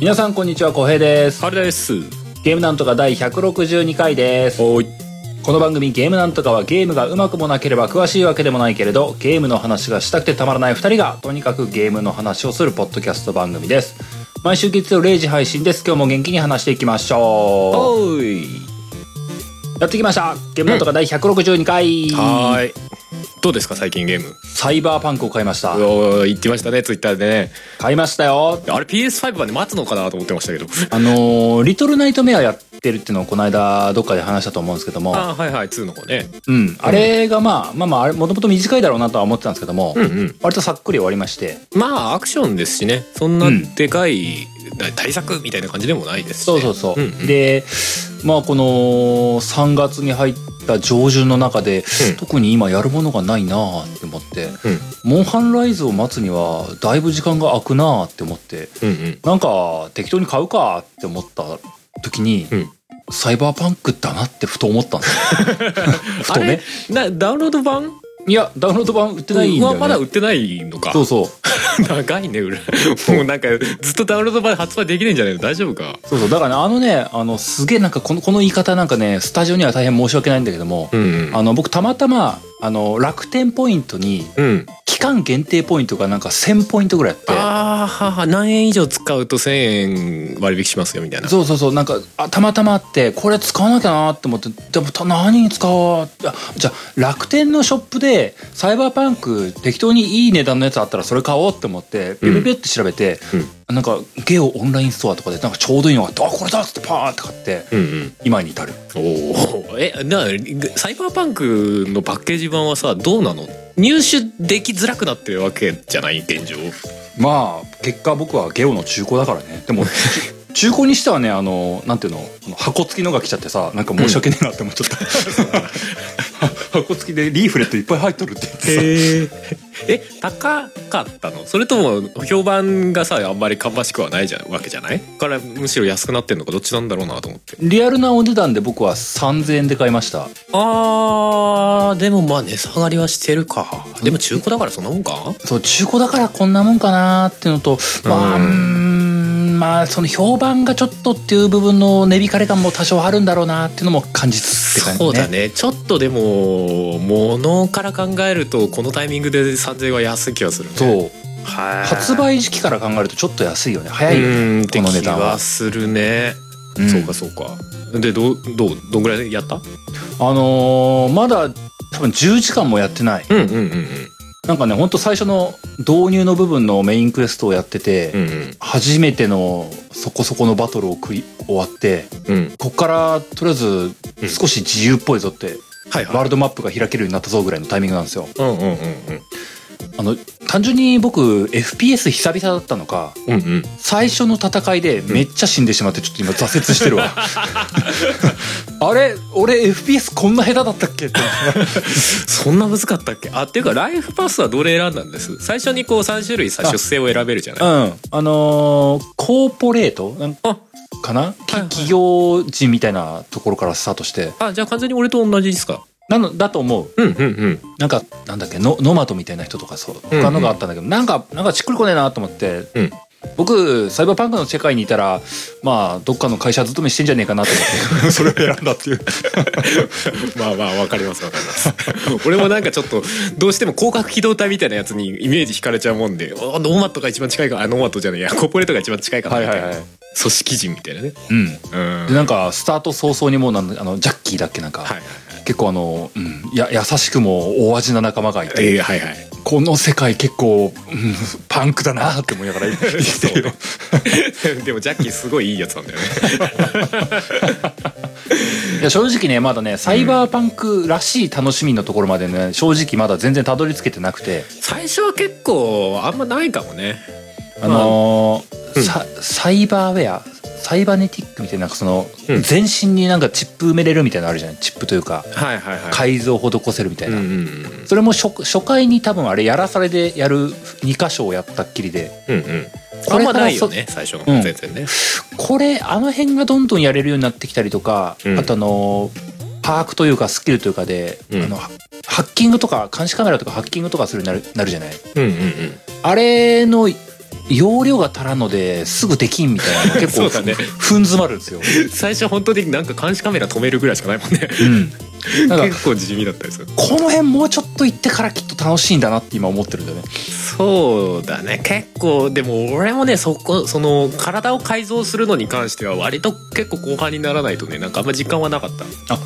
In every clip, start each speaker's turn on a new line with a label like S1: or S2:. S1: 皆さんこんにちは、こうへいです。
S2: あれです。
S1: ゲームなんとか第162回です。
S2: おい。
S1: この番組ゲームなんとかはゲームがうまくもなければ詳しいわけでもないけれど、ゲームの話がしたくてたまらない二人が、とにかくゲームの話をするポッドキャスト番組です。毎週月曜0時配信です。今日も元気に話していきましょ
S2: おい。
S1: う。やってきました。ゲームなんとか第162回。
S2: はーい。どうですか最近ゲーム。
S1: サイバーパンクを買いました。
S2: おー言ってましたねツイッターでね。
S1: 買いましたよ。
S2: あれ PS5 まで待つのかなと思ってましたけど。
S1: あのーリトルナイトメアやってるっていうのをこの間どっかで話したと思うんですけども、
S2: あーはいはい2の方ね。
S1: うん、あれがまあまあまああれもともと短いだろうなとは思ってたんですけども、
S2: うんうん。
S1: 割とさっくり終わりまして
S2: まあアクションですしね。そんな
S1: うん
S2: でかい大対策みたいな感じでもないですし、
S1: そうそうそう、
S2: んん
S1: でまあこの3月に入った上旬の中で、
S2: うん
S1: 特に今やるものがないなあって思って、
S2: うん
S1: モンハンライズを待つにはだいぶ時間が空くなあって思って
S2: うんうん。
S1: なんか適当に買うかって思った時に、
S2: うん
S1: サイバーパンクだなってふと思ったんですよ ふとね
S2: あれなダウンロード版
S1: いやダウンロード版売ってないんだよ、ね、
S2: はまだ売ってないのか
S1: そうそう
S2: 長いね裏もうなんかずっとダウンロード版発売できないんじゃないの大丈夫か
S1: そうそうだからねあのねあのすげえなんかこのこの言い方なんかねスタジオには大変申し訳ないんだけども、
S2: うんうん
S1: あの僕たまたまあの楽天ポイントに
S2: うん
S1: 期間限定ポイントがなんか1000ポイントぐらいあっ
S2: ああはは何円以上使うと1,000円割引しますよみたい
S1: て
S2: な
S1: そうそうそうなんかあたまたまあってこれ使わなきゃなって思ってでもた何に使おうあじゃあ楽天のショップでサイバーパンク適当にいい値段のやつあったらそれ買おうって思ってビビビって調べて、なんかゲオオンラインストアとかでなんかちょうどいいのがあってあこれだっつってパーンって買って
S2: うんうん
S1: 今に至る。
S2: おおえなサイバーパンクのパッケージ版はさどうなの入手できづらくなってるわけじゃない現状
S1: まあ結果僕はゲオの中古だからねでも 中古にしてはねあのなんていうのこの箱付きのが来ちゃってさなんか申し訳ねえなって思っちゃった、 箱付きでリーフレットいっぱい入っとるって言ってさ
S2: へええ高かったのそれとも評判がさあんまり芳しくはないじゃわけじゃないからむしろ安くなってんのかどっちなんだろうなと思って
S1: リアルなお値段で僕は3000円で買いました
S2: あーでもまあ値下がりはしてるかでも中古だからそんなもんか
S1: そう中古だからこんなもんかなっていうのとまあ
S2: うん
S1: うーんまあその評判がちょっとっていう部分の値引かれ感も多少あるんだろうなっていうのも感じつつって感じ
S2: そうだねちょっとでも物から考えるとこのタイミングで3000円は安い気がするね
S1: そう
S2: はい
S1: 発売時期から考えるとちょっと安いよね早いよね
S2: うんって
S1: この値
S2: 気
S1: 段
S2: は
S1: は
S2: するね、
S1: うん
S2: そうかそうかでどうどうどんぐらいやった
S1: あのーまだ多分10時間もやってない。
S2: うんうんうんうん
S1: なんかね、ほんと最初の導入の部分のメインクエストをやってて、
S2: うんうん
S1: 初めてのそこそこのバトルを繰り終わって、
S2: うん
S1: こっからとりあえず
S2: うん
S1: 少し自由っぽいぞって、
S2: はい
S1: ワー
S2: はい
S1: ルドマップが開けるようになったぞぐらいのタイミングなんですよ。
S2: うんうんうんうん
S1: あの、単純に僕 FPS 久々だったのか、
S2: うんうん
S1: 最初の戦いでめっちゃ死んでしまってちょっと今挫折してる わ。あれ俺 FPS こんな下手だったっけって。
S2: そんな難かったっけあっていうかライフパスはどれ選んだんです最初にこう3種類さ
S1: あ
S2: 出世を選べるじゃ
S1: う
S2: ない
S1: ん。あのーコーポレートなん
S2: あ
S1: かな、き
S2: はいはい
S1: 企業人みたいなところからスタートして。
S2: あじゃあ完全に俺と同じですか
S1: なの、だと思う。
S2: うんうんうん
S1: なんか、なんだっけ、のノマトみたいな人とかそう。
S2: うん
S1: 他のがあったんだけど、なんか、なんかしっくりこねえなと思って。
S2: うん
S1: 僕、サイバーパンクの世界にいたら、まあ、どっかの会社勤めしてんじゃねえかなと思 って。それを選んだっていう。
S2: まあまあわかりますわかります 俺もなんかちょっとどうしても広角機動隊みたいなやつにイメージ惹かれちゃうもんであノーマットが一番近いかあノーマットじゃないいやコーポレートが一番近いかなみたいな、
S1: はいはいはい
S2: 組織人みたいなね
S1: うん。
S2: うん
S1: で、なんか、スタート早々にもうなんだ、あの、ジャッキーだっけなんか。
S2: はい
S1: 結構あの、うん、や、優しくも大味な仲間がいて。
S2: えーはい はい
S1: この世界結構、うんパンクだなって思いながら 生きてるよ
S2: でもジャッキーすごいいいやつなんだよね
S1: いや正直ねまだねサイバーパンクらしい楽しみのところまでね正直まだ全然たどり着けてなくて
S2: 最初は結構あんまないかもね
S1: あのー
S2: うん
S1: さサイバーウェアサイバネティックみたいななんかその
S2: うん
S1: 全身になんかチップ埋めれるみたいなのあるじゃないチップというか
S2: はいはいはい
S1: 改造を施せるみたい
S2: うん
S1: な、
S2: うん
S1: それも初初回に多分あれやらされでやる2箇所をやったっきりで
S2: うんうんあんまないよね最初の
S1: うん
S2: 全然ね
S1: これあの辺がどんどんやれるようになってきたりとか、
S2: うん
S1: あとあのパークというかスキルというかで、
S2: うん
S1: あのハハッキングとか監視カメラとかハッキングとかするようになるなるじゃない
S2: うんうん
S1: あれの容量が足らんのですぐできんみたいなのが結
S2: そ
S1: 構
S2: うだね
S1: ふん詰まるんですよ。
S2: 最初本当になんか監視カメラ止めるぐらいしかないもんね
S1: うん、なんか
S2: 結構地味だったりする
S1: この辺もうちょっと行ってからきっと楽しいんだなって今思ってるんだよね。
S2: そうだね結構でも俺もねそこその体を改造するのに関しては割と結構後半にならないとねなんかあんま実感はなかった
S1: あ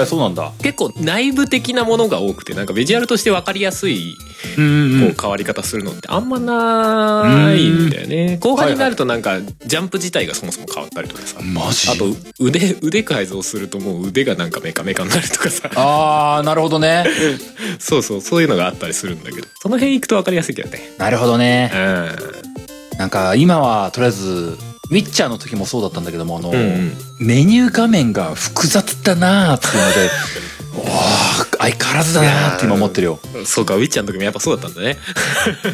S1: へえそうなんだ。
S2: 結構内部的なものが多くてなんかビジュアルとして分かりやすい
S1: うんうんう
S2: こ
S1: ん
S2: う変わり方するのってあんまないんだよね後半になるとなんかジャンプ自体がそもそも変わったりとかさ
S1: マジ
S2: あと腕腕改造するともう腕がなんかメカメカになるとかさ
S1: あーなるほどね。
S2: そうそうそういうのがあったりするんだけどその辺行くと分かりやすいけどね
S1: なるほどね。
S2: う
S1: なんか今はとりあえずウィッチャーの時もそうだったんだけどもあの、
S2: んうん
S1: メニュー画面が複雑だなーっていうので おー相変わらずだなーって今思ってるよ
S2: うんそうかウィッチャーの時もやっぱそうだったんだね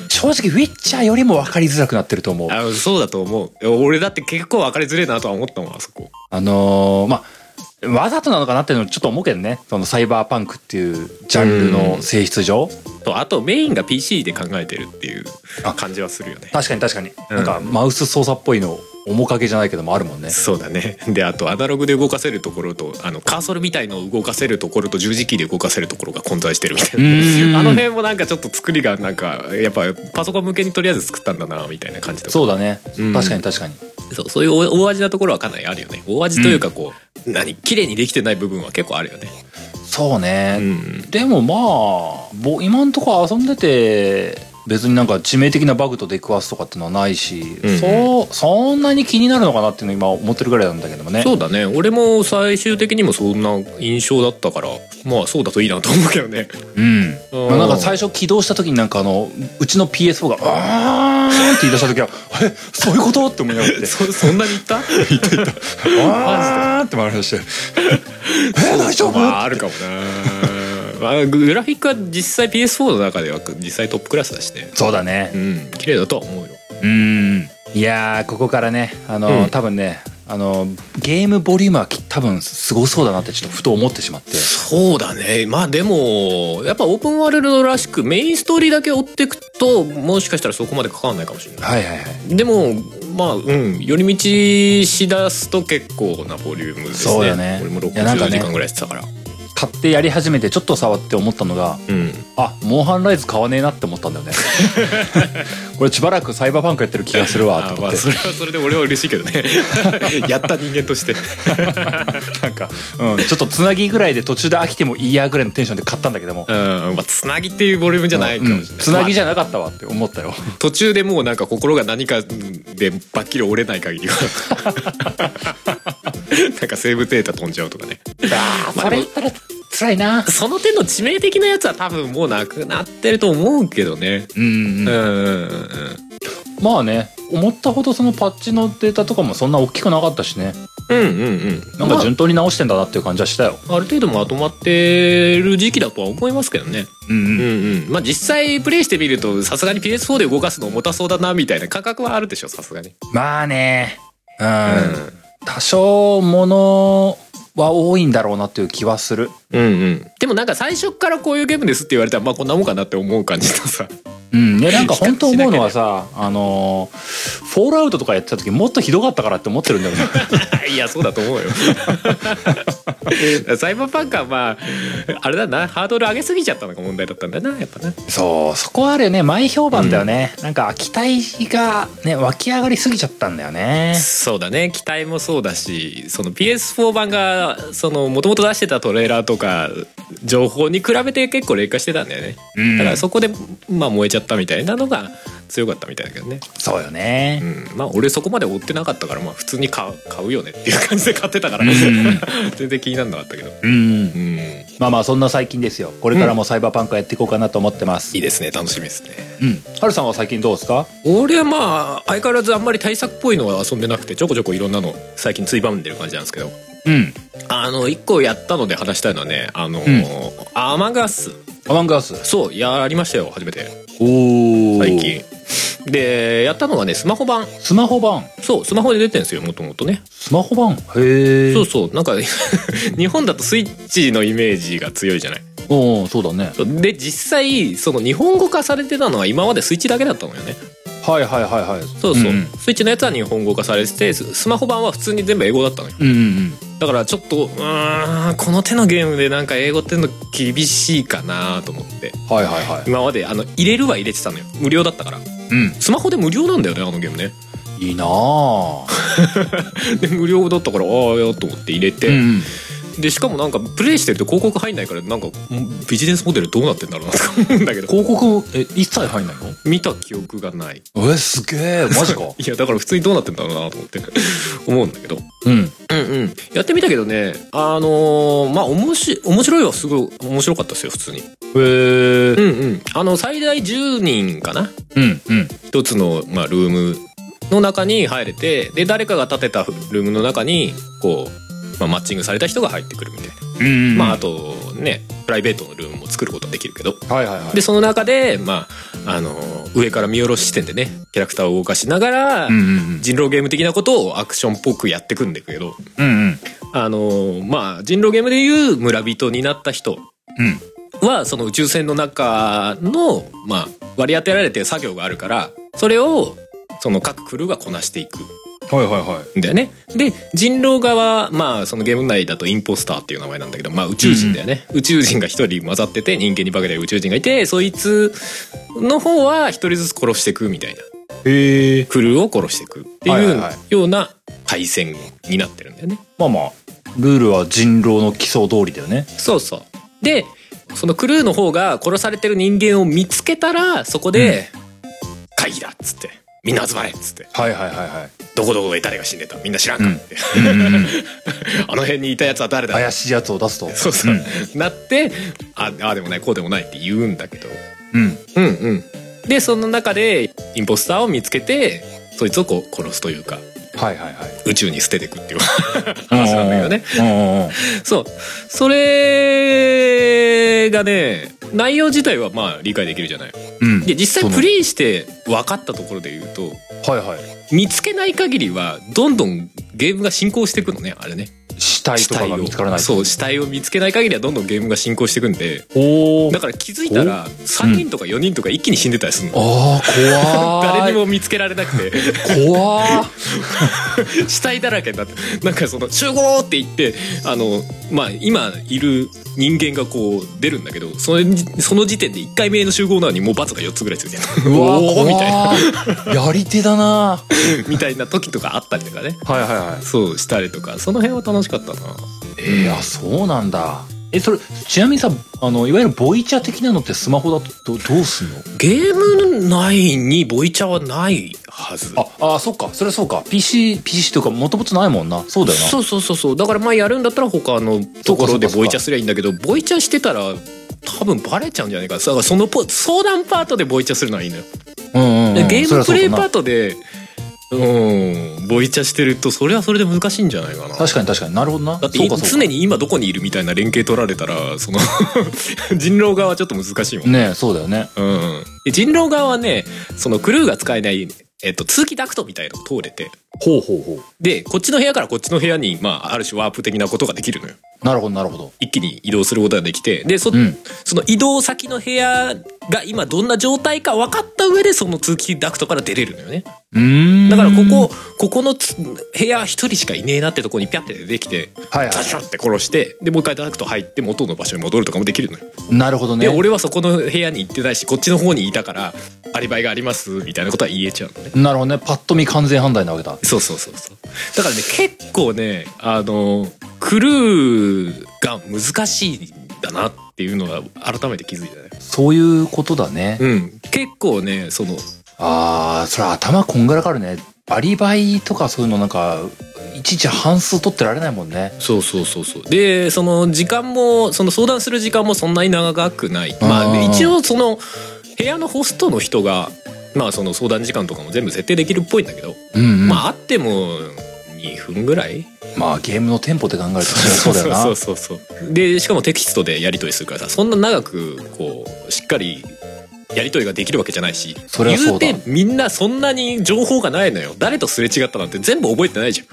S1: 正直ウィッチャーよりも分かりづらくなってると思うあ
S2: あそうだと思う俺だって結構分かりづれえなとは思ったもんあそこ
S1: のーまあわざとなのかなっていうのちょっと思うけどねそのサイバーパンクっていうジャンルの性質上
S2: とあとメインが PC で考えてるっていう
S1: あ
S2: 感じはするよね
S1: 確かに確かに、
S2: うん
S1: なんかマウス操作っぽいの面影じゃないけどもあるもんね
S2: そうだねであとアナログで動かせるところとあのカーソルみたいのを動かせるところと十字キーで動かせるところが混在してるみたい
S1: うん
S2: なあの辺もなんかちょっと作りがなんかやっぱパソコン向けにとりあえず作ったんだなみたいな感じとか
S1: そうだね、
S2: うん
S1: 確かに確かに
S2: そうそういう大大味なところはかなりあるよね大味というかこう、何綺麗にできてない部分は結構あるよね
S1: そうね、
S2: うん
S1: でもまあぼ今んとこ遊んでて別になんか致命的なバグと出くわすとかってのはないし、
S2: うん
S1: そうそんなに気になるのかなっていうの今思ってるぐらいなんだけどもね
S2: そうだね俺も最終的にもそんな印象だったからまあそうだといいなと思うけどね
S1: うん
S2: うん
S1: まあなんか最初起動した時になんかあのうちの PS4 が「あーん」って言い出した時は 「えそういうこと?」って思いながらって「
S2: そそんなに言った
S1: あーん」って回り出して「え大丈夫?」
S2: まああるかもなまあグラフィックは実際 PS4 の中では実際トップクラスだしね
S1: そうだね
S2: うん綺麗だとは思うよ
S1: うんいやーここからねあの、
S2: うん
S1: 多分ねあのゲームボリュームはき多分すごそうだなってちょっとふと思ってしまって
S2: そうだねまあでもやっぱオープンワールドらしくメインストーリーだけ追っていくともしかしたらそこまでかかんないかもしれない
S1: はいはいはい
S2: でもまあうん寄り道しだすと結構なボリュームですね
S1: そうだね
S2: 俺も
S1: いやなんか
S2: 60
S1: ね
S2: 時間ぐらいしてたから
S1: 買ってやり始めてちょっと触って思ったのが
S2: うん
S1: あモンハンライズ買わねえなって思ったんだよ ねこれしばらくサイバーパンクやってる気がするわ
S2: あ
S1: と思っ
S2: まあ
S1: て、
S2: それはそれで俺は嬉しいけどね やった人間として
S1: なんか、うん、ちょっとつなぎぐらいで途中で飽きてもいいやぐらいのテンションで買ったんだけども
S2: うんまあつなぎっていうボリュームじゃないかもしれない、
S1: うんつなぎじ
S2: ゃ、
S1: ゃなかったわって思ったよ
S2: 途中でもうなんか心が何かでバッキリ折れない限り はなんかセーブデータ飛んじゃうとかね
S1: あ
S2: ーそれ言
S1: ったら辛いな
S2: その手の致命的なやつは多分もうなくなってると思うけどね
S1: うん、
S2: うんうんうんうん
S1: まあね思ったほどそのパッチのデータとかもそんな大きくなかったしね
S2: うんうんうん
S1: なんか順当に直してんだなっていう感じはしたよ、
S2: ある程度まとまってる時期だとは思いますけどね。
S1: うん
S2: うん
S1: うん
S2: うん。まあ実際プレイしてみるとさすがに PS4 で動かすの重たそうだなみたいな感覚はあるでしょさすがに。
S1: まあねうん、
S2: う
S1: 多少ものは多いんだろうなっていう気はする
S2: んうん。でもなんか最初からこういうゲームですって言われたらまあこんなもんかなって思う感じとさ。
S1: うんいやなんか本当思うのはさあのーフォールアウトとかやってた時もっとひどかったからって思ってるんだよね
S2: いやそうだと思うよ。 サイバーパンクはまああれだなハードル上げすぎちゃったのが問題だったんだなやっぱな。
S1: そうそこはあるよね前評判だよね、なんか期待がね湧き上がりすぎちゃったんだよね
S2: そうだね期待もそうだしその PS4 版がそのもともと出してたトレーラーとか情報に比べて結構劣化してたんだよね、
S1: うん
S2: だからそこでまあ燃えちゃったみたいなのが強かったみたいだけどね、
S1: そうよね
S2: うん、まあ俺そこまで追ってなかったからまあ普通に買う買うよねっていう感じで買ってたから、 全然気にならなかったけど、
S1: うん
S2: うん、
S1: まあまあそんな最近ですよこれからもサイバーパンクやっていこうかなと思ってます、
S2: いいですね楽しみですね
S1: うんはるさんは最近どうですか
S2: 俺はまあ相変わらずあんまり対策っぽいのは遊んでなくてちょこちょこいろんなの最近ついばんでる感じなんですけど
S1: うん
S2: あの一個やったので話したいのはねあのーアマガス
S1: アマンガース
S2: そうやりましたよ初めて
S1: お
S2: 最近でやったのはねスマホ版
S1: スマホ版
S2: そうスマホで出てるんですよもともとね
S1: スマホ版へえ
S2: そうそうなんか 日本だとスイッチのイメージが強いじゃない
S1: おそうだね
S2: そうで実際その日本語化されてたのは今までスイッチだけだったのよね
S1: はいはいはいはい
S2: そうそう、
S1: うん
S2: スイッチのやつは日本語化されててススマホ版は普通に全部英語だったのよ
S1: うんうん
S2: だからちょっとうーんこの手のゲームでなんか英語っての厳しいかなと思って
S1: うんはいはいはい
S2: 今まであの入れるは入れてたのよ無料だったから
S1: うん
S2: スマホで無料なんだよねあのゲームね
S1: いいなあ
S2: で無料だったからああやと思って入れて、
S1: うん
S2: でしかもなんかプレイしてると広告入んないからなんかんビジネスモデルどうなってんだろうなとか 思うんだけど
S1: 広告え一切入んないの
S2: 見た記憶がない
S1: えすげえマジか
S2: いやだから普通にどうなってんだろうなと思って 思うんだけど
S1: うん
S2: うんうんやってみたけどねあのーまあ面白面白いはすごい面白かったですよ普通に
S1: へ
S2: う
S1: え
S2: んうんあの最大10人かな
S1: うんうん
S2: 一つの、まあ、ルームの中に入れてで誰かが建てたルームの中にこう、まあ、マッチングされた人が入ってくるみたいな、
S1: うん
S2: まああとねプライベートのルームも作ることはできるけど
S1: はいはいはい
S2: でその中で、まあ、あの上から見下ろし視点でねキャラクターを動かしながら、
S1: うんうん
S2: 人狼ゲーム的なことをアクションっぽくやってくんだけど
S1: うんうん
S2: あのまあ人狼ゲームでいう村人になった人
S1: うん
S2: はその宇宙船の中の、まあ、割り当てられてる作業があるからそれをその各クルーがこなしていく
S1: はいはいはい
S2: んだよね。で人狼側まあそのゲーム内だとインポスターっていう名前なんだけど、まあ、宇宙人だよね、宇宙人が一人混ざってて人間に化けてる宇宙人がいてそいつの方は一人ずつ殺していくみたいな
S1: へえ
S2: クルーを殺していくって
S1: はい
S2: い
S1: はいうはい
S2: ような対戦になってるんだよね。
S1: まあまあルールは人狼の基礎通りだよね
S2: そうそうでそのクルーの方が殺されてる人間を見つけたらそこで「会議だ」っつって「みんな集まれ」っつって
S1: はいはいはいはい
S2: 「どこどこで誰が死んでたみんな知らんか」って、
S1: うんうん
S2: あの辺にいたやつは誰だ
S1: 怪しいやつを出すと
S2: そうそう、
S1: ん
S2: なってああでもないこうでもないって言うんだけど
S1: うん
S2: うんうんでその中でインポスターを見つけてそいつをこう殺すというか
S1: はいはいはい
S2: 宇宙に捨てていくっていう 話なんだけどね
S1: うんうんうん
S2: そうそれがね内容自体はまあ理解できるじゃない
S1: うん
S2: で
S1: そ
S2: 実際
S1: の
S2: プレイして分かったところで言うと
S1: はいはい
S2: 見つけない限りはどんどんゲームが進行していくのねあれね
S1: 死体とかが見つからない
S2: そう死体を見つけない限りはどんどんゲームが進行していくんで
S1: おお
S2: だから気づいたら3人とか4人とか一気に死んでたりするの、
S1: あー怖ーい
S2: 誰にも見つけられな くて
S1: 怖ー
S2: 死体だらけになってなんかその「集合!」って言ってあのまあ今いる人間がこう出るんだけどそのその時点で1回目の集合なのにもう×が4つぐらいついてる
S1: うわー
S2: おー
S1: 怖
S2: みたいな
S1: ーやり手だなは
S2: みたいな時とかあったりとかね
S1: いはいはい
S2: そうしたりとかその辺は楽しかったな
S1: えー、あそうなんだえそれちなみにさあのいわゆるボイチャ的なのってスマホだとどどうすんの
S2: ゲーム内にボイチャはないはず
S1: ああそっかそれそうか PC, PC というかもともとないもんなそうだよな
S2: そうそうそうそうだからまあやるんだったら他のところでボイチャすりゃいいんだけどボイチャしてたら多分バレちゃうんじゃないかなだからそのポ相談パートでボイチャするのはいいのよ、
S1: うんうんうん、
S2: ゲームプレイパー
S1: ト
S2: トでうんボイチャしてるとそれはそれで難しいんじゃないかな
S1: 確かに確かになるほどな
S2: だって
S1: そうかそうか
S2: 常に今どこにいるみたいな連携取られたらその 人狼側はちょっと難しいもん
S1: ねえそうだよね
S2: うん、で人狼側はねそのクルーが使えない、えっと、通気ダクトみたいなのを通れて
S1: ほうほうほ
S2: でこっちの部屋からこっちの部屋に、まあ、ある種ワープ的なことができるのよ
S1: うなるほどなるほど
S2: 一気に移動することができてでそ,、
S1: うん
S2: その移動先の部屋が今どんな状態か分かった上でその通気ダクトから出れるのよね
S1: うーん
S2: だからここここのつ部屋一人しかいねえなってとこにピャッて出てきて
S1: はいは
S2: ザシャンって殺してでもう一回ダクト入って元の場所に戻るとかもできるのよ
S1: いなるほどね
S2: で俺はそこの部屋に行ってないしこっちの方にいたからアリバイがありますみたいなことは言えちゃうのね
S1: なるほどねパッと見完全犯罪なわけだ
S2: そうそうそうそうだからね結構ねあのクルーが難しいんだなっていうのが改めて気づいたね
S1: そういうことだね、
S2: うん結構ねその
S1: あーそれ頭こんがらがるねアリバイとかそういうのなんかいちいち半数取ってられないもんね
S2: そうそうそうそうでその時間もその相談する時間もそんなに長くない
S1: あ
S2: まあ
S1: ー
S2: 一応その部屋のホストの人がまあその相談時間とかも全部設定できるっぽいんだけど、
S1: うん、うん、まあ
S2: まああっても2分ぐらい
S1: ゲームのテンポって考えるとそりゃそうだよな
S2: そうそうそうそうでしかもテキストでやり取りするからさそんな長くこうしっかりやり取りができるわけじゃないし
S1: それはそうだ
S2: 言うてみんなそんなに情報がないのよ誰とすれ違ったなんて全部覚えて ないじゃ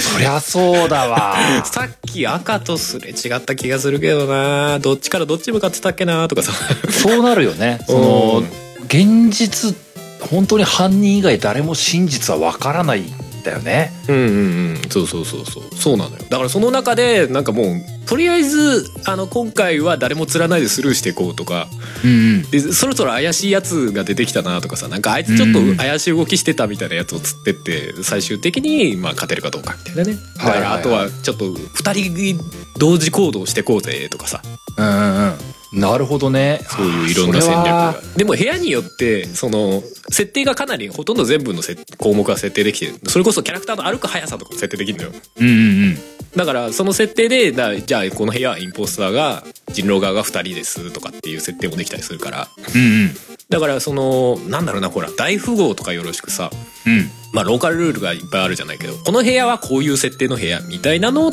S1: そりゃそうだ わ
S2: んさっき赤とすれ違った気がするけどなどっちからどっち向かってたっけなとかさ
S1: そうなるよねその
S2: うん
S1: 現実本当に犯人以外誰も真実はわからないんだよね
S2: うんうんうんそうそうそうそうそうなのよだからその中でなんかもうとりあえずあの今回は誰も釣らないでスルーしていこうとか
S1: うん
S2: でそろそろ怪しいやつが出てきたなとかさなんかあいつちょっと怪しい動きしてたみたいなやつを釣ってって最終的にまあ勝てるかどうかみたいなねだから
S1: は
S2: あ
S1: い
S2: と
S1: はい
S2: はちょっと2人同時行動してこうぜとかさ
S1: うんうんうんなるほどね
S2: そういういろんな戦略
S1: あー
S2: が
S1: それは
S2: でも部屋によってその設定がかなりほとんど全部のせ項目が設定できてるそれこそキャラクターの歩く速さとかも設定できるのよ
S1: うんうんうん
S2: だからその設定でだじゃあこの部屋はインポスターが人狼側が2人ですとかっていう設定もできたりするから
S1: うんうん
S2: だからそのなんだろうなほら大富豪とかよろしくさ
S1: うん
S2: まあローカルルールがいっぱいあるじゃないけどこの部屋はこういう設定の部屋みたいなのを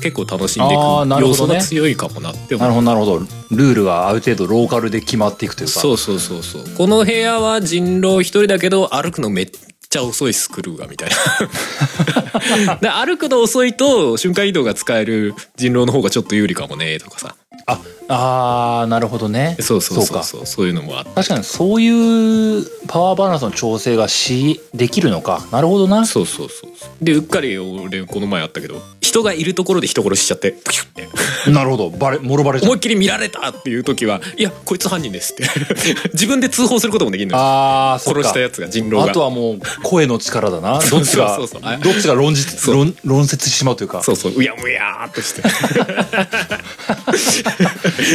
S2: 結構楽しんでいく
S1: あーなる
S2: 要
S1: ほ
S2: 素
S1: どね
S2: が強いかもなって思
S1: な
S2: う
S1: るほどなるほどルールがある程度ローカルで決まっていくというか
S2: そうそうそうそうこの部屋は人狼一人だけど歩くのめっちゃ遅いスクルーがみたい なで歩くの遅いと瞬間移動が使える人狼の方がちょっと有利かもねとかさ
S1: ああーなるほどね
S2: そうそうそう
S1: か
S2: そうそういうのもあって
S1: 確かにそういうパワーバランスの調整がしできるのかなるほどな
S2: そうそうそうそうでうっかり俺この前あったけど人がいるところで人殺しちゃってピュッて
S1: なるほどバレもろバレちゃ
S2: 思
S1: う
S2: いっきり見られたっていう時はいやこいつ犯人ですって 自分で通報することもできるのよ
S1: ああそっ
S2: 殺
S1: か
S2: したやつが人
S1: あ
S2: 狼
S1: と
S2: が
S1: はもう声の力だなどっちが
S2: そうそうそう
S1: どっちが論じ
S2: う
S1: 論論説してしまうというか
S2: そうそううやむやーっとして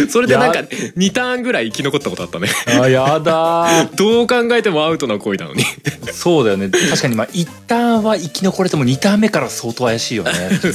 S2: それでなんか
S1: いや
S2: 2ターンぐらい生き残ったことあったね
S1: あやだー
S2: どう考えてもアウトな行為なのに
S1: そうだよね確かにまあ一旦は生き残れても二ターン目から相当怪しいよね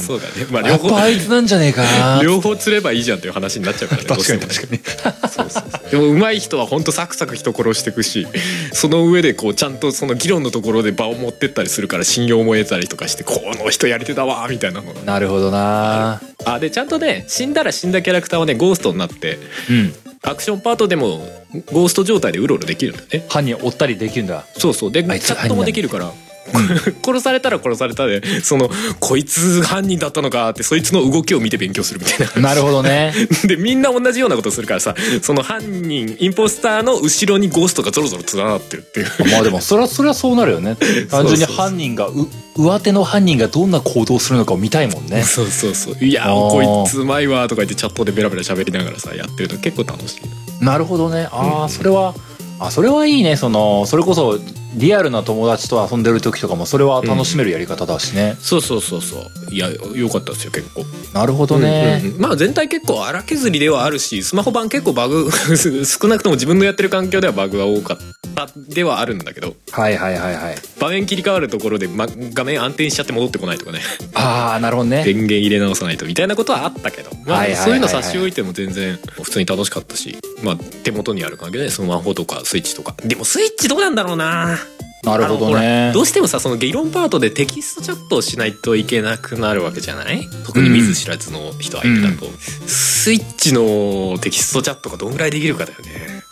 S2: そうだねまあ
S1: や
S2: 両
S1: っ
S2: 方
S1: ぱあいつなんじゃねえかな
S2: 両方釣ればいいじゃんっていう話になっちゃうからねどう
S1: 確
S2: し
S1: か
S2: ても
S1: に
S2: ね
S1: 確かに
S2: そうそうそうでも上手い人は本当サクサク人殺していくしその上でこうちゃんとその議論のところで場を持ってったりするから信用も得たりとかしてこの人やり手だわーみたいなのが
S1: なるほどな
S2: あでちゃんとね死んだら死んだキャラクターはねゴーストになって
S1: うん
S2: アクションパートでもゴースト状態でうろうろできるんだよね
S1: 犯人追ったりできるんだ
S2: そうそうでチ
S1: あいつ
S2: ャットもできるから。 殺されたら殺されたでそのこいつ犯人だったのかってそいつの動きを見て勉強するみたいな
S1: なるほどね
S2: でみんな 同じようなことするからさその犯人インポスターの後ろにゴーストがゾロゾロ連なってるっていう
S1: まあでもそれはそれは そうなるよね単純に犯人がう上手の犯人がどんな行動をするのかを見たいもんね
S2: そうそうそういやー
S1: あー
S2: こいつうまいわーとか言ってチャットでベラベラ喋りながらさやってるの結構楽しい
S1: なるほどねあ
S2: う
S1: あ
S2: ん
S1: それはあそれはいいねそのそれこそリアルな友達と遊んでる時とかもそれは楽しめるやり方だしね、
S2: そうそうそうそういやよかったですよ結構
S1: なるほどね、
S2: うんうんうんまあ全体結構荒削りではあるしスマホ版結構バグ 少なくとも自分のやってる環境ではバグが多かったではあるんだけど
S1: はいはいはいはい
S2: 場面切り替わるところで、ま、画面暗転しちゃって戻ってこないとかね
S1: ああなるほど ね
S2: 電源入れ直さないとみたいなことはあったけど、ま
S1: はいはいはい
S2: あ、
S1: はい
S2: そういうの差し置いても全然普通に楽しかったし、まあ、手元にある関係でスマホとかスイッチとかでもスイッチどうなんだろうな
S1: なるほど
S2: あのほ
S1: ね
S2: らどうしてもさその議論パートでテキストチャットをしないといけなくなるわけじゃない特に見ず知らずの人相手だと、スイッチのテキストチャットがどんぐらいできるかだよね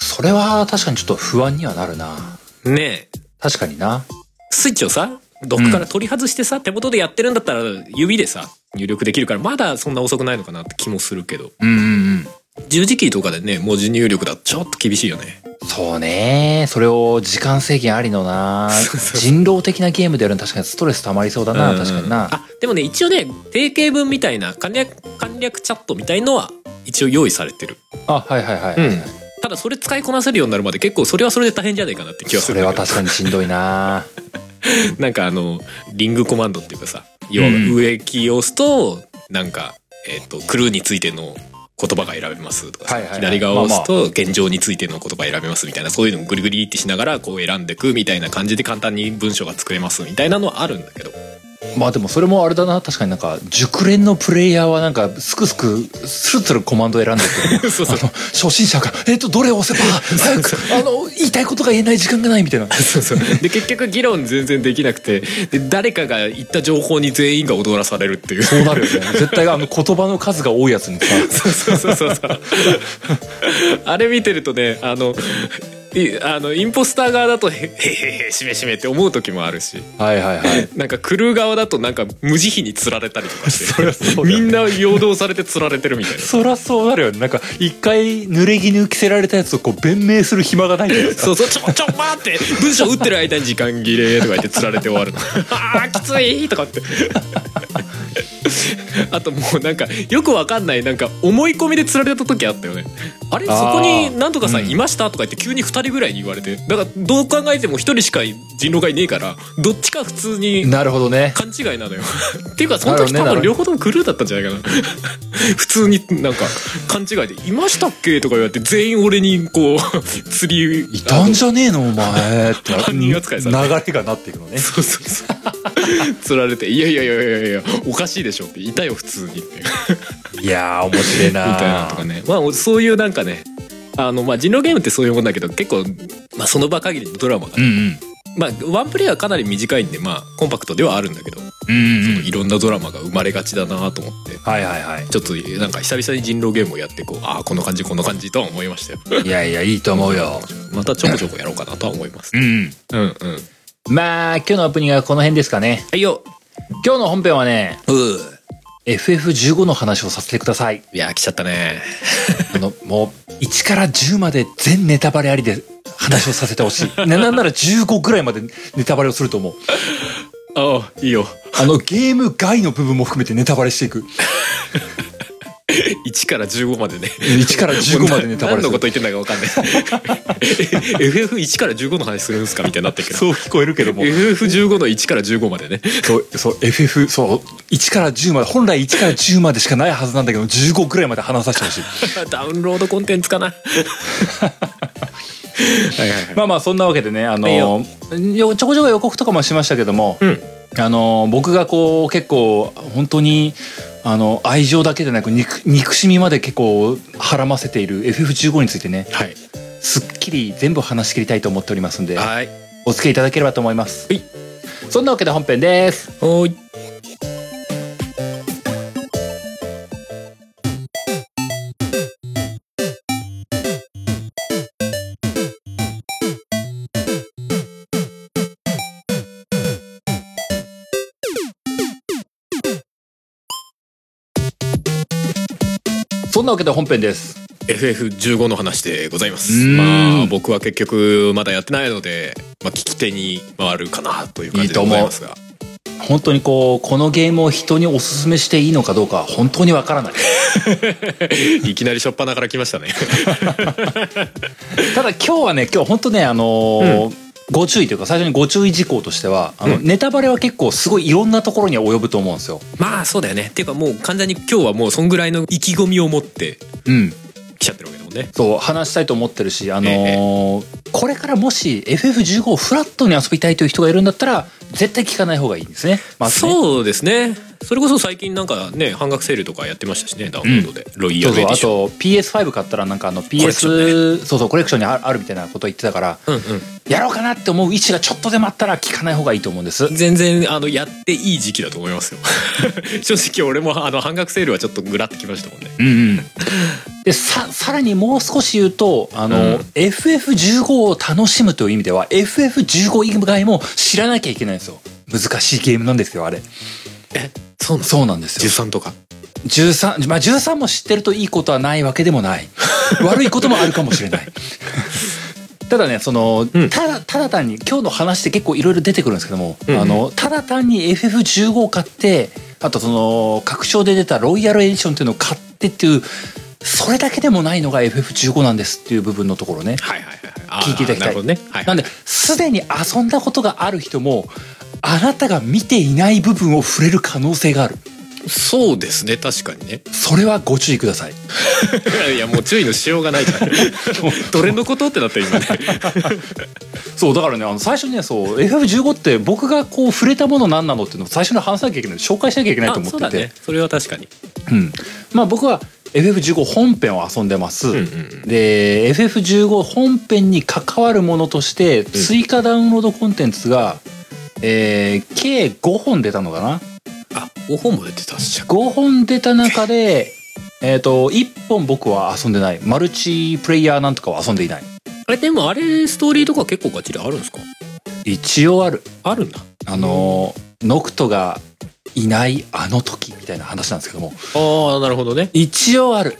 S1: それは確かにちょっと不安にはなるな
S2: ねえ
S1: 確かにな
S2: スイッチをさドックから取り外してさ、手元でやってるんだったら指でさ入力できるからまだそんな遅くないのかなって気もするけど
S1: うんうんうん
S2: 十字キーとかでね文字入力だとちょっと厳しいよね
S1: そうねそれを時間制限ありのな
S2: そうそう
S1: 人狼的なゲームでやるの確かにストレス溜まりそうだな
S2: うん
S1: 確かにな
S2: あでもね一応ね定型文みたいな簡略簡略チャットみたいのは一応用意されてる
S1: あはいはいはい、
S2: うんただそれ使いこなせるようになるまで結構それはそれで大変じゃないかなって気はす
S1: それ
S2: るんだ
S1: は
S2: けど
S1: 確かにしんどいな
S2: なんかあのリングコマンドっていうかさ要は
S1: うん
S2: 上キーを押すとなんか、えっとクルーについての言葉が選べますとかさ、
S1: はいはいはい
S2: 左側を押すと現状についての言葉選べますみたいなそういうのをグリグリってしながらこう選んでくみたいな感じで簡単に文章が作れますみたいなのはあるんだ けど
S1: まあでもそれもあれだな確かになんか熟練のプレイヤーはなんかすくすくスルスルコマンド選んで くる
S2: そうそう
S1: あの初心者が「えっとどれを 押せば早くあの言いたいことが言えない時間がない」みたいな
S2: そうそうで結局議論全然できなくてで誰かが言った情報に全員が踊らされるっていう
S1: そうなるよね絶対あの言葉の数が多いや つにさ
S2: そうそうそうそうそうあれ見てるとねあのいあのインポスター側だと「へへへへしめしめ」って思う時もあるし
S1: はいはいはい
S2: なんか来る側だとなんか無慈悲に釣られたりとかして
S1: そりゃそうだ
S2: み
S1: よね
S2: んな陽動されて釣られてるみたいな
S1: そらそうなるよねなんか一回濡れ衣着せられたやつをこう弁明する暇がないじゃないですか
S2: そうそうちょちょ待って文章打ってる間に時間切れとか言って釣られて終わるのあーきついとかってあともうなんかよくわかんないなんか思い込みで釣られた時あったよねあれそ
S1: あー
S2: こになんとかさん
S1: うん
S2: いましたとか言って急に2人ぐらいに言われてだからどう考えても1人しか人狼がいねえからどっちか普通に
S1: なるほどね
S2: 勘違いなのよ っていうかその時
S1: なるほどねなる
S2: 多
S1: ほ
S2: 分
S1: ど
S2: 両方ともクルーだったんじゃないかな 普通になんか勘違いで「いましたっけ?」とか言われて全員俺にこう釣り
S1: いたんじゃねえのお前って
S2: 犯人扱いされ
S1: 流れがなっていくのね
S2: そうそうそう。釣られて、いやいやいやいやいや、おかしいでしょって、いたよ、普通にって。み
S1: いやー面白いなー
S2: たいなのとかね。まあ、そういうなんかね、あの、まあ、人狼ゲームってそういうもんだけど、結構、まあ、その場限りのドラマが
S1: う。んうん
S2: まあ、ワンプレイはかなり短いんで、まあ、コンパクトではあるんだけど、
S1: うんうんうん
S2: いろんなドラマが生まれがちだなと思って。
S1: はいはいはい
S2: ちょっとなんか久々に人狼ゲームをやってこうああこんな感じこんな感じとは思いましたよ
S1: いやいやいいと思うよ
S2: またちょこちょこやろうかなとは思います
S1: うんうん
S2: うんうんは
S1: まあ今日のオープニングはこの辺ですかね
S2: いよ
S1: 今日の本編はね
S2: うー
S1: FF15 の話をさせてください
S2: いやー来ちゃったね
S1: あのもう1から10まで全ネタバレありで話をさせてほしいななんなら15ぐらいまでネタバレをすると思う
S2: ああいいよ
S1: あのゲーム外の部分も含めてネタバレしていく
S2: 1から15までね
S1: 1から15までネタバレ
S2: 何
S1: す
S2: の
S1: る
S2: こと言ってんだか分かんない FF1 から15の話するんですかみたいになってるけど
S1: う聞こえるけど
S2: FF15 の1から15までね
S1: そうそう FF そう1から10まで本来1から10までしかないはずなんだけど15ぐらいまで話させてほしい
S2: ダウンロードコンテンツかなはいはいはい
S1: まあまあそんなわけでねあの
S2: いいよ
S1: よちょこちょこ予告とかもしましたけども、
S2: うん
S1: あの僕がこう結構本当にあの愛情だけでなく憎憎しみまで結構はらませている FF15 についてね
S2: はい
S1: すっきり全部話し切りたいと思っておりますんで
S2: はい
S1: お付き合いいただければと思います
S2: はい
S1: そんなわけで本編です
S2: おい
S1: そんなわけで本編です
S2: FF15 の話でございます
S1: うーん
S2: まあ僕は結局まだやってないので、まあ、聞き手に回るかなという感じでございますが
S1: 本当にこうこのゲームを人におすすめしていいのかどうか本当にわからない
S2: いきなり初っ端から来ましたね
S1: ただ今日はね今日本当ねあのーご注意というか最初にご注意事項としてはあの、
S2: うん
S1: ネタバレは結構すごいいろんなところには及ぶと思うんですよ。
S2: まあそうだよねっていうかもう完全に今日はもうそんぐらいの意気込みを持って
S1: うん、
S2: 来ちゃってるわけだもんね
S1: そう話したいと思ってるし、あのー
S2: え
S1: これからもし FF15 をフラットに遊びたいという人がいるんだったら絶対聞かない方がいいんですね。まずね
S2: そうですねそれこそ最近なんかね半額セールとかやってましたしねダウンロードで、ロイヤ
S1: そうそ
S2: ルエ
S1: う
S2: ディ
S1: あ
S2: ション
S1: と PS5 買ったらなんかあの
S2: レクショ
S1: PS、そうそうコレクションにああるみたいなこと言ってたから
S2: うん
S1: やろうかなって思う位置がちょっとでもあったら聞かない方がいいと思うんです
S2: うん、全然あのやっていい時期だと思いますよ 正直俺もあの半額セールはちょっとグラってきましたもんね
S1: うんうん、でささらにもう少し言うとあの、
S2: うん
S1: FF15 を楽しむという意味では FF15 以外も知らなきゃいけないんですよ難しいゲームなんですよあれ
S2: えそうなの
S1: そうなんですよ
S2: 13とか
S1: 13まあ13も知ってるといいことはないわけでもない 悪いこともあるかもしれないただねその、
S2: うん
S1: ただただ単に今日の話って結構いろいろ出てくるんですけども、
S2: うんうん
S1: あのただ単に FF15 を買ってあとその拡張で出たロイヤルエディションっていうのを買ってっていうそれだけでもないのが FF15 なんですっていう部分のところね
S2: はいはいはいはいあー
S1: 聞いていただきたい
S2: なるほどね、はい、
S1: なんですでに遊んだことがある人もあなたが見ていない部分を触れる可能性がある
S2: そうですね確かにね
S1: それはご注意ください
S2: いやもう注意のしようがないから どれのことってなったよ今ね
S1: そうだからねあの最初にねそう FF15 って僕がこう触れたもの何なのっていうのを最初に話さなきゃいけない紹介しなきゃいけないと思
S2: あ
S1: って
S2: そ
S1: て
S2: うだねそれは確かに
S1: うんまあ、僕は FF15 本編を遊んでます、
S2: んうんうん
S1: で FF15 本編に関わるものとして追加ダウンロードコンテンツが、えー計5本出たのかな
S2: あ5本も出てたっしゃ
S1: 5本出た中で、えー、と1本僕は遊んでないマルチプレイヤーなんとかは遊んでいない
S2: あれでもあれストーリーとか結構ガチであるんですか
S1: 一応ある
S2: あるんだ
S1: あのーノクトがいないあの時みたいな話なんですけども
S2: ああなるほどね
S1: 一応ある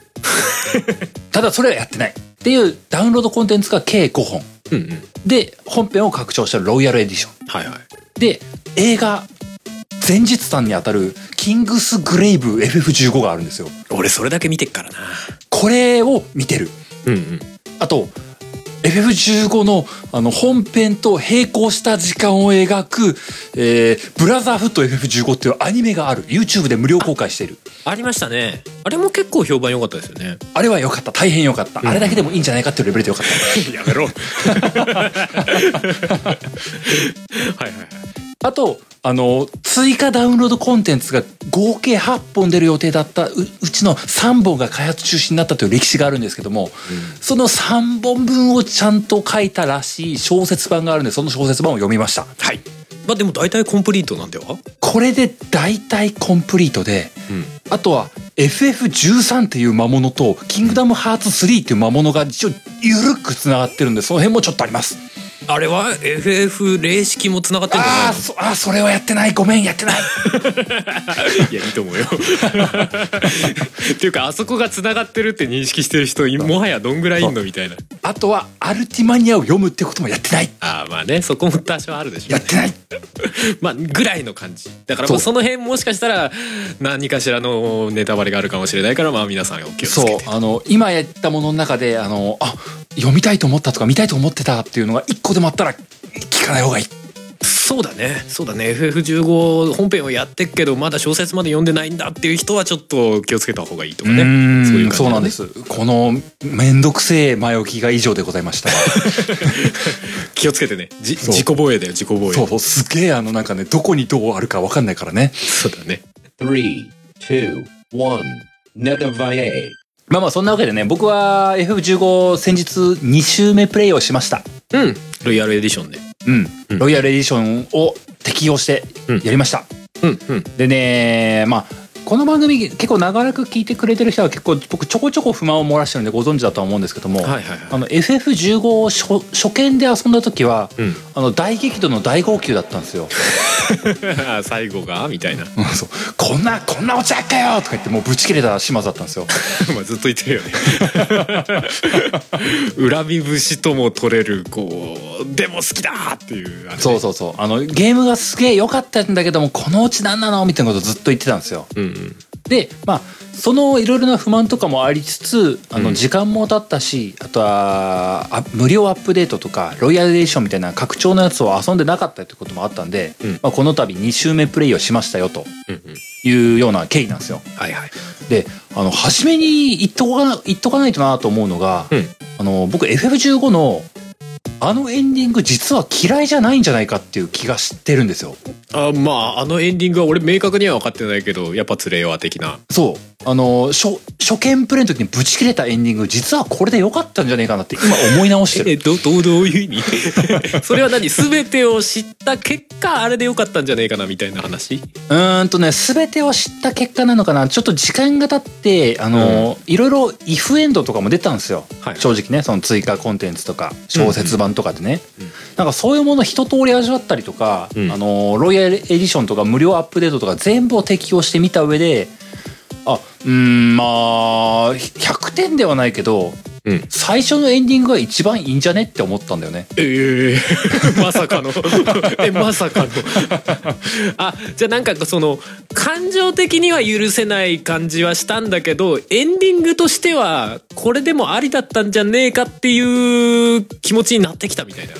S1: ただそれはやってないっていうダウンロードコンテンツが計5本
S2: うんうん
S1: で本編を拡張したロイヤルエディション
S2: はいはい
S1: で映画前日さんにあたる「キングス・グレイブ FF15」があるんですよ
S2: 俺それだけ見てっからな
S1: これを見てる
S2: うんうん
S1: あと FF15 のあの本編と並行した時間を描く「えーブラザーフット FF15」っていうアニメがある YouTube で無料公開している
S2: ありましたねあれも結構評判良かったですよね
S1: あれは良かった大変良かった、あれだけでもいいんじゃないかっていうレベルで良かった
S2: やめろ はいはいはい
S1: あと、あの、追加ダウンロードコンテンツが合計8本出る予定だったううちの3本が開発中止になったという歴史があるんですけども、その3本分をちゃんと書いたらしい小説版があるんで、その小説版を読みました。
S2: はいまあでも大体コンプリートなんでは
S1: これで大体コンプリートで、
S2: うん
S1: あとは FF13 っていう魔物と、キングダムハーツ3っていう魔物が一応ゆるく繋がってるんで、その辺もちょっとあります。
S2: あれは FF 霊式も繋がってんじ
S1: あ
S2: ゃ
S1: あ、そあー、それはやってない。ごめん、やって ない。
S2: ないのいやいいと思う よっていうかあそこが繋がってるって認識してる人もはやどんぐらいいんのみたいな
S1: あとは、アルティマニアを読むってこともやってない。
S2: ああまあねそこも多少あるでしょ
S1: や
S2: う
S1: っ
S2: ね
S1: てない
S2: まあぐらいの感じだからまあ
S1: そ
S2: その辺もしかしたら何かしらのネタバレがあるかもしれないからまあ皆さんお気をつ
S1: そう
S2: けて
S1: あの今やったものの中であのあ読みたいと思ったとか見たいと思ってたっていうのが一個でもあったら聞かない方がいい
S2: そうだねそうだね FF15 本編をやってっけどまだ小説まで読んでないんだっていう人はちょっと気をつけた方がいいとかね
S1: そう
S2: い感じだね
S1: なんですこの面倒くせえ前置きが以上でございました
S2: 気をつけてねじ
S1: そう
S2: 自己防衛だよ自己防衛
S1: そうそうすげえあのなんかねどこにどうあるか分かんないからね
S2: そうだね
S3: Three, two, one. Netavaye.
S1: まあまあそんなわけでね僕は FF15 先日2週目プレイをしました
S2: うんロイヤルエディションで
S1: うん、
S2: うん
S1: ロイヤルエディションを適用してやりました、
S2: うんうん
S1: でねまあこの番組結構長らく聞いてくれてる人は結構僕ちょこちょこ不満を漏らしてるんでご存知だとは思うんですけども、
S2: はいはい
S1: あ
S2: はい
S1: の FF15 を初初見で遊んだ時は、
S2: うん
S1: あの大激怒の大号泣だったんです よ。
S2: 最後がみた いな
S1: うんそうこんなこんなお茶っかよとか言ってもうぶち切れた始末だったんですよ。
S2: まあずっと言ってるよね 恨み節とも取れるこうでも好きだっていうあれね
S1: そうそうそうあのゲームがすげえ良かったんだけどもこのうち何なのみたいなことずっと言ってたんですよ。
S2: うんうん
S1: でまあそのいろいろな不満とかもありつつあの時間も経ったし、あとはあ無料アップデートとかロイヤルエディションみたいな拡張のやつを遊んでなかったってこともあったんで、
S2: うん
S1: まあ、この度2週目プレイをしましたよと
S2: うんうん
S1: いうような経緯なんですよ。
S2: はいはい
S1: であの初めに言っとかな言っとかないとなと思うのが、
S2: うん
S1: あの僕 FF15 のあのエンディング実は嫌いじゃないんじゃないかっていう気がしてるんですよ。
S2: あまああのエンディングは俺明確には分かってないけどやっぱ連れよわ的 な
S1: そう。あの、初、初見プレイの時にブチ切れたエンディング、実はこれで良かったんじゃねえかなって今思い直してる。
S2: えどどうどういう意味 それは何全てを知った結果あれでよかったんじゃねえかなみたいな話
S1: うーんとね、すべてを知った結果なのかな。ちょっと時間が経って、あの、いろいろイフエンドとかも出たんですよ。
S2: はい
S1: 正直ね、その追加コンテンツとか、小説版とかでね。
S2: うんうん
S1: なんかそういうもの一通り味わったりとか、
S2: うん
S1: あの、ロイヤルエディションとか無料アップデートとか全部を適用してみた上で、あ、うーん、まあ、100点ではないけど、
S2: うん
S1: 最初のエンディングが一番いいんじゃねって思ったんだよね。
S2: ええ まさかのえまさかの あじゃあなんかその感情的には許せない感じはしたんだけどエンディングとしてはこれでもありだったんじゃねえかっていう気持ちになってきたみたいな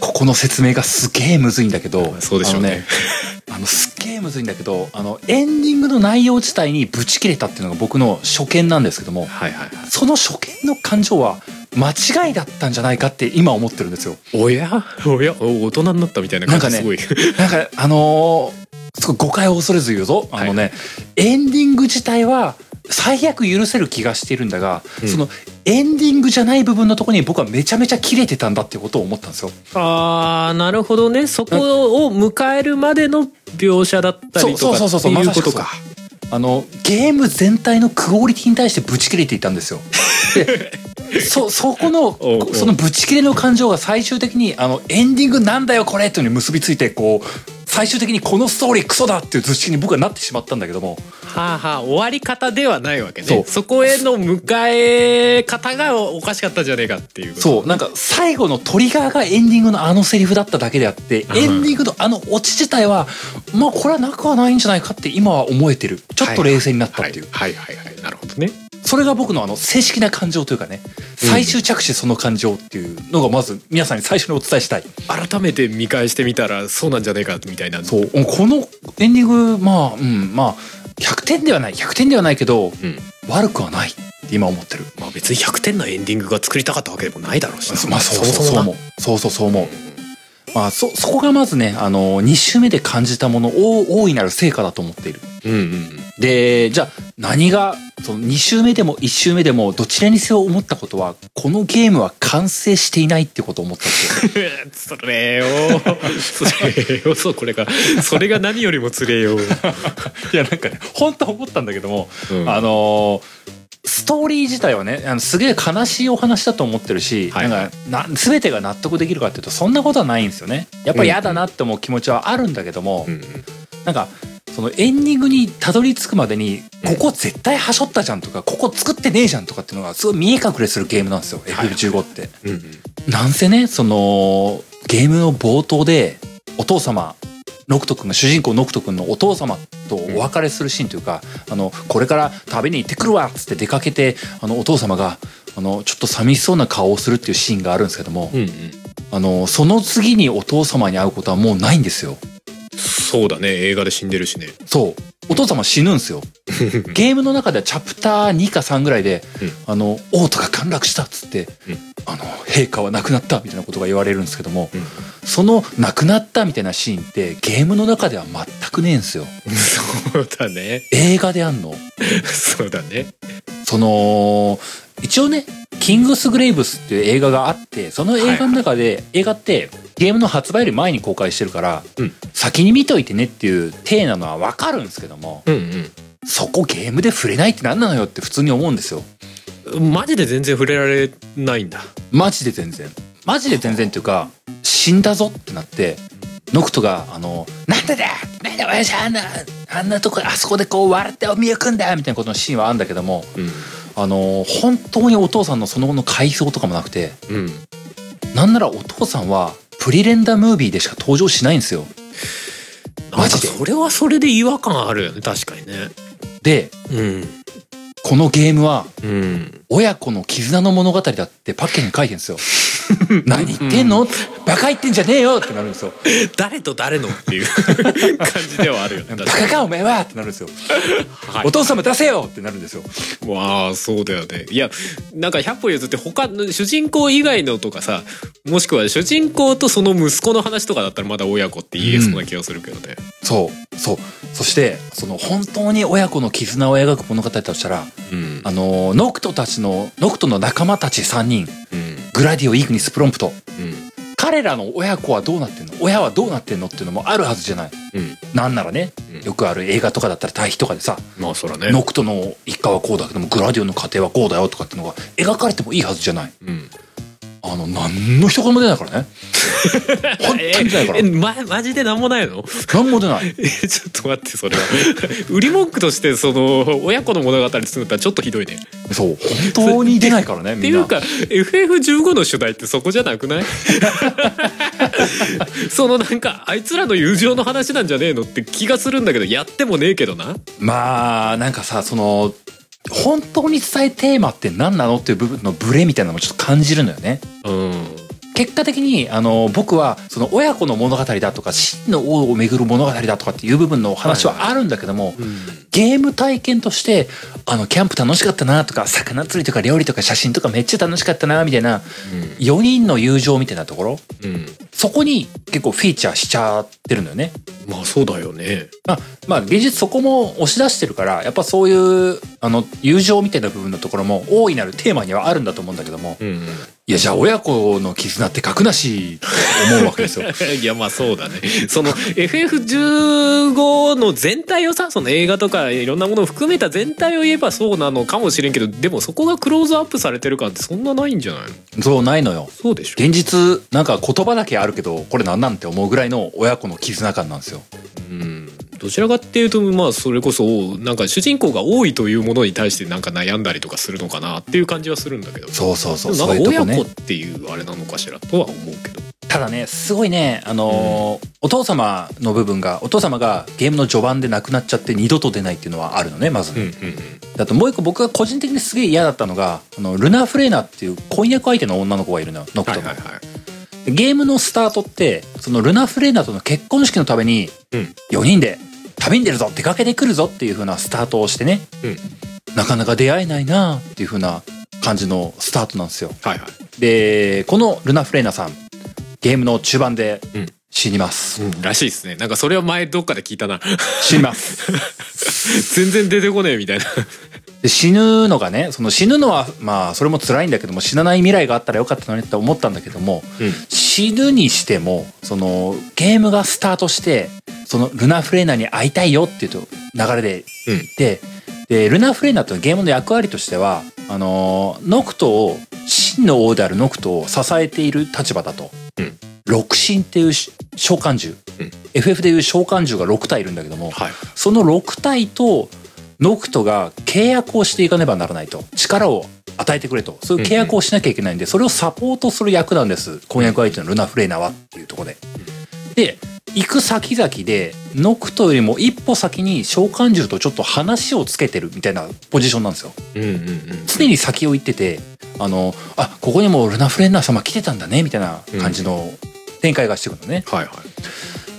S1: ここの説明がすげえむずいんだけど。
S2: そうでしょうね
S1: あの。あのすっげえむずいんだけど、あの、エンディングの内容自体にブチ切れたっていうのが僕の初見なんですけども、
S2: はいはいはい
S1: その初見の感情は間違いだったんじゃないかって今思ってるんですよ。
S2: おやおやお大人になったみたいな感じすごい、
S1: なんか、あのーすごい誤解を恐れず言うぞ。あのね、エンディング自体は最悪許せる気がしているんだが、
S2: うん
S1: そのエンディングじゃない部分のところに僕はめちゃめちゃ切れてたんだっていうことを思ったんですよ。
S2: ああなるほどねそこを迎えるまでの描写だったりとか
S1: そうそうそうそう
S2: っていうこ
S1: まさしく
S2: と
S1: そう
S2: か
S1: あのゲーム全体のクオリティに対してブチ切れていたんですよ。で そそこの
S2: おうおう
S1: そのブチ切れの感情が最終的にあのエンディングなんだよこれっていうのに結びついてこう最終的にこのストーリークソだっていう図式に僕はなってしまったんだけども
S2: はあはあ終わり方ではないわけね
S1: そう
S2: そこへの迎え方がおかしかったんじゃねえかっていうう
S1: そうなんか最後のトリガーがエンディングのあのセリフだっただけであってエ
S2: うん
S1: ンディングのあのオチ自体はまあこれはなくはないんじゃないかって今は思えてるちょっと冷静になったっていう、
S2: はいはいはいはいなるほどね
S1: それが僕のあの正式な感情というかね最終着地その感情っていうのがまず皆さんに最初にお伝えしたい。
S2: 改めて見返してみたらそうなんじゃねえかみたいな
S1: そううんこのエンディングまあうんまあ100点ではない100点ではないけど
S2: うん
S1: 悪くはないって今思ってる
S2: まあ別に100点のエンディングが作りたかったわけでもないだろうしな
S1: まあそうそうそう
S2: な
S1: 思うそうそうそう思うまあそそこがまずねあの2周目で感じたものを大いなる成果だと思っている
S2: うんうん
S1: でじゃあ何がその2周目でも1周目でもどちらにせよ思ったことはこのゲームは完成していないってことを思ったんですよ
S2: うんそれよそれよそうこれがそれが何よりもつれよ、
S1: いやなんかね本当は思ったんだけども、
S2: うん
S1: あのーストーリー自体はねあのすげえ悲しいお話だと思ってるし、
S2: はい
S1: なんかな全てが納得できるかっていうとそんなことはないんですよねやっぱ嫌だなって思う気持ちはあるんだけども、
S2: うん
S1: なんかそのエンディングにたどり着くまでにここ絶対はしょったじゃんとかここ作ってねえじゃんとかっていうのがすごい見え隠れするゲームなんですよ
S2: はい
S1: FF15 って。
S2: うんうん、
S1: なんせねそのゲームの冒頭でお父様ノクト君が主人公ノクト君のお父様とお別れするシーンというか、あのこれから食べに行ってくるわっつって出かけてあのお父様があのちょっと寂しそうな顔をするっていうシーンがあるんですけども、
S2: うんうん、
S1: あのその次にお父様に会うことはもうないんですよ
S2: そうだね映画で死んでるしね
S1: そうお父様死ぬんです よゲームの中ではチャプター2か3ぐらいで
S2: うん
S1: 「あの王都が陥落した」っつって
S2: うん
S1: 「あの陛下は亡くなった」みたいなことが言われるんですけども、
S2: うん
S1: その亡くなったみたいなシーンってゲームの中では全くねえんすよ
S2: そうだね
S1: 映画であんの
S2: そうだね
S1: その一応ね「キングス・グレイブス」っていう映画があってその映画の中で、映画ってゲームの発売より前に公開してるから、
S2: うん
S1: 先に見といてねっていう体なのはわかるんですけども
S2: うん
S1: そこゲームで触れないって何なのよって普通に思うんですよ
S2: うんマジで全然触れられないんだ
S1: マジで全然マジで全然っていうか死んだぞってなってノクトがあの「なんでだなんで親父あんなあんなとこあそこでこう笑ってお見送んだ」みたいなことのシーンはあるんだけども
S2: うん
S1: あの本当にお父さんのその後の回想とかもなくて
S2: うん
S1: なんならお父さんはプリレンダムービーでしか登場しないんですよ
S2: マ
S1: マ
S2: ジ
S1: ジ
S2: で
S1: で
S2: それはそれで違和感あるよね確かにね
S1: で
S2: うん
S1: このゲームは
S2: うん
S1: 親子の絆の物語だってパッケージに書いてんですよ何言ってんのバカ言ってんじゃねえよってなるんですよ
S2: 誰と誰のっていう感じではあるよね
S1: バ
S2: 確か
S1: カかお前はってなるんですよ
S2: に、はい
S1: お父様出せよってなるんですよ。
S2: まあそうだよねいやなんか100歩譲って他の主人公以外のとかさもしくは主人公とその息子の話とかだったらまだ親子って言えそうな気がするけどね、
S1: そう、そう。そして、その本当に親子の絆を描く物語だとしたら、
S2: うん
S1: あのー、ノクトたちの、ノクトの仲間たち3人、
S2: うん
S1: グラディオ、イグニス、プロンプト。
S2: うん
S1: 彼らの親子はどうなってんの親はどうなってんのっていうのもあるはずじゃない。
S2: うん
S1: なんならね
S2: うん、
S1: よくある映画とかだったら対比とかでさ、
S2: まあそらね
S1: ノクトの一家はこうだけども、グラディオの家庭はこうだよとかっていうのが描かれてもいいはずじゃない。
S2: うん
S1: あの、何の一言も出ないから ね。本当に出ないか
S2: え、
S1: ら。
S2: ま、マジでなんもないの
S1: 何も出ない。
S2: えちょっと待ってそれは売り文句としてその親子の物語作ったらちょっとひどいねっ
S1: そう、本当に出ないからね、
S2: て
S1: みん
S2: い
S1: な。
S2: うか FF15 の主題ってそこじゃなくない そのなんかあいつらの友情の話なんじゃねえのって気がするんだけどやってもねえけどな
S1: まあなんかさその本当に伝えテーマって何なのっていう部分のブレみたいなのもちょっと感じるのよね。
S2: うん
S1: 結果的にあの僕はその親子の物語だとか真の王を巡る物語だとかっていう部分のお話はあるんだけども、ゲーム体験としてあのキャンプ楽しかったなとか魚釣りとか料理とか写真とかめっちゃ楽しかったなみたいな4人の友情みたいなところ
S2: うん、うん、
S1: そこに結構フィーチャーしちゃってるのよね。
S2: まあそうだよね
S1: まあ、まあ、芸術そこも押し出してるから、やっぱそういう、あの、友情みたいな部分のところも大いなるテーマにはあるんだと思うんだけども、
S2: うん
S1: いや、じゃあ親子の絆って格なし、と思うわけです よ。
S2: いやまあそうだねその FF15 の全体をさその映画とかいろんなものを含めた全体を言ええばそうなのかもしれんけどでもそこがクローズアップされてる感ってそんなないんじゃないの
S1: そうないのよ
S2: そうでしょ
S1: 現実なんか言葉だけあるけどこれなんなんて思うぐらいの親子の絆感なんですよ
S2: うんどちらかっていうとまあそれこそなんか主人公が多いというものに対してなんか悩んだりとかするのかなっていう感じはするんだけど
S1: そうそうそう
S2: でも
S1: そう
S2: なん
S1: いう
S2: か
S1: とこ
S2: 親
S1: ね
S2: 子っていうあれなのかしらとは思うけど
S1: ただねすごいねあのーお父様の部分がお父様がゲームの序盤で亡くなっちゃって二度と出ないっていうのはあるのねまずね、
S2: うんうんう
S1: だともう一個僕が個人的にすげえ嫌だったのがあのルナ・フレーナっていう婚約相手の女の子がいるのよノ
S2: ん
S1: ク
S2: はい
S1: トの、
S2: はいはい
S1: でゲームのスタートってそのルナ・フレーナとの結婚式のために
S2: うん
S1: 4人で旅に出るぞ出かけてくるぞっていう風なスタートをしてね、
S2: うん
S1: なかなか出会えないなあっていう風な感じのスタートなんですよ
S2: はいはい
S1: でこのルナ・フレーナさんゲームの中盤で
S2: うん
S1: 死にます、
S2: らしいですねなんかそれは前どっかで聞いたな
S1: 死にます
S2: 全然出てこねえみたいな
S1: で死ぬのがねその死ぬのはまあそれも辛いんだけども死なない未来があったらよかったのにって思ったんだけども、
S2: うん
S1: 死ぬにしてもそのゲームがスタートしてそのルナ・フレーナに会いたいよっていうと流れで
S2: うん
S1: ででルナ・フレーナというのはゲームの役割としてはあのーノクトを真の王であるノクトを支えている立場だと。
S2: うん
S1: 六神っていうし召喚獣、
S2: うん
S1: FF でいう召喚獣が6体いるんだけども、
S2: はい
S1: その6体とノクトが契約をしていかねばならないと力を与えてくれとそういう契約をしなきゃいけないんで、それをサポートする役なんです婚約相手のルナ・フレーナはっていうところで。で行く先々でノクトよりも一歩先に召喚獣とちょっと話をつけてるみたいなポジションなんですよ。
S2: うんうんうん
S1: 常に先を行っててあのあここにもルナ・フレーナ様来てたんだねみたいな感じの展開がしてくるのね。
S2: はいは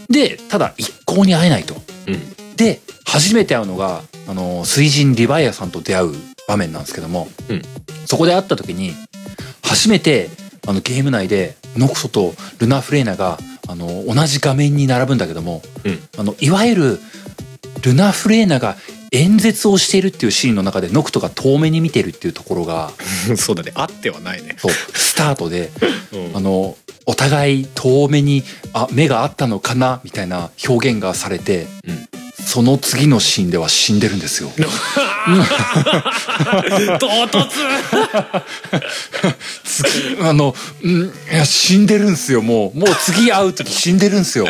S1: でただ一向に会えないと。
S2: いうん
S1: で初めて会うのがあの水神リヴァイアさんと出会う場面なんですけども、
S2: うん
S1: そこで会った時に初めてあのゲーム内でノクソとルナ・フレーナがあの同じ画面に並ぶんだけども
S2: うん
S1: あのいわゆるルナ・フレーナが演説をしているっていうシーンの中でノクトが遠目に見てるっていうところが
S2: そうだねあってはないね、
S1: そうスタートで
S2: うん
S1: あのお互い遠目にあ目があったのかなみたいな表現がされて、
S2: うん
S1: その次のシーンでは死んでるんですよ。
S2: 唐突
S1: 次あの、うん、いや死んでるんすよもうもう次会う時死んでるんすよ。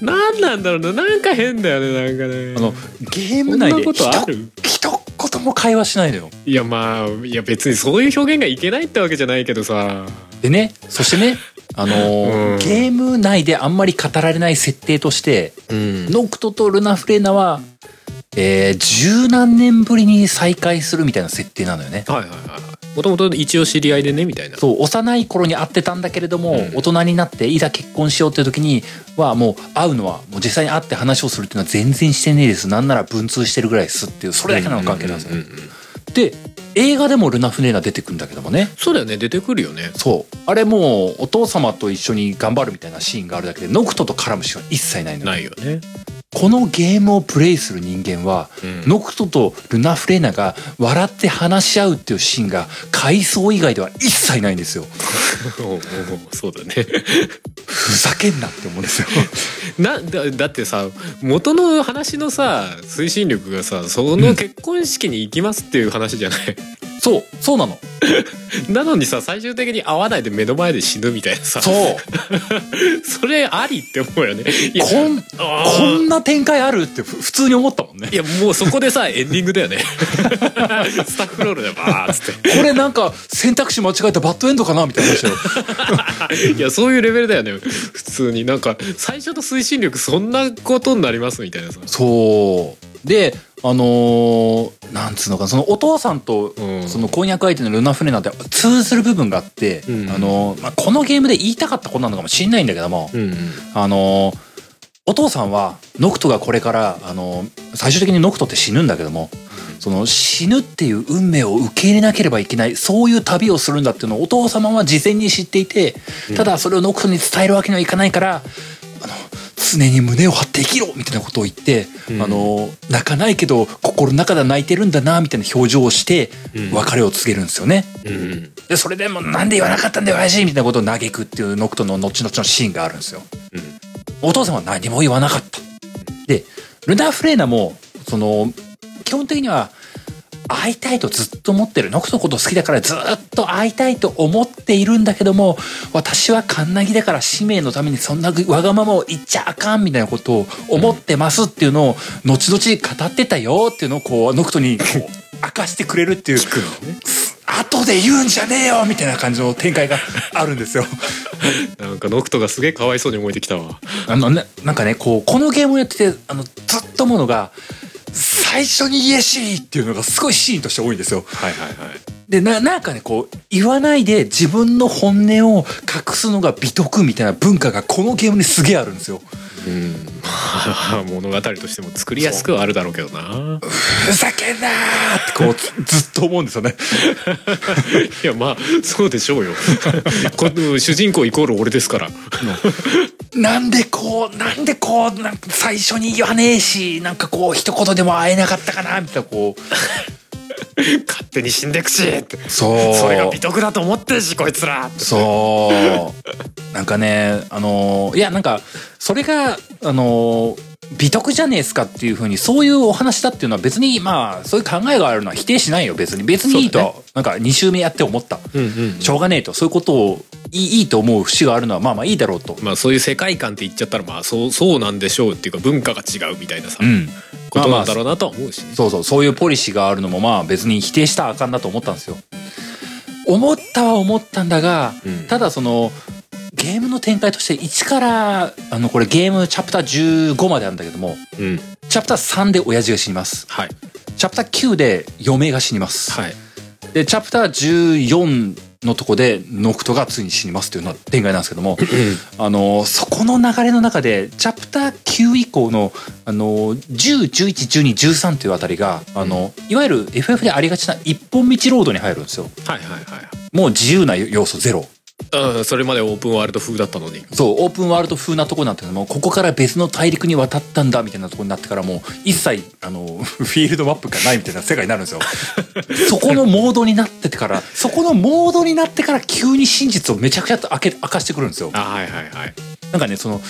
S2: 何なんだろうななんか変だよねなんかね
S1: あのゲーム内で
S2: そんなことあ
S1: 一
S2: る
S1: 一言も会話しないのよ。
S2: いやまあいや別にそういう表現がいけないってわけじゃないけどさ
S1: でねそしてねあのー
S2: うん
S1: ゲーム内であんまり語られない設定として
S2: うん
S1: ノクトとルナ・フレーナは、えー十何年ぶりに再会するみたいな設定なのよね。
S2: はいはいはいもともと一応知り合いでねみたいな
S1: そう幼い頃に会ってたんだけれども、
S2: うん
S1: 大人になっていざ結婚しようっていう時にはもう会うのはもう実際に会って話をするっていうのは全然してねえですなんなら文通してるぐらいですっていうそれだけの関係なんですよ、
S2: うううんうん
S1: で映画でもルナ・フレーナ出てくるんだけどもね
S2: そうだよね出てくるよね
S1: そうあれもうお父様と一緒に頑張るみたいなシーンがあるだけでノクトと絡むシーンは一切ないのよ
S2: ないよね、
S1: このゲームをプレイする人間は
S2: うん
S1: ノクトとルナ・フレーナが笑って話し合うっていうシーンが回想以外では一切ないんですよ
S2: おうおうおうそうだね
S1: ふざけんなって思うんですよ
S2: なだだってさ元の話のさ推進力がさその結婚式に行きますっていう話じゃない、
S1: そう、そうなの。
S2: なのにさ最終的に会わないで目の前で死ぬみたいなさ
S1: そう。
S2: それありって思うよねいや
S1: こん、
S2: あ
S1: こ
S2: ー
S1: んな展開あるってふ普通に思ったもんね
S2: い。やもうそこで さエンディングだよねスタッフロールでバーッつっ
S1: これなんか選択肢間違えたバッドエンドかなみたいな話を。
S2: ていやそういうレベルだよね普通になんか最初の推進力そんなことになりますみたいなさ
S1: そう。で、あのーなんつうのかな、そのお父さんと、
S2: うん
S1: その婚約相手のルナ・フレナって通ずる部分があって、
S2: うん
S1: あのーまあ、このゲームで言いたかったことなのかもしれないんだけども、
S2: うんうん
S1: あのーお父さんはノクトがこれから、あのー最終的にノクトって死ぬんだけどもその死ぬっていう運命を受け入れなければいけないそういう旅をするんだっていうのをお父様は事前に知っていてただそれをノクトに伝えるわけにはいかないからあの常に胸を張って生きろみたいなことを言って、
S2: うん
S1: あのー泣かないけど心の中では泣いてるんだなみたいな表情をして
S2: うん
S1: 別れを告げるんですよね。
S2: うんうん
S1: でそれでもなんで言わなかったんだよ親父みたいなことを嘆くっていうノクトの後々のシーンがあるんですよ。お父さんは何も言わなかった。で、ルナ・フレーナも、その、基本的には、会いたいとずっと思ってるノクのこと好きだからずっと会いたいと思っているんだけども私はカンナギだから使命のためにそんなわがままを言っちゃあかんみたいなことを思ってますっていうのを後々語ってたよっていうのをこうノクトにこう明かしてくれるっていう後で言うんじゃねえよみたいな感じの展開があるんですよ。
S2: なんかノクトがすげえかわいそうに思えてきたわ
S1: あのね、なんかね、こう、このゲームをやってて、あの、ずっと思うのが、最初にイエシーっていうのがすごいシーンとして多いんですよ。
S2: はいはいはい
S1: で、な、なんかね、こう、言わないで自分の本音を隠すのが美徳みたいな文化がこのゲームにすげえあるんですよ。
S2: うん 物語としても作りやすくはあるだろうけど な
S1: ふざけんなーってこう、ずずっと思うんですよね。
S2: いやまあそうでし ょうよこ主人公イコール俺ですから
S1: なんでこう、なんでこう、なんか最初に言わねえし、なんかこう、一言でも会えなかったかな、みたいなこう。
S2: 勝手に死んでくしって
S1: そう
S2: それが美徳だと思ってるしこいつらって
S1: そう。なんかね、あのーいや、なんか、それが、あのー美徳じゃねえっすかっていうふうに、そういうお話だっていうのは別に、まあ、そういう考えがあるのは否定しないよ、別に。別にいいと、
S2: そうだ
S1: なんか2週目やって思った。しょうがねえと、そういうことをいいいいと思う節があるのは、まあまあいいだろうと。
S2: まあそういう世界観って言っちゃったらまあそうそうなんでしょうっていうか文化が違うみたいなさ、
S1: うん。
S2: ことなんだろうなとは思うしね、
S1: そうそう、そういうポリシーがあるのもまあ別に否定したらあかんなと思ったんですよ。思ったは思ったんだが、
S2: うん
S1: ただその、ゲームの展開として1から、あのこれゲームチャプター15まであるんだけども、
S2: うん
S1: チャプター3で親父が死にます。
S2: はい
S1: チャプター9で嫁が死にます。
S2: はい
S1: で、チャプター14のとこでノクトがついに死にますというような展開なんですけども、あの、そこの流れの中で、チャプター9以降の、あの、10、11、12、13というあたりが、あの、いわゆる FF でありがちな一本道ロードに入るんですよ。
S2: はいはいはい
S1: もう自由な要素ゼロ。
S2: うん、それまでオープンワールド風だったのに
S1: そう、オープンワールド風なとこなんていうのも、ここから別の大陸に渡ったんだみたいなとこになってからもう、一切、あの、 フィールドマップがないみたいな世界になるんですよ。そこのモードになっててから、そこのモードになってから急に真実をめちゃくちゃと明け明かしてくるんですよ。
S2: あはいはいはい
S1: なんかね、その、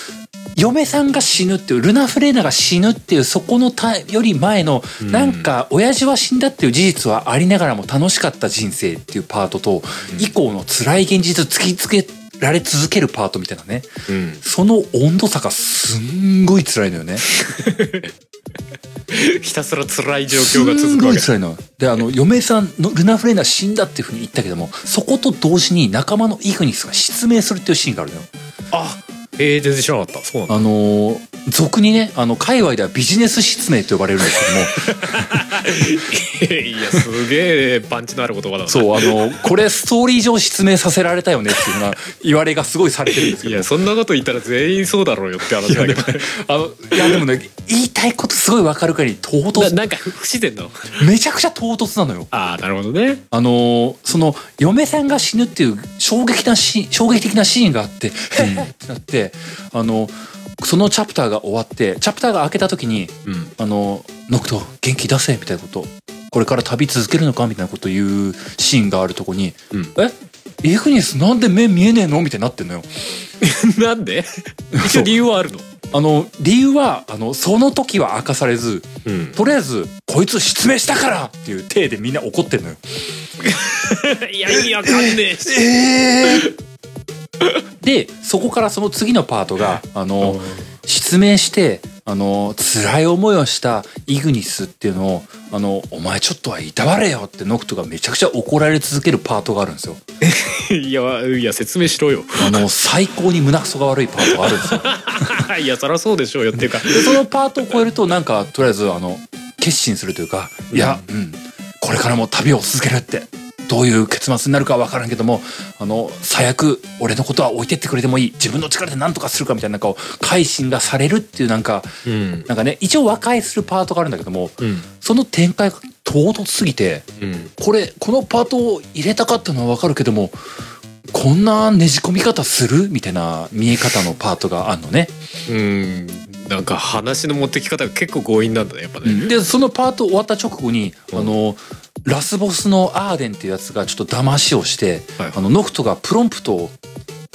S1: 嫁さんが死ぬっていう、ルナ・フレーナが死ぬっていう、そこのたより前の、なんか、親父は死んだっていう事実はありながらも楽しかった人生っていうパートと、以降の辛い現実突きつけられ続けるパートみたいなね。
S2: うん
S1: その温度差がすんごい辛いのよね。
S2: ひたすら辛い状況が続くわけ
S1: すんごい辛いの。で、あの、嫁さんのルナ・フレーナ死んだっていうふうに言ったけども、そこと同時に仲間のイグニスが失明するっていうシーンがあるのよ。
S2: あええ全然知らなかったそうなんだ
S1: あのー俗にね、あの、界隈ではビジネス失明と呼ばれるんですけども、
S2: いやすげえパンチのある言葉だ な
S1: そう、あの、これストーリー上失明させられたよねっていうふうな言われがすごいされてるんですけ
S2: い
S1: ど。
S2: やそんなこと言ったら全員そうだろうよって話だけ ど
S1: あの、いやでもね、言いたいことすごいわかるからに唐
S2: な
S1: 突、
S2: なんか不自然だわ
S1: めちゃくちゃ唐突なのよ。
S2: ああなるほどね
S1: あのーその嫁さんが死ぬっていう衝撃なシーン衝撃的なシーンがあって、へ っへっってなってあのそのチャプターが終わってチャプターが開けた時に
S2: うん
S1: 「あのノクト元気出せ」みたいなことこれから旅続けるのかみたいなこと言うシーンがあるとこに「
S2: うん
S1: えイグニスなんで目見えねえの?」みたいになってんのよ。
S2: なん で一応理由はあるの
S1: あの理由はあのその時は明かされず
S2: うん
S1: とりあえず「こいつ失明したから!」っていう体でみんな怒ってんのよ。
S2: いや意味わかんねえし
S1: でそこからその次のパートがあの、
S2: うん
S1: 失明してあの辛い思いをしたイグニスっていうのをあの「お前ちょっとはいたわれよ」ってノクトがめちゃくちゃ怒られ続けるパートがあるんですよ。
S2: いやいや説明しろよ
S1: あの最高に胸くそが悪いパートがあるんですよ。
S2: いやそりゃそうでしょうよっていうか
S1: でそのパートを超えるとなんかとりあえずあの決心するというか「いや、うん、これからも旅を続ける」って。どういう結末になるかは分からんけどもあの最悪俺のことは置いてってくれてもいい自分の力で何とかするかみたいななんかを改心がされるっていうなんか
S2: うん
S1: なんかね一応和解するパートがあるんだけども、
S2: うん
S1: その展開が唐突すぎて
S2: うん
S1: これこのパートを入れたかったのは分かるけどもこんなねじ込み方するみたいな見え方のパートがあるのね。
S2: うんなんか話の持ってき方が結構強引なんだねやっぱね
S1: でそのパート終わった直後に、あのラスボスのアーデンっていうやつがちょっと騙しをして、
S2: はい
S1: あのノクトがプロンプトを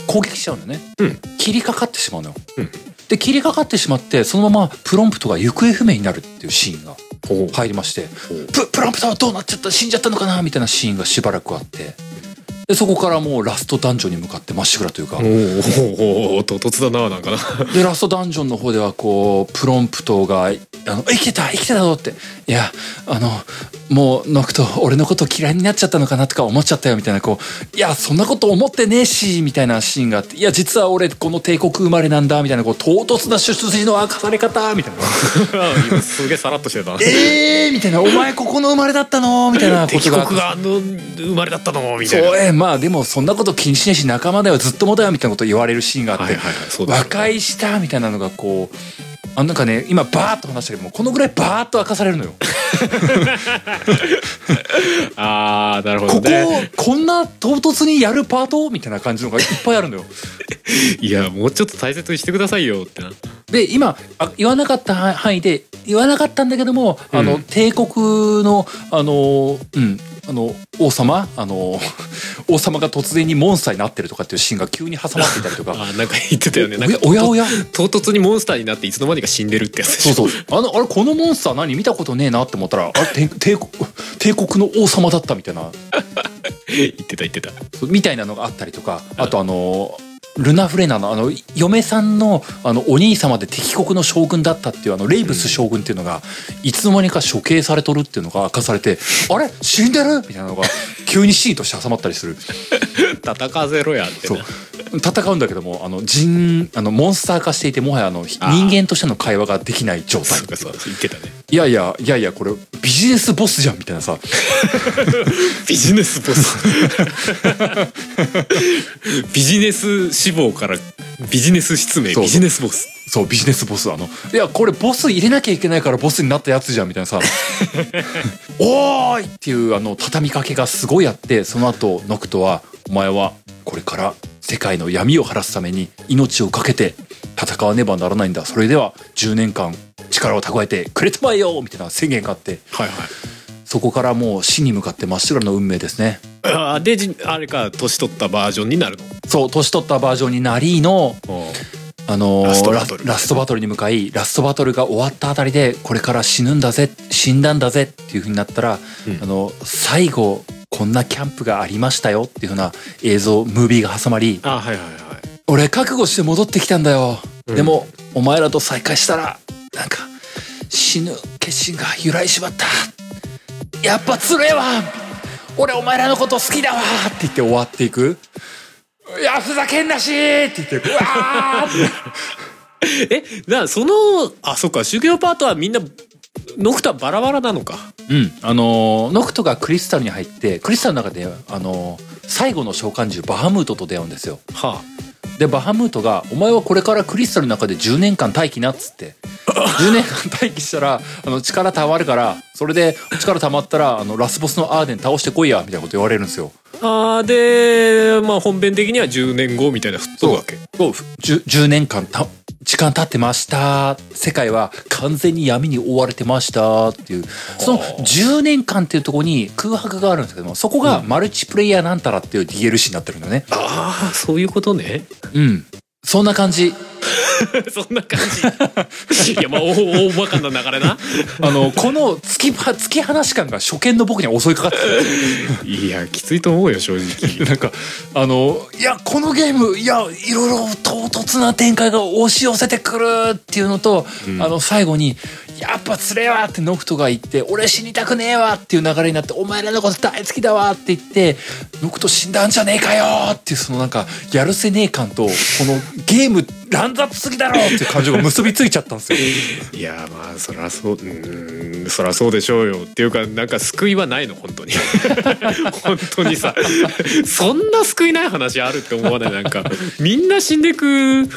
S1: 攻撃しちゃうんだよね、
S2: うん
S1: 切りかかってしまうのよ、
S2: うん
S1: で切りかかってしまってそのままプロンプトが行方不明になるっていうシーンが
S2: ほう
S1: 入りましてププランプトンどうなっちゃった死んじゃったのかなみたいなシーンがしばらくあってでそこからもうラストダンジョンに向かってまっしぐらというか、
S2: おーおーおーおー唐突だななんかな
S1: でラストダンジョンの方ではこうプロンプトがあの「生きてた生きてたぞ」って「いやあのもうノクト俺のこと嫌いになっちゃったのかな」とか思っちゃったよみたいなこう「いやそんなこと思ってねえし」みたいなシーンがあって「いや実は俺この帝国生まれなんだ」みたいなこう唐突な出自の明かされ方みたいな
S2: 今すげえさらっとしてたな
S1: 「ええー!」みたいな「お前ここの生まれだったの?」みたいなこ
S2: 敵
S1: と
S2: 国
S1: があって。
S2: があの生まれだったのみ
S1: そう
S2: たいな
S1: ええまあでもそんなこと気にしないし仲間だよずっともだよみたいなこと言われるシーンがあって、
S2: はいはいはいそうだ
S1: 和解したみたいなのがこうあなんかね今バーッと話したけどもこのぐらいバーッと明かされるのよ。
S2: あーなるほど
S1: ここ
S2: ね
S1: こんな唐突にやるパートみたいな感じのがいっぱいあるのよ。
S2: いやもうちょっと大切にしてくださいよってな
S1: で今あ言わなかった範範囲で言わなかったんだけども、
S2: うん
S1: あの帝国のあのうんあの王様あの 王様が突然にモンスターになってるとかっていうシーンが急に挟まっていたりと か。
S2: あーなんか言ってたよねなんか
S1: おやおやおや
S2: 唐突にモンスターになっていつの間にか死んでるってやつでし
S1: そう
S2: ょ
S1: そうあのあれこのモンスター何見たことねえなって思ったらあれ帝帝国帝国の王様だったみたいな
S2: 言ってた言ってた
S1: そうみたいなのがあったりとかあとあのルナ・フレナのあの嫁さんのあのお兄様で敵国の将軍だったっていうあのレイブス将軍っていうのがいつの間にか処刑されとるっていうのが明かされて「あれ死んでる?」みたいな のが急にシーンとして挟まったりする。
S2: 戦わせろやって
S1: そう
S2: な
S1: 戦うんだけどもあの人あのモンスター化していてもはやあの人
S2: あー
S1: 間としての会話ができない状態
S2: そうかそうか言ってたね
S1: いやいやいやいやこれビジネスボスじゃんみたいなさ
S2: ビジネスボスビジネス志望からビジネス失明
S1: そう
S2: ビジネスボス
S1: そうビジネスボスあのいやこれボス入れなきゃいけないからボスになったやつじゃんみたいなさ「おーい!」っていうあの畳みかけがすごいあってその後ノクトは「お前はこれから世界の闇を晴らすために命を懸けて戦わねばならないんだそれでは10年間力を蓄えてくれたまえよ!」みたいな宣言があって
S2: はいはい
S1: そこからもう死に向かってまっしぐらの運命ですね。
S2: あーでじあれか年取ったバージョンになるの
S1: そう年取ったバージョンになりのあのー
S2: ラ
S1: ラス
S2: ストバトル
S1: ラストバトルに向かいラストバトルが終わったあたりでこれから死ぬんだぜ死んだんだぜっていう風になったら、
S2: うん
S1: あの最後こんなキャンプがありましたよっていう風な映像ムービーが挟まり
S2: あーはいはいはい
S1: 俺覚悟して戻ってきたんだよ、
S2: うん
S1: でもお前らと再会したらなんか死ぬ決心が揺らいしまったやっぱつれえわ俺お前らのこと好きだわって言って終わっていくいやふざけんなしって言ってうわーって
S2: えなそのあそっか修行パートはみんなノクタバラバラなのか
S1: うん、あのーノクトがクリスタルに入ってクリスタルの中で、あのー最後の召喚獣バハムートと出会うんですよ
S2: は
S1: でバハムートが「お前はこれからクリスタルの中で10年間待機な」っつって10年間待機したらあの力たまるからそれで力たまったらあのラスボスのアーデン倒してこいやみたいなこと言われるんですよ
S2: ああーでまあ本編的には10年後みたいな吹っ飛ぶわけ
S1: そう 10, 10年間た時間経ってました世界は完全に闇に覆われてましたっていうその10年間っていうところに空白があるんですけどもそこがマルチプレイヤーなんたらっていう DLC になってるんだよね
S2: ああそういうことね
S1: うんそんな感じ
S2: そんな感じいやまあ大大まかな流れな
S1: あのこの突きは突き放し感が初見の僕には襲いかかってく
S2: いやきついと思うよ正
S1: る
S2: 直
S1: なんかあのいやこのゲームいやいろいろ唐突な展開が押し寄せてくるっていうのと、あの最後に「やっぱつれえわ」ってノクトが言って「俺死にたくねえわ」っていう流れになって「お前らのこと大好きだわ」って言って「ノクト死んだんじゃねえかよ」っていうそのなんかやるせねえ感とこのゲーム乱雑すぎだろっていう感情が結びついちゃったん ですよ。
S2: いやまあそりゃそううーんそりゃそうでしょうよっていうかなんか救いはないの本当 に本当にさそんな救いない話あるって思わないなんかみんな死んでく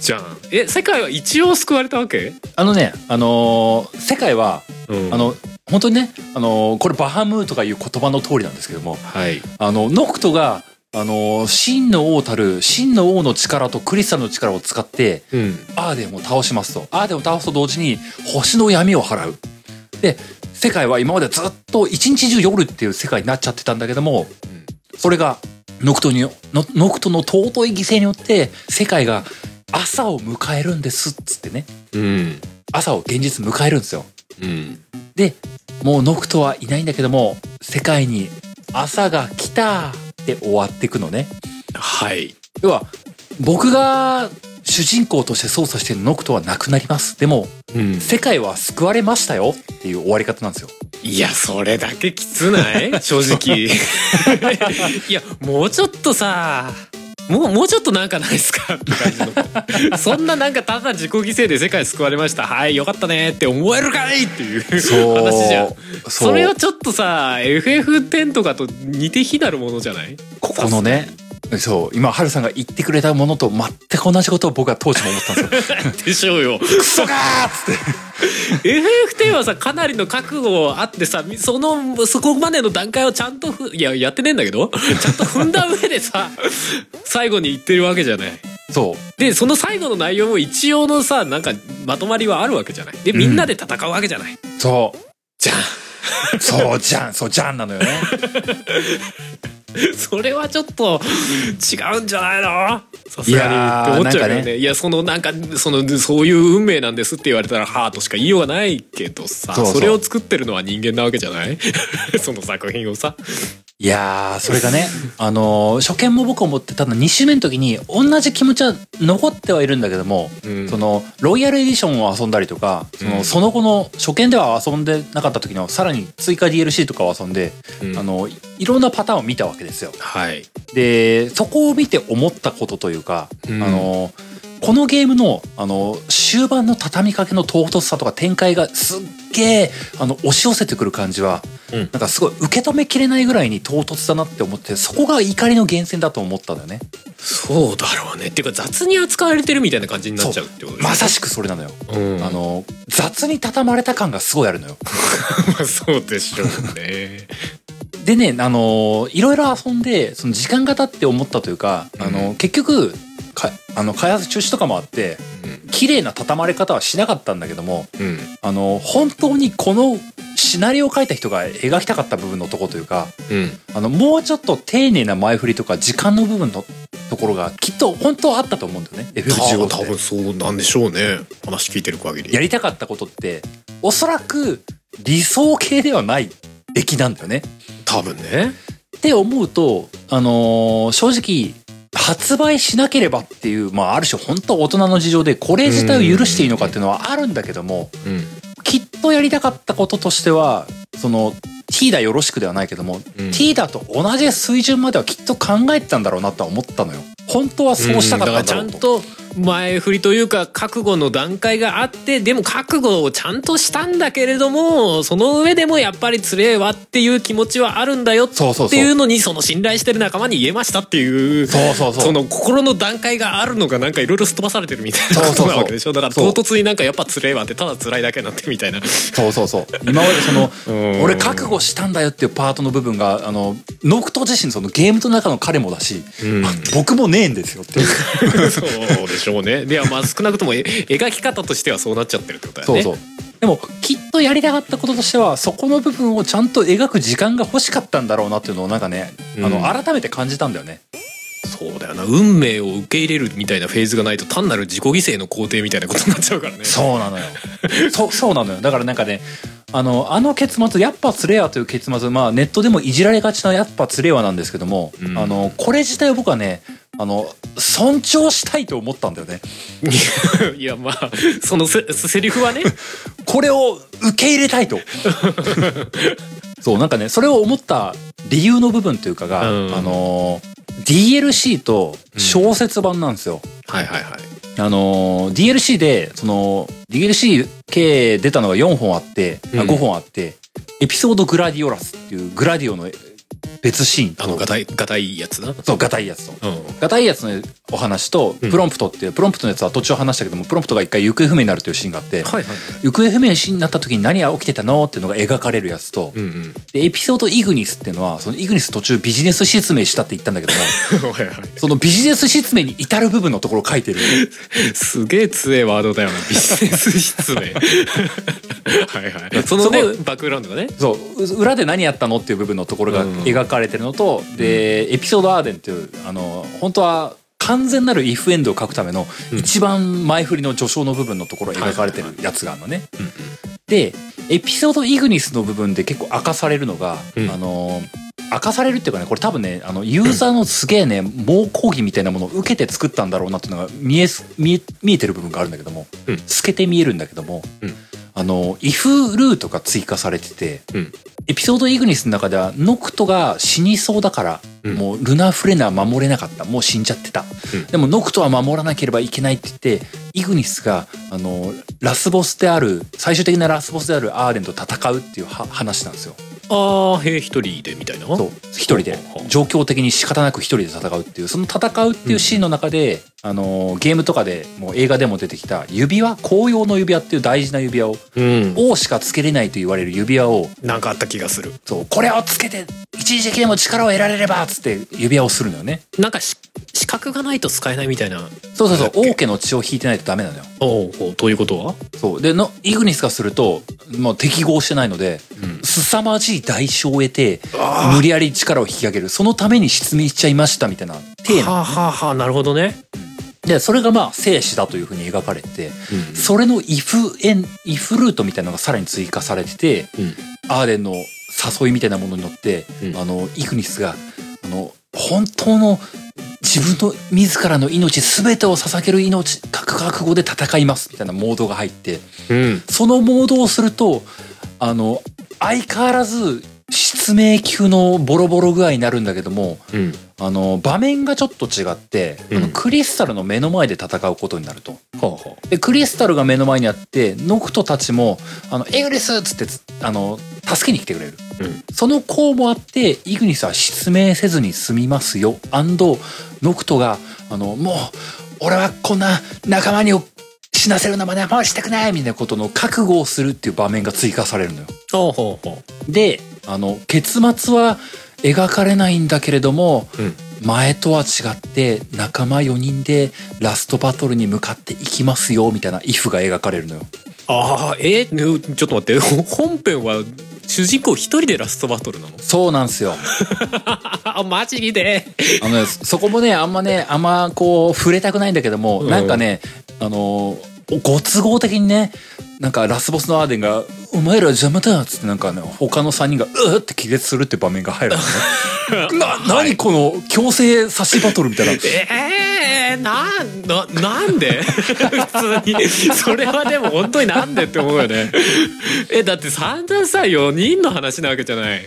S2: じゃんえ世界は一応救われたわけ、
S1: あのね、あのー世界は、
S2: うん
S1: あの、本当にね、あのーこれバハムーとかいう言葉の通りなんですけども、
S2: はい
S1: あの、ノクトが、あのー真の王たる、真の王の力とクリスタルの力を使って、
S2: うん
S1: アーデンを倒しますと。アーデンを倒すと同時に、星の闇を払う。で、世界は今までずっと一日中夜っていう世界になっちゃってたんだけども、それが、ノクトに、ノノクトの尊い犠牲によって、世界が朝を迎えるんですっつってね。
S2: うん
S1: 朝を現実迎えるんですよ
S2: うん。
S1: でもうノクトはいないんだけども世界に朝が来たって終わっていくのね
S2: はい。
S1: 要は僕が主人公として操作してるノクトはなくなりますでも
S2: うん。
S1: 世界は救われましたよっていう終わり方なんですよ
S2: いや、それだけきつ ない正直。いや、もうちょっとさ、もう、もうちょっとなんかないですかって感じ の。そんななんかただ自己犠牲で世界救われました。はい、よかったねって思えるかいっていう
S1: そう
S2: 話じゃん。
S1: そう
S2: それはちょっとさ、FF10 とかと似て非なるものじゃない
S1: ここのねそう今ハルさんが言ってくれたものと全く同じことを僕は当時も思ったん ですよ
S2: でしょうよ。
S1: クソガーっつって
S2: FF10 はさかなりの覚悟あってさみそのそこまでの段階をちゃんとふいややってねえんだけど ちゃんと踏んだ上でさ 最後に言ってるわけじゃない
S1: そう
S2: でその最後の内容も一応のさなんかまとまりはあるわけじゃないでみんなで戦うわけじゃない、
S1: そ
S2: じゃ
S1: うそうじゃんそうじゃんなのよね
S2: あそれはちょっと違うんじゃないのさす
S1: いや
S2: が
S1: ー
S2: にって思っちゃう
S1: な
S2: よ
S1: ん
S2: ね
S1: かね
S2: いやそのなんかそのそういう運命なんですって言われたらハートしか言いようがないけどさ
S1: そうそう
S2: それを作ってるのは人間なわけじゃない その作品をさ
S1: いやーそれがねあのー初見も僕思ってたの2周目の時に同じ気持ちは残ってはいるんだけども、
S2: うん
S1: そのロイヤルエディションを遊んだりとかその,、
S2: うん
S1: その後の初見では遊んでなかった時のさらに追加 DLC とかを遊んで、
S2: うん
S1: あのいいろんなパターンを見たわけですよ。
S2: はい。
S1: でそこを見て思ったことというか、
S2: うん
S1: あのこのゲームのあの終盤の畳みかけの唐突さとか展開がすっげえあの押し寄せてくる感じは、
S2: うん
S1: なんかすごい受け止めきれないぐらいに唐突だなって思ってそこが怒りの源泉だと思ったんだよね
S2: そうだろうね。っていうか雑に扱われてるみたいな感じになっちゃうってことですね
S1: まさしくそれなのよ、
S2: うん、
S1: あの雑に畳まれた感がすごいあるのよ
S2: まあそうでしょうね。
S1: でねあのいろいろ遊んでその時間が経って思ったというか、あの結局かあの開発中止とかもあって綺麗な畳まれ方はしなかったんだけども
S2: うん。うん。
S1: あの本当にこのシナリオを書いた人が描きたかった部分のとこというか
S2: うん。
S1: あのもうちょっと丁寧な前振りとか時間の部分のところがきっと本当はあったと思うんだよね F15
S2: 多
S1: って
S2: 分。そうなんでしょうね。話聞いてる限り。
S1: やりたかったことっておそらく理想系ではない出来なんだよね。
S2: 多分ね。
S1: って思うと、あのー正直発売しなければっていう、まあ、ある種本当大人の事情でこれ自体を許していいのかっていうのはあるんだけども、
S2: うん。
S1: きっとやりたかったこととしてはそのティーダよろしくではないけども、
S2: うん
S1: ティーダと同じ水準まではきっと考えてたんだろうなとは思ったのよ本当はそうしたかったんだろ
S2: う
S1: うん
S2: だ
S1: と,、
S2: からちゃんと前振りというか覚悟の段階があってでも覚悟をちゃんとしたんだけれどもその上でもやっぱりつれえわっていう気持ちはあるんだよっ
S1: そうそうそう
S2: ていうのにその信頼してる仲間に言えましたっていう
S1: そうそうそう
S2: の心の段階があるのがなんかいろいろすっ飛ばされてるみたいな
S1: そう
S2: こ
S1: そうそう
S2: となわけでしょだから
S1: そ
S2: 唐
S1: う
S2: 突になんかやっぱつれえわってただつらいだけになってみたいな
S1: そうそうそう今までその
S2: うん
S1: 俺覚悟したんだよっていうパートの部分があのノクト自身そのゲームの中の彼もだし、
S2: うん
S1: あ僕もねえんですよって いう
S2: そうでしょう ねではまあ少なくともえ描き方としてはそうなっちゃってるってことだよ
S1: そう
S2: ね
S1: そうでもきっとやりたかったこととしてはそこの部分をちゃんと描く時間が欲しかったんだろうなっていうのをなんかね、あ
S2: うん
S1: の改めて感じたんだよね。
S2: そうだよな運命を受け入れるみたいなフェーズがないと単なる自己犠牲の肯定みたいなことになっちゃうからね
S1: そうなのよ。そう、そうなのよ。だからなんかね、あの、あの結末、やっぱつれやという結末、まあネットでもいじられがちなやっぱつれやなんですけども、
S2: うん
S1: あの、これ自体を僕はね、あの、尊重したいと思ったんだよね。
S2: う いやまあそのせセリフはね
S1: これを受け入れた いと。そう、なんかね、それを思った理由の部分というかが、
S2: うん
S1: あの、DLC と小説版なんですよ。
S2: はいはいはい
S1: あのー DLC でその DLC 系出たのが4本あって、あ
S2: うん
S1: 5本あってエピソードグラディオラスっていうグラディオの別シーン
S2: あの
S1: と
S2: ガタイガタイやつなうん
S1: そうガタイやつと
S2: うん
S1: ガタイやつのお話と
S2: うん
S1: プロンプトっていう、プロンプトのやつは途中話したけどもプロンプトが一回行方不明になるというシーンがあって、
S2: はいはい
S1: 行方不明になった時に何が起きてたのっていうのが描かれるやつと、
S2: うんうん
S1: でエピソードイグニスっていうのはそのイグニス途中ビジネス説明したって言ったんだ けども
S2: はいはい
S1: そのビジネス説明に至る部分のところを書いてる
S2: すげえ強えワードだよなビジネス 失礼はいはいそのね
S1: そ
S2: バックグラウンドがね
S1: そうう裏で何やったのっていう部分のところが
S2: うん
S1: 描かれてるのと、でエピソードアーデンっていうあの本当は完全なるイフエンドを書くための一番前振りの序章の部分のところを描かれてるやつがあるのね。でエピソードイグニスの部分で結構明かされるのが、
S2: うん
S1: あの明かされるっていうかねこれ多分ねあのユーザーのすげえね、猛抗議みたいなものを受けて作ったんだろうなっていうのが見えす見え見えてる部分があるんだけども、
S2: うん
S1: 透けて見えるんだけども、
S2: うん
S1: あの if ルートが追加されてて、
S2: うん
S1: エピソードイグニスの中ではノクトが死にそうだから、
S2: うん
S1: もうルナ・フレナは守れなかったもう死んじゃってた、
S2: うん
S1: でもノクトは守らなければいけないって言ってイグニスがあのラスボスである最終的なラスボスであるアーレンと戦うっていうは話なんですよ
S2: ああへえ一人でみたいな
S1: そう一人で
S2: ほうほうほう
S1: 状況的に仕方なく一人で戦うっていうその戦うっていうシーンの中で、あのゲームとかでもう映画でも出てきた指輪紅葉の指輪っていう大事な指輪を
S2: うん
S1: 王しかつけれないと言われる指輪を
S2: なんかあった気がする
S1: そうこれをつけて一時的でも力を得られればっつって指輪をするのよね
S2: なんかし資格がないと使えないみたいな
S1: そうそうそう
S2: なんだ
S1: 王
S2: っ
S1: 家の血を引いてないとダメなのよ
S2: おうおうということは
S1: そうでのイグニスがするともう適合してないので、
S2: うん
S1: 凄まじい代償を得て
S2: あー
S1: 無理やり力を引き上げるそのために失明しちゃいましたみたいな体なの
S2: はあ、はあはあ、なるほどね、
S1: でそれがまあ生死だというふうに描かれて
S2: う
S1: それのイフエンイフルートみたいなのがさらに追加されてて
S2: んうん、
S1: アーレンの誘いみたいなものに乗って、
S2: うん
S1: あのイグニスがあの本当の自分の自らの命全てを捧げる命覚覚悟で戦いますみたいなモードが入って
S2: うん、
S1: そのモードをするとあの相変わらず失明級のボロボロ具合になるんだけども
S2: うん、
S1: あの場面がちょっと違って、あ
S2: う
S1: の
S2: ん
S1: クリスタルの目の前で戦うことになると。
S2: はあ、は
S1: でクリスタルが目の前にあってノクトたちも「あのエグリス!」っつってつあの助けに来てくれる、
S2: うん
S1: その功もあってイグニスは失明せずに済みますよノクトがあの「もう俺はこんな仲間に死なせるような真似はもうしたくない!」みたいなことの覚悟をするっていう場面が追加されるのよ。
S2: あ、はあ、はあ、
S1: であの結末は描かれないんだけれども、
S2: うん
S1: 前とは違って仲間4人でラストバトルに向かっていきますよみたいな「イフ」が描かれるのよ。
S2: あーえーぬちょっと待って本編は主人公一人でラストバトルなの
S1: そうなんですよ。
S2: あマジで
S1: あのねそこもねあんまねあんまこう触れたくないんだけども、
S2: うん
S1: なんかねあのご都合的にねなんかラスボスのアーデンが「お前ら邪魔だ」っつってなんかね他の3人が「うー」って気絶するって場面が入るの ね。な何この強制差しバトルみたいな。
S2: えー、なんななんで普通にそれはでも本当になんでって思うよねえだって散々さ4人の話なわけじゃない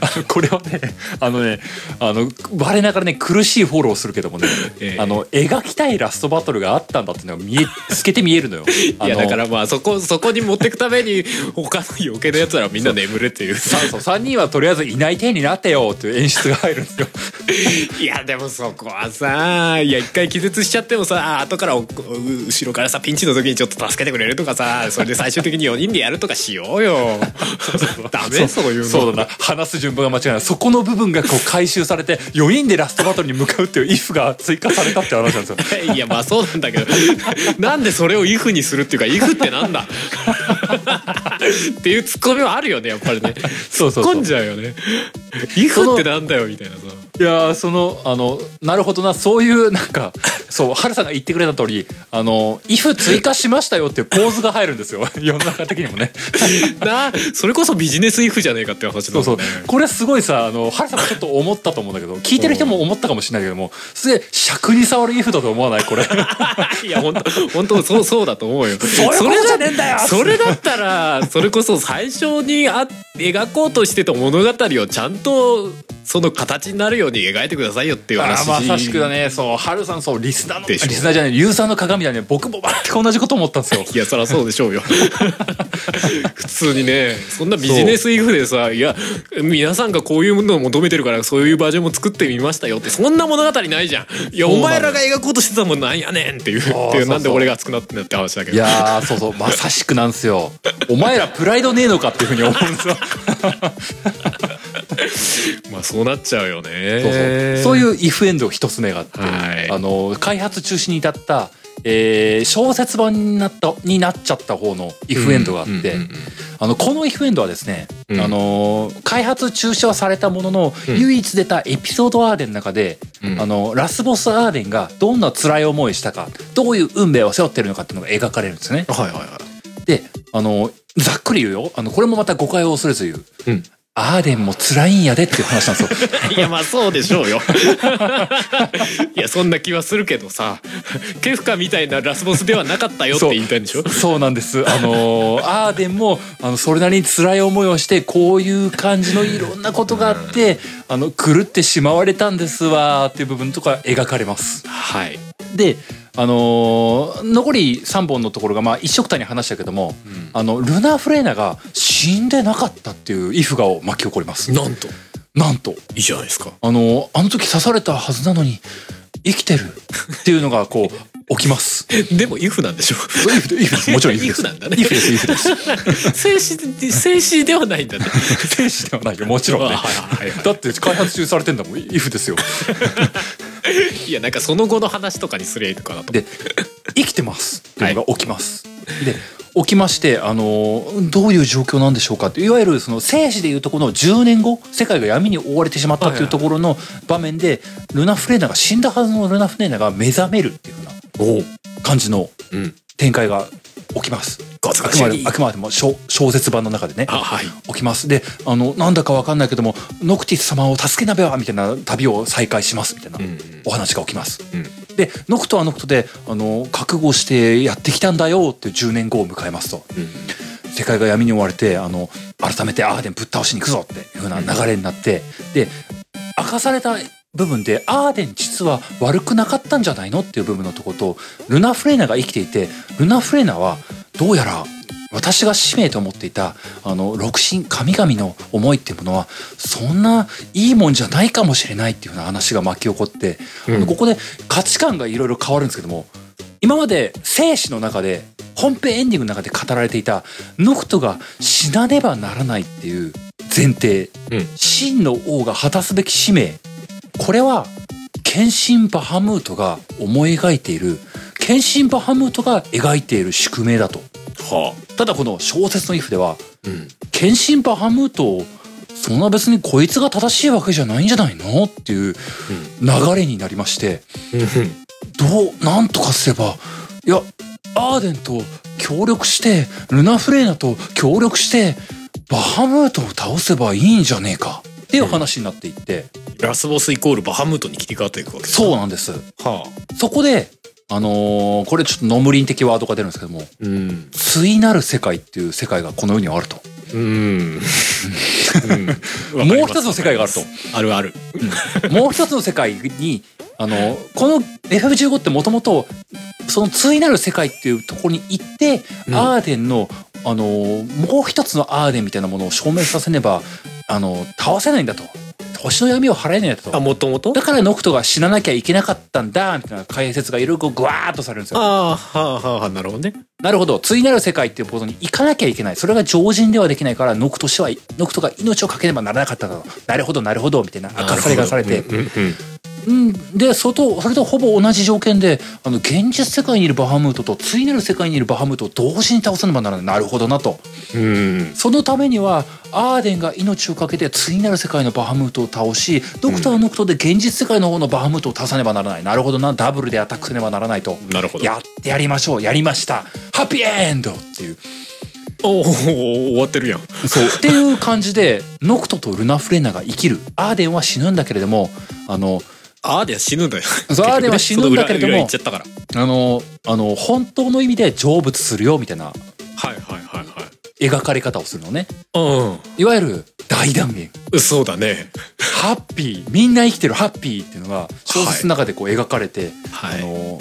S1: あのこれはねあのねあの我ながらね苦しいフォローをするけどもね、
S2: ええ
S1: あの描きたいラストバトルがあったんだっていうのが見え透けて見えるのよ。あ
S2: い
S1: の
S2: やだからまあそこそこに持ってくために他の余計なやつらはみんな眠れっていう
S1: さそう3人はとりあえずいない体になってよっていう演出が入るんですよ。
S2: いやでもそこはさいや一回気絶しちゃってもさ後からおう後ろからさピンチの時にちょっと助けてくれるとかさそれで最終的に4人でやるとかしようよダメそういうの
S1: そうだな話す順番が間違いないそこの部分がこう回収されて4人でラストバトルに向かうっていう「イフ」が追加されたって話なんですよ。
S2: いやまあそうなんだけどなんでそれを「イフ」にするっていうか「イフ」ってなんだっていうツッコミはあるよねやっぱりね
S1: そうそうそう
S2: 突っ込んじゃうよね「イフ」ってなんだよみたいなさ
S1: いやーそのあのなるほどなそういうなんか そうハルさんが言ってくれた通りあの「イフ」追加しましたよっていうポーズが入るんですよ 世の中的にもね。
S2: なそれこそビジネス「イフ」じゃねえかって話
S1: そ
S2: だ
S1: うそ
S2: も
S1: うん
S2: ね
S1: これすごいさあのハルさんがちょっと思ったと思うんだけ ど聞いてる人も思ったかもしれないけどもすげえ尺に触る「イフ」だと思わないこ れ。
S2: いや本当本当そうそうだと思うよ。
S1: そういうことじゃねえんだよ
S2: それだそれだったらそれこそ最初にあ描こうとしてた物語をちゃんとその形になるように描いてくださいよっていう
S1: あ
S2: 話。
S1: ーまさしくだねそうハルさんそうリスナーのリ
S2: でしょ
S1: スナーじゃないユーザーの鏡だね僕も全く同じこと思ったんですよ。
S2: いやそりゃそうでしょうよ 普通にねそんなビジネスイフでさいや皆さんがこういうものを求めてるからそういうバージョンも作ってみましたよってそんな物語ないじゃんいや
S1: そうな
S2: お
S1: の
S2: 前らが描こうとしてたもんなんやねんっていう
S1: そう
S2: っていう
S1: そう
S2: なんで俺が熱くなってんだって話だけど
S1: いやーそうそうまさしくなんですよ。 お前らプライドねえのかっていうふうに思うんですよ。
S2: まあそうなっちゃうよね
S1: そうそうそういうイフエンド一つ目があって、
S2: はい
S1: あの開発中止に至った、えー小説版になったになっちゃった方のイフエンドがあって、
S2: うんうんうん
S1: あのこのイフエンドはですね、
S2: うん
S1: あのー開発中止はされたものの、
S2: うん
S1: 唯一出たエピソードアーデンの中で、
S2: うん
S1: あのラスボスアーデンがどんな辛い思いをしたかどういう運命を背負ってるのかっていうのが描かれるんですよね。
S2: はいはいはい
S1: で、あの、ざっくり言うよ。あの、これもまた誤解を恐れず言う。
S2: うん
S1: アーデンも辛いんやでっていう話なん ですよ。
S2: いやまあそうでしょうよ いやそんな気はするけどさケフカみたいなラスボスではなかったよって言いたいんでしょ
S1: そうなんです。あ の、アーデンも、あの、それなりに辛い思いをして、こういう感じのいろんなことがあって、あの、狂ってしまわれたんですわーっていう部分とか描かれます。
S2: はい、
S1: で、あのー残り3本のところが、まあ、一色単に話したけども、あの、ルナ・フレーナが死んでなかったっていうイフガを巻き起こります。
S2: なんと
S1: なんと。
S2: いいじゃないですか
S1: あの、あの時刺されたはずなのに、生きてるっていうのが、こう、起きます。
S2: でもイフなんでしょ
S1: イフイフ ですもちろんイフです。
S2: イフなんだね
S1: イフです、イフです。
S2: 静止静止ではないんだね
S1: 天使ではないよ、もちろんね
S2: あ はいはいは。い
S1: だって開発中されてんだもん、イフですよ。
S2: いやなんかその後の話とかにすりゃいいのかなと
S1: で、生きてますっていうのが起きます。で、起きまして、あの、どういう状況なんでしょうかって、いわゆるその生死でいうとこの10年後、世界が闇に覆われてしまったっていうところの場面で、ルナ・フレーナが死んだはずのルナ・フレーナが目覚めるっていうふうな
S2: おう
S1: 感じの
S2: うん
S1: 展開が起きます。
S2: ガツ
S1: あ
S2: ガ
S1: く
S2: ツ
S1: まであくまでも小小説版の中でね
S2: あはい
S1: 起きますであのなんだかわかんないけどもノクティス様を助けなべはみたいな旅を再開しますみたいな
S2: うん
S1: お話が起きます、
S2: うん
S1: でノクトはノクトであの覚悟してやってきたんだよっていう10年後を迎えますと
S2: うん
S1: 世界が闇に追われてあの改めてアーデンぶっ倒しに行くぞっていう風な流れになってで明かされた部分でアーデン実は悪くなかったんじゃないのっていう部分のとことルナ・フレーナが生きていてルナ・フレーナはどうやら私が使命と思っていたあの六神神々の思いっていうものはそんないいもんじゃないかもしれないっていうような話が巻き起こって、あの
S2: うん
S1: ここで価値観がいろいろ変わるんですけども今まで生死の中で本編エンディングの中で語られていたノクトが死なねばならないっていう前提、
S2: うん
S1: 真の王が果たすべき使命これは謙信バハムートが思い描いている謙信バハムートが描いている宿命だと
S2: は
S1: ただこの小説の「イフ」では
S2: あうん
S1: 謙信バハムートをそんな別にこいつが正しいわけじゃないんじゃないのっていう流れになりましてどうなんとかすればいやアーデンと協力してルナ・フレーナと協力してバハムートを倒せばいいんじゃねえかっていう話になっていって、
S2: ラスボスイコールバハムートに切り替わっていくわけだ
S1: そうなんです
S2: はあ
S1: そこであのーこれちょっとノムリン的ワードが出るんですけども
S2: うん
S1: 「対なる世界」っていう世界がこの世にはあると
S2: うん、うん
S1: もう一つの世界があると
S2: あるある
S1: もう一つの世界にあのこの FF15 ってもともとその対なる世界っていうところに行って、
S2: うん
S1: アーデンのあのもう一つのアーデンみたいなものを証明させねばあの倒せないんだと星の闇を払えないんだと
S2: あもともと
S1: だからノクトが死ななきゃいけなかったんだみたいな解説がいろいろグワーッとされるんですよ。
S2: ああはあはあはあなるほどね
S1: なるほど対なる世界っていうことに行かなきゃいけないそれが常人ではできないからノクト氏はノクトが命をかけねばならなかったんだとなるほどなるほどみたいな明かされがされて。
S2: うんうんうん
S1: うん、でそれとそれとほぼ同じ条件であの現実世界にいるバハムートとついなる世界にいるバハムートを同時に倒さねばならないなるほどなと
S2: うん
S1: そのためにはアーデンが命を懸けてついなる世界のバハムートを倒しドクターはノクトで現実世界の方のバハムートを倒さねばならないなるほどなダブルでアタックせねばならないと
S2: なるほど
S1: やってやりましょうやりましたハッピーエンドっていう
S2: おお終わってるやん
S1: そうっていう感じでノクトとルナ・フレーナが生きるアーデンは死ぬんだけれどもあの
S2: あーでは死ぬんだよ
S1: そうあーでは死ぬんだけれども
S2: 言っちゃったから
S1: あの、あの、本当の意味で成仏するよみたいな
S2: はいはいはい
S1: 描かれ方をするのね。
S2: はい
S1: わゆる大断言。
S2: うんそうだね
S1: ハッピー、みんな生きてるハッピーっていうのが小説の中でこう描かれて、
S2: はい
S1: あの、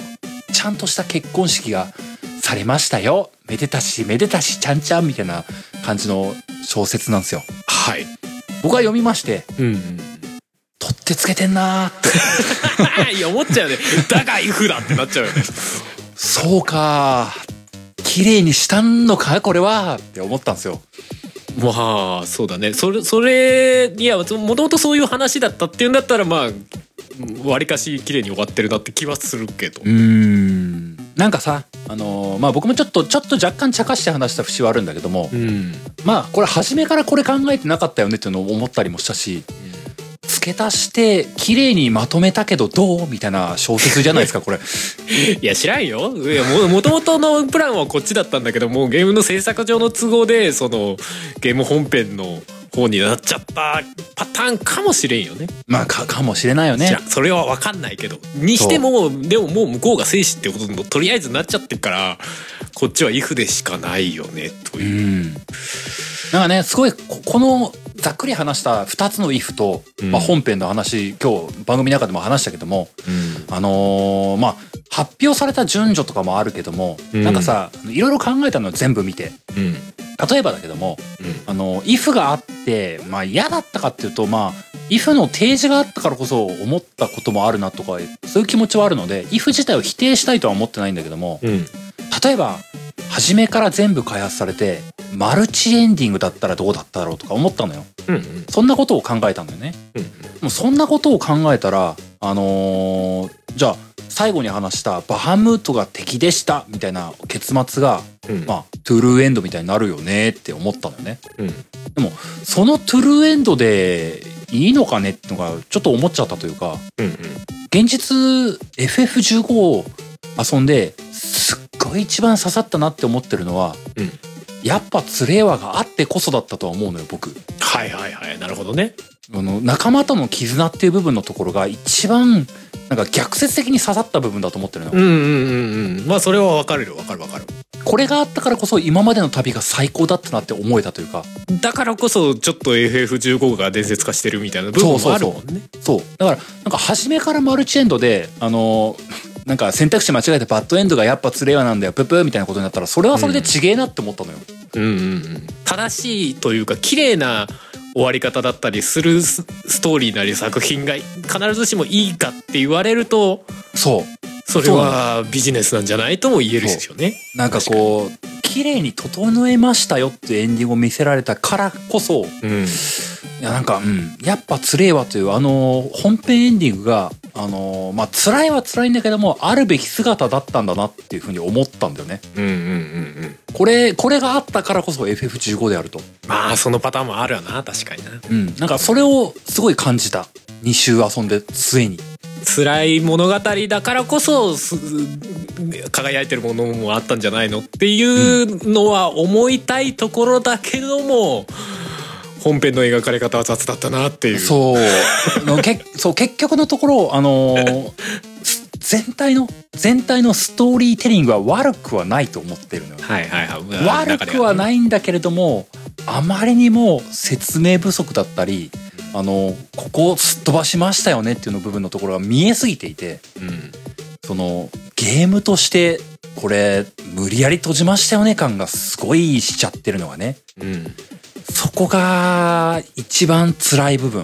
S1: ちゃんとした結婚式がされましたよ。めでたし、めでたし、ちゃんちゃんみたいな感じの小説なんですよ。
S2: はい
S1: 僕は読みまして、
S2: うんうん
S1: 取ってつけてんなーって。
S2: いや思っちゃうねだがイフだってなっちゃうよね
S1: そうかー。綺麗にしたんのかこれはって思ったんですよ。
S2: まあそうだねそれそれいやもともとそういう話だったっていうんだったらまあわりかし綺麗に終わってるなって気はするけど
S1: うーんなんかさあのーまあ僕もちょっとちょっと若干茶化して話した節はあるんだけども、
S2: うん
S1: まあこれ初めからこれ考えてなかったよねっていうのを思ったりもしたしつけ付け足して綺麗にまとめたけどどうみたいな小説じゃないですかこれ
S2: いや知らんよいやももともとのプランはこっちだったんだけどもうゲームの制作上の都合でそのゲーム本編の方になっちゃったパターンかもしれんよね
S1: まあかかもしれないよ
S2: 知
S1: ね
S2: らんそれは分かんないけどにしてもでももう向こうが生死ってことのとりあえずなっちゃってるからこっちは「イフ」でしかないよねと
S1: う
S2: いう、
S1: んなんかねすごいここのざっくり話した2つの「if」と、
S2: うん
S1: まあ、本編の話今日番組の中でも話したけどもあのーまあ発表された順序とかもあるけども、
S2: うん
S1: なんかさいろいろ考えたの全部見て
S2: うんうん
S1: 例えばだけどもあの「if」があって、まあ、嫌だったかっていうとまあ「if」の提示があったからこそ思ったこともあるなとかそういう気持ちはあるので「if」自体を否定したいとは思ってないんだけども
S2: うんうん
S1: 例えば初めから全部開発されてマルチエンディングだったらどうだったろうとか思ったのよ
S2: うんうん
S1: そんなことを考えたんだよねもうそんなことを考えたらあのーじゃあ最後に話したバハムートが敵でしたみたいな結末が、
S2: うん
S1: まあ、トゥルーエンドみたいになるよねって思ったのね
S2: うん
S1: でもそのトゥルーエンドでいいのかねってのがちょっと思っちゃったというか
S2: うん
S1: 現実 FF15 を遊んですっごい一番刺さったなって思ってるのは、
S2: うん
S1: やっぱツレーワがあってこそだったとは思うのよ僕
S2: はいはいはいなるほどね
S1: あの仲間との絆っていう部分のところが一番なんか逆説的に刺さった部分だと思ってるのよ、
S2: うんうんうんうんまあそれは分かるよ分かる分かる
S1: これがあったからこそ今までの旅が最高だったなって思えたというか
S2: だからこそちょっと FF15 が伝説化してるみたいな部分もあるもんね
S1: そうだからなんか初めからマルチエンドであの なんか選択肢間違えてバッドエンドがやっぱツレアなんだよプープーみたいなことになったらそれはそれでちげえなって思ったのよ、
S2: うんうんうん正しいというか綺麗な終わり方だったりするスストーリーなり作品が必ずしもいいかって言われると
S1: そう
S2: それはビジネスなんじゃないとも言えるですよね。
S1: なんかこう綺麗に整えましたよってエンディングを見せられたからこそい
S2: うん、
S1: やなんか、うん、やっぱツレはというあの本編エンディングがあのまあ辛いは辛いんだけどもあるべき姿だったんだなっていうふうに思ったんだよね
S2: うんうんうんうん
S1: これこれがあったからこそ FF15 であると
S2: まあそのパターンもあるよな確かにな
S1: うん、なんかそれをすごい感じた2週遊んでついに
S2: 辛い物語だからこそす輝いてるものもあったんじゃないのっていうのは思いたいところだけども、本編の描かれ方は雑だったなっていう
S1: そうのけそう結局のところあのーす全体の全体のストーリーテリングは悪くはないと思ってるのよ
S2: はいはいはい
S1: 悪くはないんだけれどもあまりにも説明不足だったりあのここをすっ飛ばしましたよねっていうの部分のところが見えすぎていて
S2: うん
S1: そのゲームとしてこれ無理やり閉じましたよね感がすごいしちゃってるのがね
S2: うん、
S1: そこが一番辛い部 分。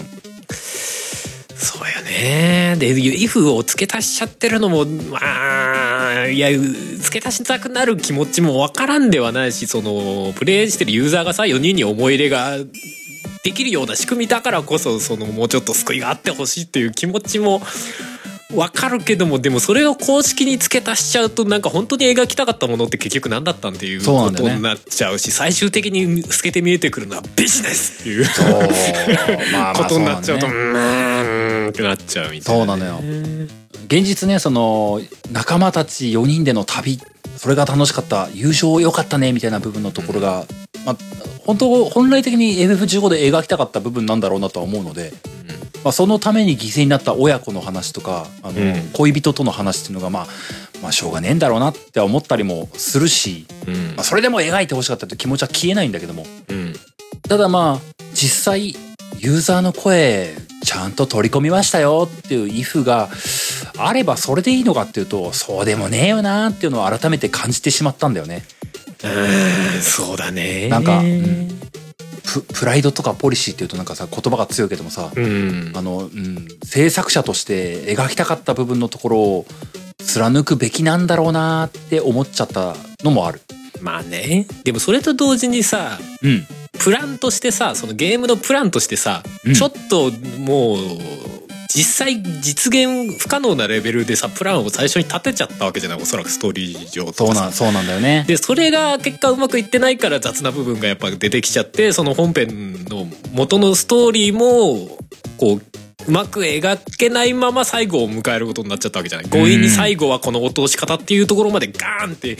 S2: そうよねで「if」を付け足しちゃってるのもまあいや付け足したくなる気持ちもわからんではないしそのプレイしてるユーザーがさ4人に思い入れができるような仕組みだからこそそのもうちょっと救いがあってほしいっていう気持ちもわかるけどもでもそれを公式に付け足しちゃうとなんか本当に描きたかったものって結局何だったんっていう
S1: そうな
S2: こ
S1: んだよ
S2: と
S1: ね
S2: になっちゃうし最終的に透けて見えてくるのはビジネスっていう。
S1: まあまあ
S2: ことになっちゃうと、う
S1: そうなんだね
S2: ーんってなっちゃうみたいな、
S1: そうなのよ現実ねその仲間たち4人での旅それが楽しかった友情良かったねみたいな部分のところが、まあ、本当本来的に FF15 で描きたかった部分なんだろうなとは思うので、まあ、そのために犠牲になった親子の話とかあの、
S2: うん
S1: 恋人との話っていうのが、まあ、まあしょうがねえんだろうなって思ったりもするし、
S2: うん
S1: まあ、それでも描いてほしかったって気持ちは消えないんだけども
S2: うん
S1: ただまあ実際ユーザーの声ちゃんと取り込みましたよっていう if があればそれでいいのかっていうとそうでもねえよなっていうのを改めて感じてしまったんだよね
S2: うんそうだね
S1: なんかうんププライドとかポリシーっていうとなんかさ言葉が強いけどもさ
S2: うん
S1: あの、うん、制作者として描きたかった部分のところを貫くべきなんだろうなって思っちゃったのもある
S2: まあねでもそれと同時にさ
S1: うん
S2: プランとしてさそのゲームのプランとしてさ、
S1: うん
S2: ちょっともう実際実現不可能なレベルでさプランを最初に立てちゃったわけじゃないおそらくストーリー上と
S1: そう
S2: かさ
S1: なんそうなんだよね
S2: でそれが結果うまくいってないから雑な部分がやっぱ出てきちゃってその本編の元のストーリーもこううまく描けないまま最後を迎えることになっちゃったわけじゃない強引に最後はこの落とし方っていうところまでガーンって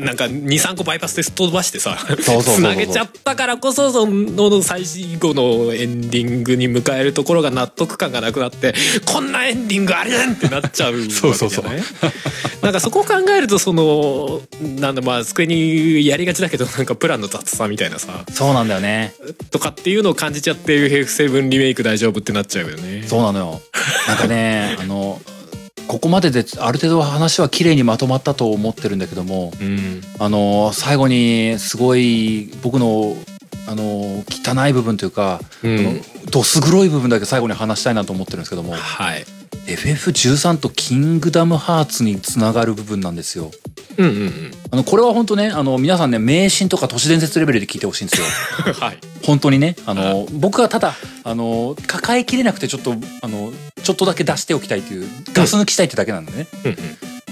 S2: なんか23個バイパスですっ飛ばしてさ
S1: そうそうそうそう
S2: つなげちゃったからこそその最後のエンディングに迎えるところが納得感がなくなってこんなエンディングあれんってなっちゃうわけじゃない
S1: そうそうそう
S2: なんかそこを考えるとそのなんだまあ机にやりがちだけどなんかプランの雑さみたいなさ
S1: そうなんだよね
S2: とかっていうのを感じちゃって FF7 リメイク大丈夫ってなっちゃうよね
S1: そうなのよなんかね あのここまでである程度話は綺麗にまとまったと思ってるんだけども
S2: うん
S1: あの最後にすごい僕のあの汚い部分というか、
S2: うん
S1: どす黒い部分だけ最後に話したいなと思ってるんですけども
S2: はい
S1: FF13 と「キングダムハーツ」につながる部分なんですよ。
S2: うんうんうん
S1: あのこれは本当ねあの皆さんね迷信とか都市伝説レベルで聞いてほしいんですよ。
S2: はい
S1: 本当にねあの僕はただあの抱えきれなくてちょっとあのちょっとだけ出しておきたいというガス抜きしたいってだけなんでね、
S2: うんうん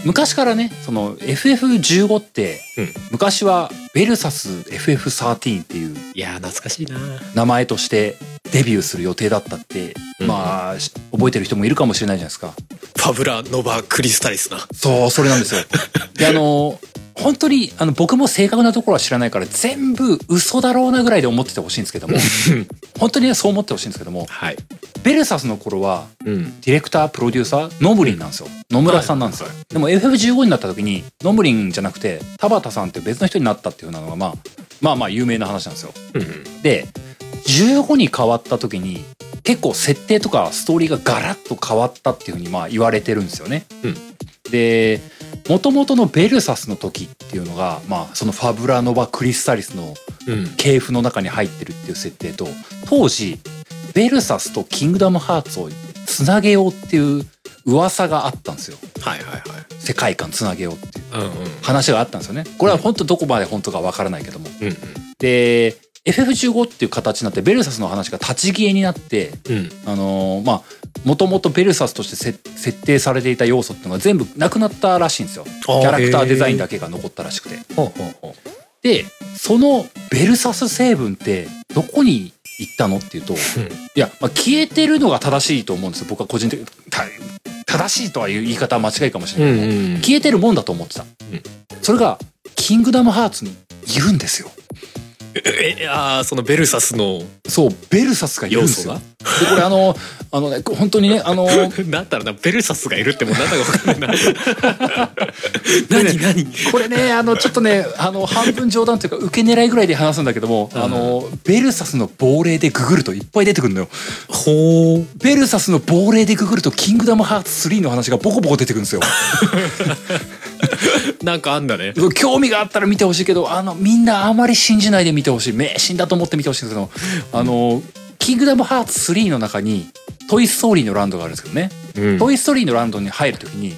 S1: 昔からねその FF15 って、
S2: うん
S1: 昔はベルサス FF13 っていう
S2: いやー懐かしいな
S1: 名前としてデビューする予定だったって、
S2: うん
S1: まあし覚えてる人もいるかもしれないじゃないですか
S2: ファブラ・ノバ・クリスタリスな
S1: そうそれなんですよ であの本当にあの僕も正確なところは知らないから全部嘘だろうなぐらいで思っててほしいんですけ ども本当にねそう思ってほしいんですけども
S2: はい
S1: ベルサスの頃は
S2: うん
S1: ディレクタープロデューサーノブリンなんですよ野村さんなんですよ、
S2: はい
S1: でも FF15 になった時にノブリンじゃなくて田畑さんって別の人になったっていうのが、まあ、まあまあ有名な話なんですよ
S2: うんうん
S1: で15に変わった時に結構設定とかストーリーがガラッと変わったっていうふうにまあ言われてるんですよね、
S2: うん
S1: で元々のベルサスの時っていうのが、まあ、そのファブラノバ・クリスタリスの
S2: うん
S1: 系譜の中に入ってるっていう設定と当時ベルサスとキングダムハーツをつなげようっていう噂があったんですよ
S2: はいはい
S1: 世界観つなげようっていう
S2: はいうんうん
S1: 話があったんですよねこれは本当どこまで本当かわからないけども
S2: うん
S1: で FF15 っていう形になってベルサスの話が立ち消えになって
S2: うんうん
S1: あのーまあもともとベルサスとしてせ設定されていた要素っていうのが全部なくなったらしいんですよキ
S2: あー
S1: ャラクターデザインだけが残ったらしくて
S2: ほうほうほ
S1: でそのベルサス成分ってどこに行ったのっていうと、
S2: うん
S1: いや、まあ、消えてるのが正しいと思うんですよ僕は個人的にた正しいとはいう言い方は間違いかもし
S2: う
S1: れないけど、
S2: ん
S1: 消えてるもんだと思ってた、
S2: ん
S1: それがキングダムハーツにいるんですよ
S2: えあーそのベルサスの
S1: そうベルサスがいるん
S2: 要
S1: で
S2: 素
S1: すよ
S2: が
S1: でこれあのあのねこ本当にねあ の
S2: なんだろうなベルサスがいるってもうなんだか分かんないな何何
S1: これねあのちょっとねあの半分冗談というか受け狙いぐらいで話すんだけども、あのベルサスの亡霊でググるといっぱい出てくるのよ
S2: ほう
S1: ベルサスの亡霊でググるとキングダムハーツ3の話がボコボコ出てくるんですよ
S2: なんかあんだね
S1: 興味があったら見てほしいけどあのみんなあまり信じないで見てほしい迷信だと思って見てほしいんですけどあのキングダムハーツ3の中にトイ・ストーリーのランドがあるんですけどね
S2: うん
S1: トイ・ストーリーのランドに入るときに、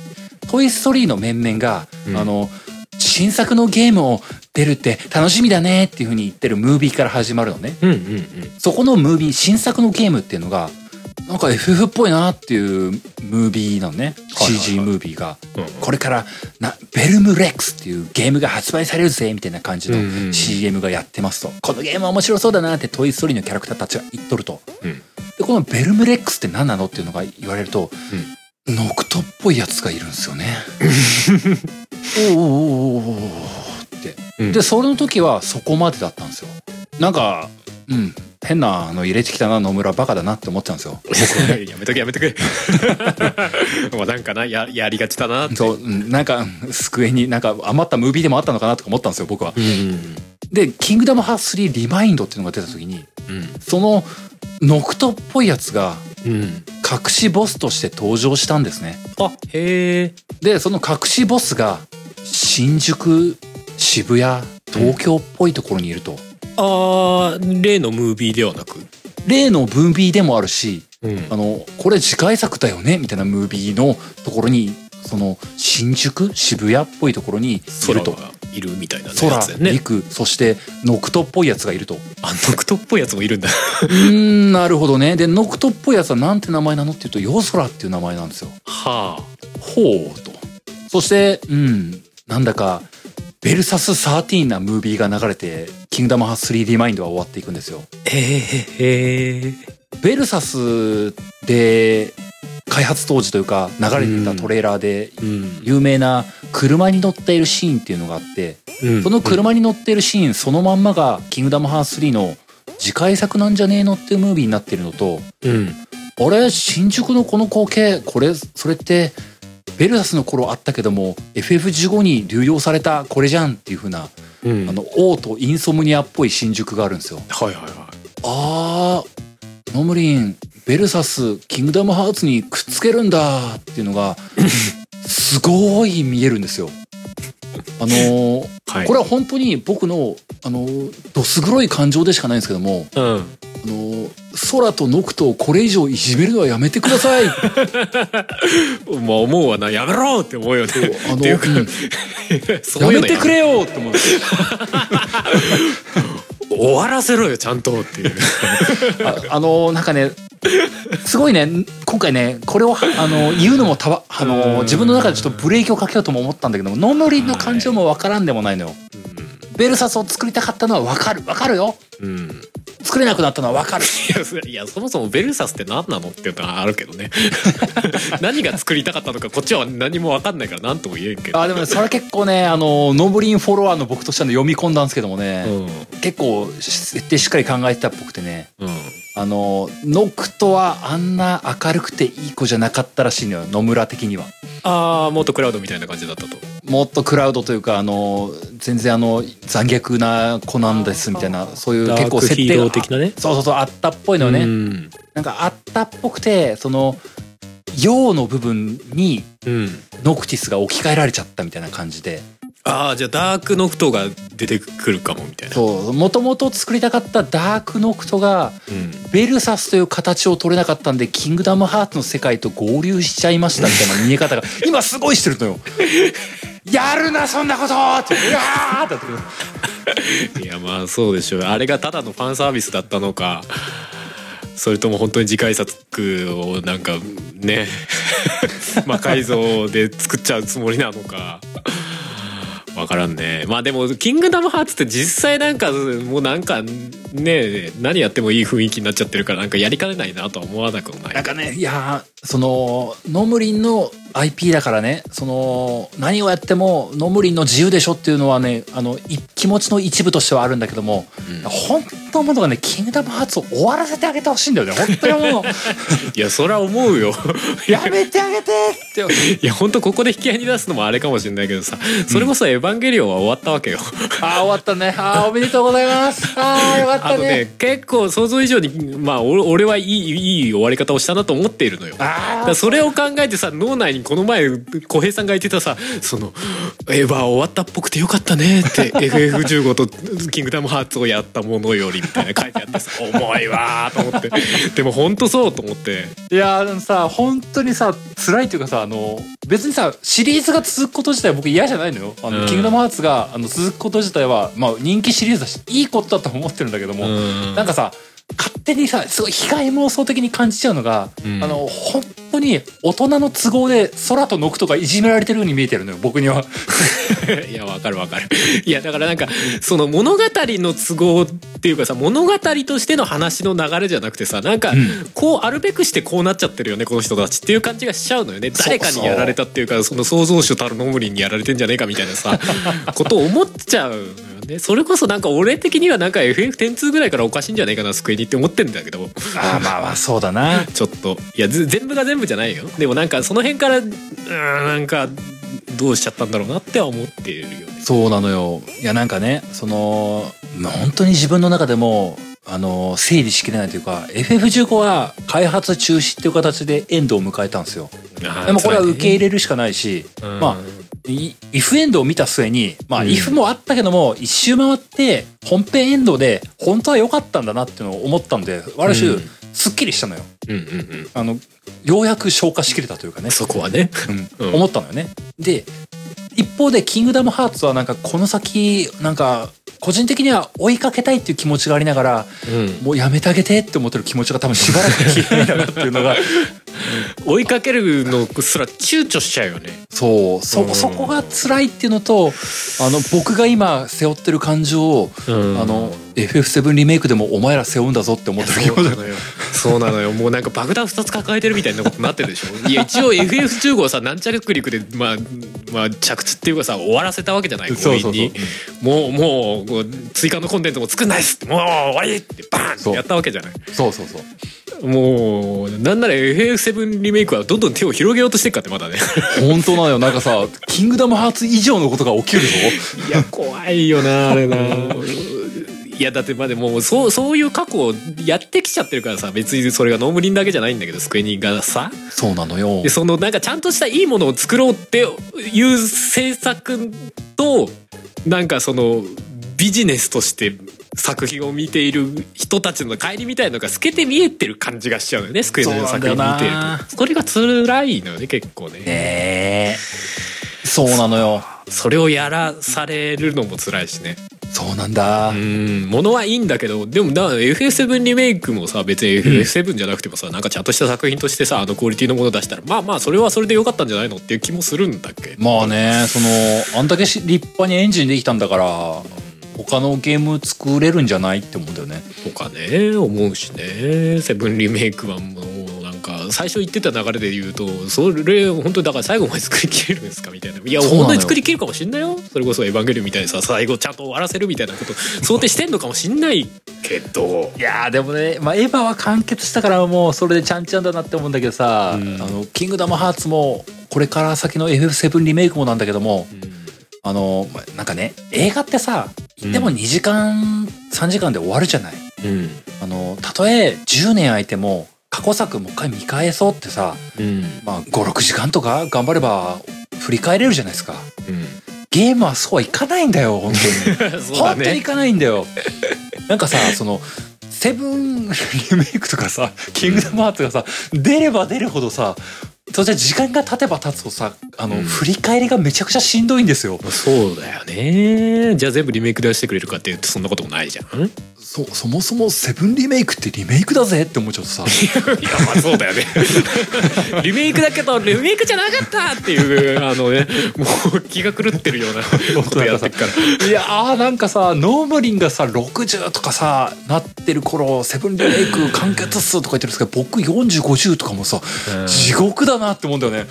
S1: トイ・ストーリーの面々が、
S2: ん
S1: あの、新作のゲームを出るって楽しみだねっていうふうに言ってるムービーから始まるのね。
S2: うんうんうん
S1: そこのムービー、新作のゲームっていうのが、なんか FF っぽいなっていうムービーなのね。
S2: はいはいはい
S1: CG ムービーが。
S2: うんうん
S1: これからな、ベルムレックスっていうゲームが発売されるぜみたいな感じ
S2: うんうんう
S1: の
S2: ん
S1: CM がやってますと。このゲームは面白そうだなってトイ・ストーリーのキャラクターたちが言っとると。
S2: うん
S1: でこのベルムレックスって何なのっていうのが言われると、ノクトっぽいやつがいるんですよ ね。おうおうおうおうおうおうって、
S2: うん
S1: でその時はそこまでだったんですよ。なんか、うん、変なの入れてきたな野村バカだなって思ってたんです よ。
S2: やめとけやめとけ まあなんかなややりがちだなって
S1: そう、うんなんかうん机になんか余ったムービーでもあったのかなとか思ったんですよ僕は。
S2: うん
S1: で「キングダムハーツ3リマインド」っていうのが出た時に
S2: うん
S1: そのノクトっぽいやつが
S2: うん
S1: 隠しボスとして登場したんですね。
S2: あへえ
S1: でその隠しボスが新宿渋谷東京っぽいところにいると、
S2: あー例のムービーではなく
S1: 例のムービーでもあるし
S2: うん
S1: あのこれ次回作だよねみたいなムービーのところにその新宿渋谷っぽいところにい
S2: 空
S1: ると
S2: がいるみたいなね
S1: 空
S2: やつだよね
S1: 陸そしてノクトっぽいやつがいるとう
S2: あノクトっぽいやつもいるんだ
S1: ーんなるほどねでノクトっぽいやつはなんて名前なのっていうと夜空っていう名前なんですよ
S2: はあ
S1: ほうとそしてうんなんだかベルサス13なムービーが流れて「キングダムハーツ 3D マインド」は終わっていくんですよ
S2: へえへえ
S1: ベルサスで開発当時というか流れていたトレーラーで
S2: うん
S1: 有名な車に乗っているシーンっていうのがあって
S2: うん
S1: その車に乗っているシーンそのまんまが「キングダムハーツ3」の次回作なんじゃねえのっていうムービーになってるのと
S2: う
S1: あ
S2: ん
S1: れ新宿のこの光景これそれってベルサスの頃あったけども FF15 に流用されたこれじゃんっていう風な、
S2: うん
S1: あの王とインソムニアっぽい新宿があるんですよ。
S2: はいはいはい
S1: あーノムリンベルサスキングダムハーツにくっつけるんだっていうのがすごい見えるんですよ。あのー
S2: はい
S1: これは本当に僕の、あのーどす黒い感情でしかないんですけども、
S2: うん
S1: あのー空とノクトをこれ以上いじめるのはやめてくださいあ
S2: まあ思うわなやめろって思うよね
S1: の
S2: っていうか
S1: うん
S2: そうい
S1: やめ
S2: うの
S1: てくれよって思うんですよ
S2: 終わらせろよちゃんとっていう
S1: あ あのーなんかねすごいね今回ねこれを、あのー言うのもたわ、あのー
S2: うん
S1: 自分の中でちょっとブレーキをかけようとも思ったんだけどもノンノリの感情もわからんでもないのよ、ベルサスを作りたかったのはわかるわかるよ
S2: うん、うん
S1: 作れなくなったのはわかる
S2: いやそいやそもそもベルサスって何なのっていうのはあるけど ね何が作りたかったのかこっちは何も分かんないから何とも言えんけど
S1: あでもねそれ結構ねあのノブリンフォロワーの僕としてはね読み込んだんですけどもね、
S2: うん
S1: 結構設定しっかり考えてたっぽくてね
S2: うん
S1: あのノクトはあんな明るくていい子じゃなかったらしいのよ野村的には
S2: ああもっとクラウドみたいな感じだったと
S1: もっとクラウドというかあの全然あの残虐な子なんですみたいなそういう結構設定が
S2: なね
S1: そうそうそうあったっぽいのよね、
S2: うん
S1: なんかあったっぽくてその陽の部分に
S2: うん
S1: ノクティスが置き換えられちゃったみたいな感じで
S2: ああじゃあダークノクトが出てくるかもみたいな
S1: そうもともと作りたかったダークノクトが
S2: うん
S1: ベルサスという形を取れなかったんで「キングダムハーツ」の世界と合流しちゃいましたみたいな見え方が 今すごいしてる のよ。やるなそんなことってうわーってなってくる
S2: いやまあそうでしょうあれがただのファンサービスだったのかそれとも本当に次回作をなんか ね魔改造で作っちゃうつもりなのかわからんねまあでも「キングダムハーツ」って実際なんかもうなんかね何やってもいい雰囲気になっちゃってるからなんかやりかねないなとは思わなくもな
S1: なん
S2: い
S1: かねいやーそのノムリンの IP だからねその何をやってもノムリンの自由でしょっていうのはねあのい気持ちの一部としてはあるんだけども、本当思うのがね「キングダムハーツ」を終わらせてあげてほしいんだよね本当に思うの
S2: いやそりゃ 思うよ
S1: やめてあげてって
S2: いや本当ここで引き合いに出すのもあれかもしれないけどさそれこそ「エヴァンゲリオン」は終わったわけよ
S1: ああ終わったねああおめでとうございますああよかっ
S2: あ
S1: た
S2: の
S1: ね
S2: ね結構想像以上にまあお俺はいいいい終わり方をしたなと思っているのよだ
S1: あ
S2: からそれを考えてさ脳内にこの前小平さんが言ってたさ「そのエヴァ終わったっぽくてよかったね」って FF15 と「キングダムハーツ」をやったものよりみたいな書いてあってさ「重いわ」と思ってでも本当そうと思って
S1: いやーでもさ本当にさ辛いというかさあの別にさシリーズが続くこと自体僕嫌じゃないのよ「あの
S2: うん
S1: キングダムハーツが」あの続くこと自体は、まあ、人気シリーズだしいいことだと思ってるんだけども、
S2: うん
S1: なんかさ勝手にさすごい被害妄想的に感じちゃうのが、
S2: うん
S1: あの本当に大人の都合で空とノクとかいじめられてるように見えてるのよ僕には。
S2: いやわかるわかるいやだからなんかその物語の都合っていうかさ物語としての話の流れじゃなくてさなんかこうあるべくしてこうなっちゃってるよねこの人たちっていう感じがしちゃうのよね
S1: そう
S2: 誰かにやられたっていうかその創造主たるノムリンにやられてんじゃねえかみたい なさことを思っちゃうのよねそれこそなんか俺的にはなんか FF102 ぐらいからおかしいんじゃないかな救いにって思ってんだけど
S1: あーまあまあそうだな。
S2: ちょっといやぜ全部が全部じゃないよでもなんかその辺からうーんなんかどうしちゃったんだろうなっては思ってるよね
S1: そうなのよいやなんかねそのまあ本当に自分の中でもあの整理しきれないというか FF15 は開発中止っていう形でエンドを迎えたんですよで
S2: で
S1: もこれは受け入れるしかないし、
S2: うん
S1: まあいイフエンドを見た末にまあ
S2: うん
S1: イフもあったけども一周回って本編エンドで本当は良かったんだなっていうのを思ったんである
S2: う
S1: 種
S2: ん
S1: すっきりしたのよ
S2: うんうんうん
S1: あのようやく消化しきれたというかね
S2: そこはね
S1: うん
S2: うん
S1: 思ったのよね。で一方で「キングダムハーツ」はなんかこの先なんか個人的には追いかけたいっていう気持ちがありながらもうやめてあげてって思ってる気持ちが多分しばらく消えないんだな っていうのが
S2: 追いかけるのすら躊躇しちゃうよね
S1: そうそ
S2: うん
S1: そこが辛いっていうのとあの僕が今背負ってる感情を、
S2: うん
S1: あの FF7 リメイクでもお前ら背負うんだぞって思ってる気持ちが
S2: よそうなのよもうなんか爆弾2つ抱えてるみたいなことになってるでし ょいや一応 FF15 はさなんちゃらクリックで、まあ、まあ着地っていうかさ終わらせたわけじゃない
S1: そうそうそう
S2: 強引にもうもうこう追加のコンテンツも作んないっすもう終わりってバーンってやったわけじゃない
S1: そうそうそう
S2: もうなんなら FF7 リメイクはどんどん手を広げようとしてっかってまだね
S1: 本当なのよなんかさ「キングダムハーツ」以上のことが起きるぞ
S2: いや怖 いよなあれないやだってまあでもそうそういう過去をやってきちゃってるからさ別にそれがノームリンだけじゃないんだけどスクエニがさ
S1: そうなのよ
S2: でそのなんかちゃんとしたいいものを作ろうっていう制作となんかそのビジネスとして作品を見ている人たちの帰りみたいのが透けて見えてる感じがしちゃうのよねスクエニの作品見
S1: そ
S2: て
S1: うなんだよ
S2: る
S1: な
S2: とそれが辛いのよね結構ね
S1: ねえそうなのよ
S2: それをやらされるのも辛いしね
S1: そうなんだ、
S2: うんものはいいんだけどでもだ FF7 リメイクもさ別に FF7 じゃなくてもさ、なんかちゃんとした作品としてさあのクオリティのもの出したらまあまあそれはそれで良かったんじゃないのっていう気もするんだけど
S1: まあねそのあんだけし立派にエンジンできたんだから他のゲーム作れるんじゃないって思うんだよね
S2: とかね思うしね「セブンリメイクはもうなんか最初言ってた流れで言うとそれ本当にだから最後まで作りきれるんですかみたいないや
S1: そうなのよ
S2: 本当に作りきるかもしんないよそれこそ「エヴァンゲリオン」みたいにさ最後ちゃんと終わらせるみたいなこと想定してんのかもしんないけど
S1: いやーでもね、まあ、エヴァは完結したからもうそれでちゃんちゃんだなって思うんだけどさ「
S2: うん
S1: あのキングダムハーツ」もこれから先の FF7 リメイクもなんだけどもあのまあなんかね映画ってさ
S2: うん
S1: でも2時間3時間で終わるじゃない。
S2: うん
S1: あのたとえ10年空いても過去作もう一回見返そうってさ、
S2: うん
S1: まあ、56時間とか頑張れば振り返れるじゃないですか。
S2: うん
S1: ゲームはそうはいかないんだよ本当に。
S2: そうだ
S1: 本当に
S2: ね
S1: 行かないんだよなんかさその「セブンリメイク」とかさ「キングダムハーツ」がさ出れば出るほどさそして時間が経てば経つとさあの、
S2: うん
S1: 振り返りがめちゃくちゃしんどいんですよ
S2: そうだよねじゃあ全部リメイク出してくれるかって言ってそんなこともないじゃんいや
S1: そそもそも「セブンリメイク」ってリメイクだぜって思っちゃうとさ
S2: まあそうだよね リメイクだけどリメイクじゃなかったっていうあのねもう気が狂ってる ようなことやってっから
S1: いやーなんかさノームリンがさ60とかさなってる頃「セブンリメイク完結っす」とか言ってるんですけど僕4050とかもさ、
S2: うん
S1: 地獄だなって思うんだよね
S2: ね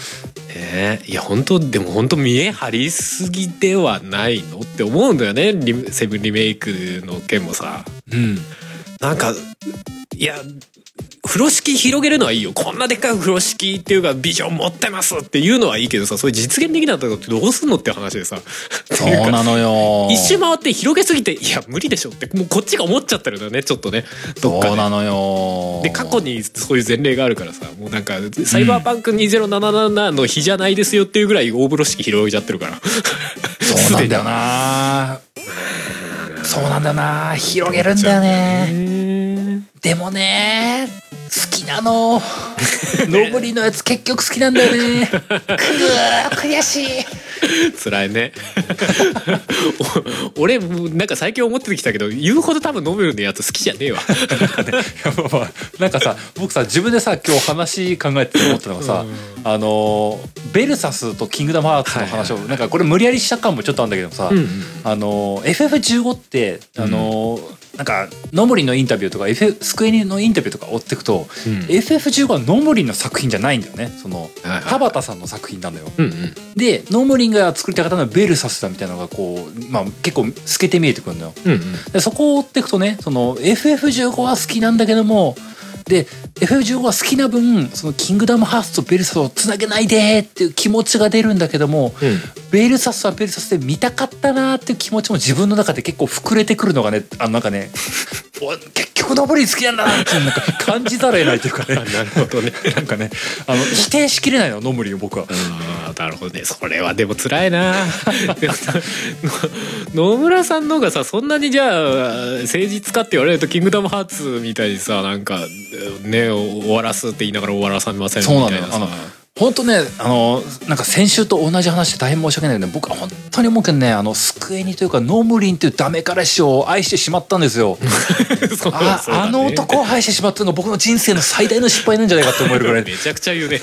S2: えいや本当でも本当見え張りすぎではないのって思うんだよねリセブンリメイクの件もさ
S1: うん
S2: なんかいや風呂敷広げるのはいいよこんなでっかい風呂敷っていうかビジョン持ってますっていうのはいいけどさそれ実現できなかったってどうすんのって話でさ
S1: そうなのよ
S2: 一周回って広げすぎていや無理でしょってもうこっちが思っちゃってるんだよねちょっとねどっか
S1: そう
S2: ね
S1: なのよ
S2: で過去にそういう前例があるからさもうなんか「サイバーパンク2077」の日じゃないですよっていうぐらい大風呂敷広げちゃってるから
S1: そうなんだよなそうなんだよな広げるんだよね
S2: ね
S1: でもね好きな のノーブリーのやつ結局好きなんだよねくー悔しい
S2: 辛いね お俺もうなんか最近思ってきたけど言うほど多分飲むのやつ好きじゃねえわ
S1: なんかさ僕さ自分でさ今日話考えてて思ったのがさ、あのベルサスとキングダムハーツの話を、なんかこれ無理やりした感もちょっとあるんだけどさ、
S2: うん
S1: あの FF15 ってあの、なんかノムリンのインタビューとか、FF、スクエニのインタビューとか追ってくと、
S2: うん
S1: FF15 はノムリンの作品じゃないんだよねその
S2: はいはい
S1: 田畑さんの作品なのよ。
S2: うんうん
S1: でノムリンが作りたかったのはベルサスだみたいなのがこう、まあ、結構透けて見えてくるのよ。
S2: うんうん
S1: でそこを追っていくとねその FF15 は好きなんだけどもで FF15 は好きな分そのキングダムハーツとベルサスをつなげないでっていう気持ちが出るんだけども、
S2: うん
S1: ベルサスはベルサスで見たかったなーっていう気持ちも自分の中で結構膨れてくるのがねあのなんかね お結局ノブリン好きなんだなっていうなんか感じざるを得ないというかね
S2: なるほどね
S1: なんかねあの否定しきれないのノブリンを僕は。
S2: あーなるほどねそれはでも辛いな でもさの野村さんの方がさそんなにじゃあ誠実かって言われると「キングダムハーツ」みたいにさなんかね終わらすって言いながら終わらされません
S1: そう
S2: み
S1: なの
S2: たい
S1: よ
S2: な
S1: あ
S2: さ
S1: の本当ねあのなんか先週と同じ話で大変申し訳ないけど、ね、僕は本当に思うけどねあの救いにというかノムリンというダメ彼氏を愛してしまったんですよ
S2: そう
S1: あ
S2: そうだね
S1: あの男を愛してし まったのが僕の人生の最大の失敗なんじゃないかって思えるぐらい
S2: めちゃくちゃ言うね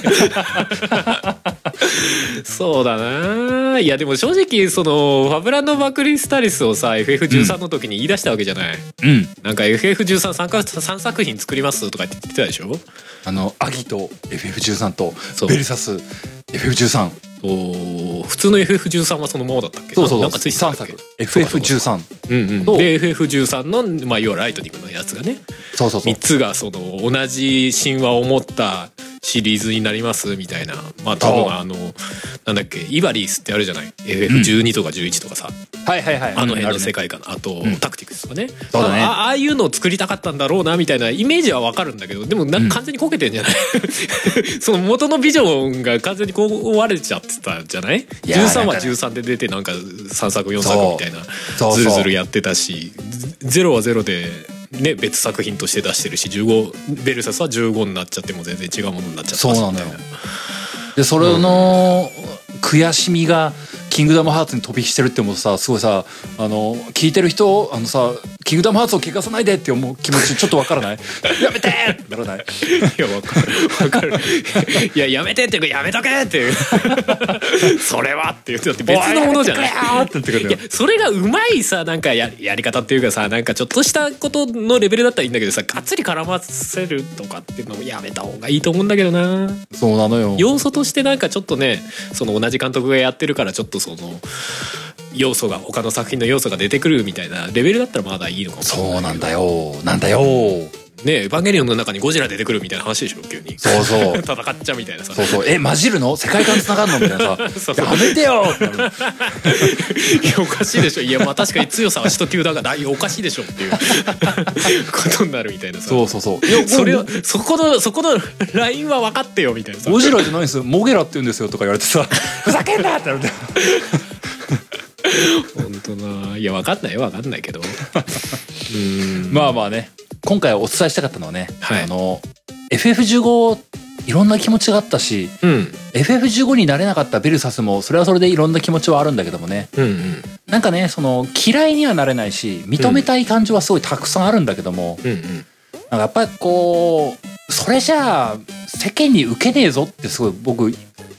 S2: そうだないやでも正直そのファブラのバクリスタリスをさ FF13 の時に言い出したわけじゃない、
S1: うん
S2: なんか FF13 参加3作品作りますとかって言ってたでしょ
S1: あのアギと FF13 と
S2: そう
S1: ベルサス FF13
S2: お普通の FF13 はそのままだったっけ
S1: な
S2: な
S1: んん
S2: か
S1: か
S2: つ
S1: つ
S2: い
S1: い
S2: てたっ
S1: 3
S2: け
S1: 作
S2: そうかそうか
S1: FF13
S2: うんうん、
S1: と
S2: で FF13 の、まあ、要はライトニングのやつがね
S1: そうそうそう
S2: 3つがその同じ神話を持ったシリーズになりますみたいなまあ多
S1: そう
S2: 分あのなんだっけイバリースってあるじゃない FF12 とか11とかさ、
S1: はいはいはい
S2: あの辺の世
S1: 界
S2: 界観あと、タクティクスとかね
S1: そうだね
S2: ああああいうのを作りたかったんだろうなみたいなイメージはわかるんだけどでもなんか完全にこけてんじゃない、 その元のビジョンが完全にこう壊れちゃってたじゃない
S1: いやー
S2: 13は
S1: なんかね
S2: 13で出てなんか3作4作みたいな
S1: そうそう
S2: ずるずるやってたしゼロはゼロで。ね、別作品として出してるし15ベルサスは15になっちゃっても全然違うものになっちゃったし
S1: そうなのよ
S2: みたい
S1: でそれの悔しみが「キングダムハーツ」に飛び火してるって思うとさすごいさあの聞いてる人あのさ「キングダムハーツを汚さないで」って思う気持ちちょっとわからない やめてってならない
S2: いや、わかる。わかる。いや、やめてっていうか、やめとけっていう。 それはっていう。だって別のものじゃない。
S1: おいやめてくれよーってなってくるよ
S2: いや、それがうまいさ、なんかややり方っていうかさ、なんかちょっとしたことのレベルだったらいいんだけどさ、がっつり絡ませるとかっていうのもやめた方がいいと思うんだけどな。
S1: そうなのよ
S2: 要素としてなんかちょっとね、その同じ監督がやってるから、ちょっとその、要素が、他の作品の要素が出てくるみたいなレベルだったらまだいいのかもしれない。
S1: そうなんだよなんだよ
S2: ねエヴァンゲリオンの中にゴジラ出てくるみたいな話でしょ、急に。
S1: そうそう
S2: 戦っちゃうみたいなさ。
S1: そうそうえ混じるの世界観つながんのみたいな
S2: そう
S1: さ
S2: そう
S1: やめてよってなる
S2: いやおかしいでしょいやまあ確かに強さは人級だからいやおかしいでしょっていう ことになるみたいなさ
S1: そうそうそうい
S2: それ
S1: は
S2: をそこのそこのラインは分かってよみたいなさ
S1: ゴジラじゃないんですよモゲラって言うんですよとか言われてさふざけんなってなるんだよ
S2: 本当ないや分かんないよ分かんな いけどうーん
S1: まあまあね今回お伝えしたかったのはね、
S2: はい
S1: あの FF15 いろんな気持ちがあったし
S2: うん
S1: FF15 になれなかったベルサスもそれはそれでいろんな気持ちはあるんだけどもね
S2: うんうん
S1: なんかねその嫌いにはなれないし認めたい感情はすごいたくさんあるんだけども、
S2: うんうん
S1: なんかやっぱりこうそれじゃあ世間に受けねえぞってすごい僕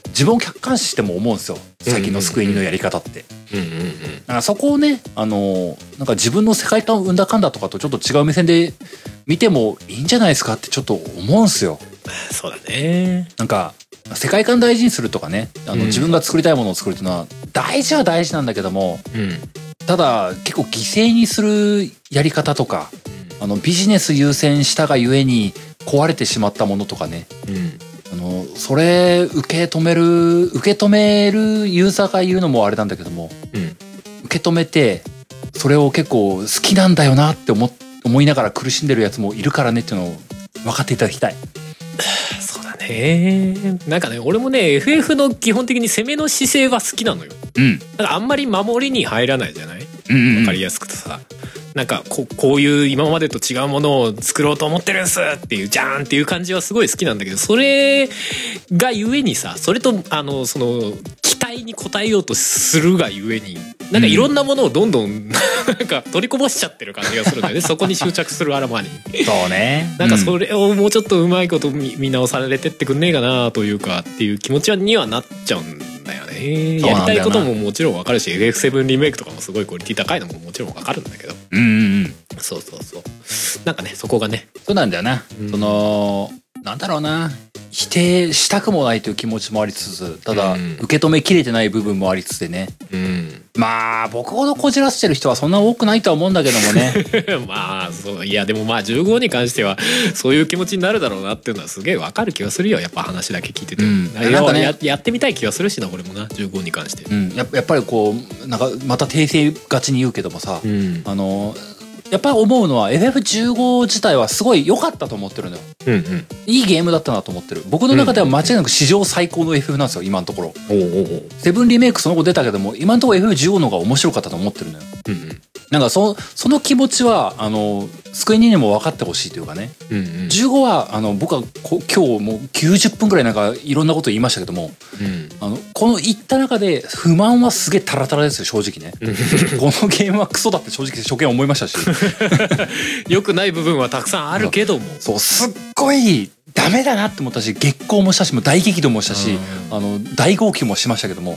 S1: 自分を客観視しても思うんですよ最近の救いのやり方って。
S2: うんうんうん
S1: なんかそこをね、あのーなんか自分の世界観を生んだかんだとかとちょっと違う目線で見てもいいんじゃないですかってちょっと思うんすよ。
S2: そうだね
S1: なんか、世界観大事にするとかね、あ
S2: うん
S1: の自分が作りたいものを作るっていうのは大事は大事なんだけども、
S2: うんうん
S1: ただ結構犠牲にするやり方とか、あのビジネス優先したがゆえに壊れてしまったものとかね、
S2: うん
S1: あの、それ受け止める、受け止めるユーザーが言うのもあれなんだけども、
S2: うん
S1: 受け止めてそれを結構好きなんだよなって思っ思いながら苦しんでるやつもいるからねっていうのを分かっていただきたい
S2: そうだねなんかね俺もね FF の基本的に攻めの姿勢は好きなのよ
S1: うん
S2: なんかあんまり守りに入らないじゃない
S1: うん
S2: 分かりやすくてさ、なんかここういう今までと違うものを作ろうと思ってるんすっていうじゃーんっていう感じはすごい好きなんだけどそれがゆえにさそれとあのその期待に応えようとするがゆえになんかいろんなものをどんどん なんか取りこぼしちゃってる感じがするんだよねそこに執着するアラマーに。
S1: そうね
S2: なんかそ
S1: れ、
S2: れをもうちょっとうまいこと見見直されてってくんねえかなというかっていう気持ちにはなっちゃうんだよね
S1: そう
S2: や
S1: な
S2: り
S1: んだよない
S2: たことももちろんわかるし FF7 リメイクとかもすごいクオリティ高いのももちろんわかるんだけど
S1: うん、うんうんうん
S2: そうそうそうなんかねそこがね
S1: そうなんだよな、
S2: うん
S1: そのなんだろうな否定したくもないという気持ちもありつつただ
S2: うん
S1: 受け止めきれてない部分もありつつでね
S2: うん
S1: まあ僕ほどこじらせてる人はそんな多くないとは思うんだけども ね
S2: まあそういやでもまあ15に関してはそういう気持ちになるだろうなっていうのはすげえわかる気がするよやっぱ話だけ聞いてて、
S1: うん
S2: いや
S1: なんかね
S2: ややってみたい気がするしな俺もな15に関して
S1: うんやっぱやっぱりこうなんかまた訂正がちに言うけどもさ、
S2: うん
S1: あのやっぱり思うのは FF15 自体はすごい良かったと思ってるのよ
S2: うんうん
S1: いいゲームだったなと思ってる僕の中では間違いなく史上最高の FF なんですよ今のところ
S2: おうおうおう
S1: セブンリメイクその後出たけども今のところ FF15 の方が面白かったと思ってるのよ
S2: うんうん
S1: なんかそその気持ちはあのスクエニにも分かってほしいというかね
S2: うんうん
S1: 15はあの僕はこ今日もう90分くらいなんかいろんなこと言いましたけども
S2: うん
S1: あのこの言った中で不満はすげえタラタラですよ正直ねこのゲームはクソだって正直初見思いましたし
S2: 良くない部分はたくさんあるけども
S1: そうすっごいダダメだなって思ったし激光もしたしもう大激怒もしたし、あの大号泣もしましたけども、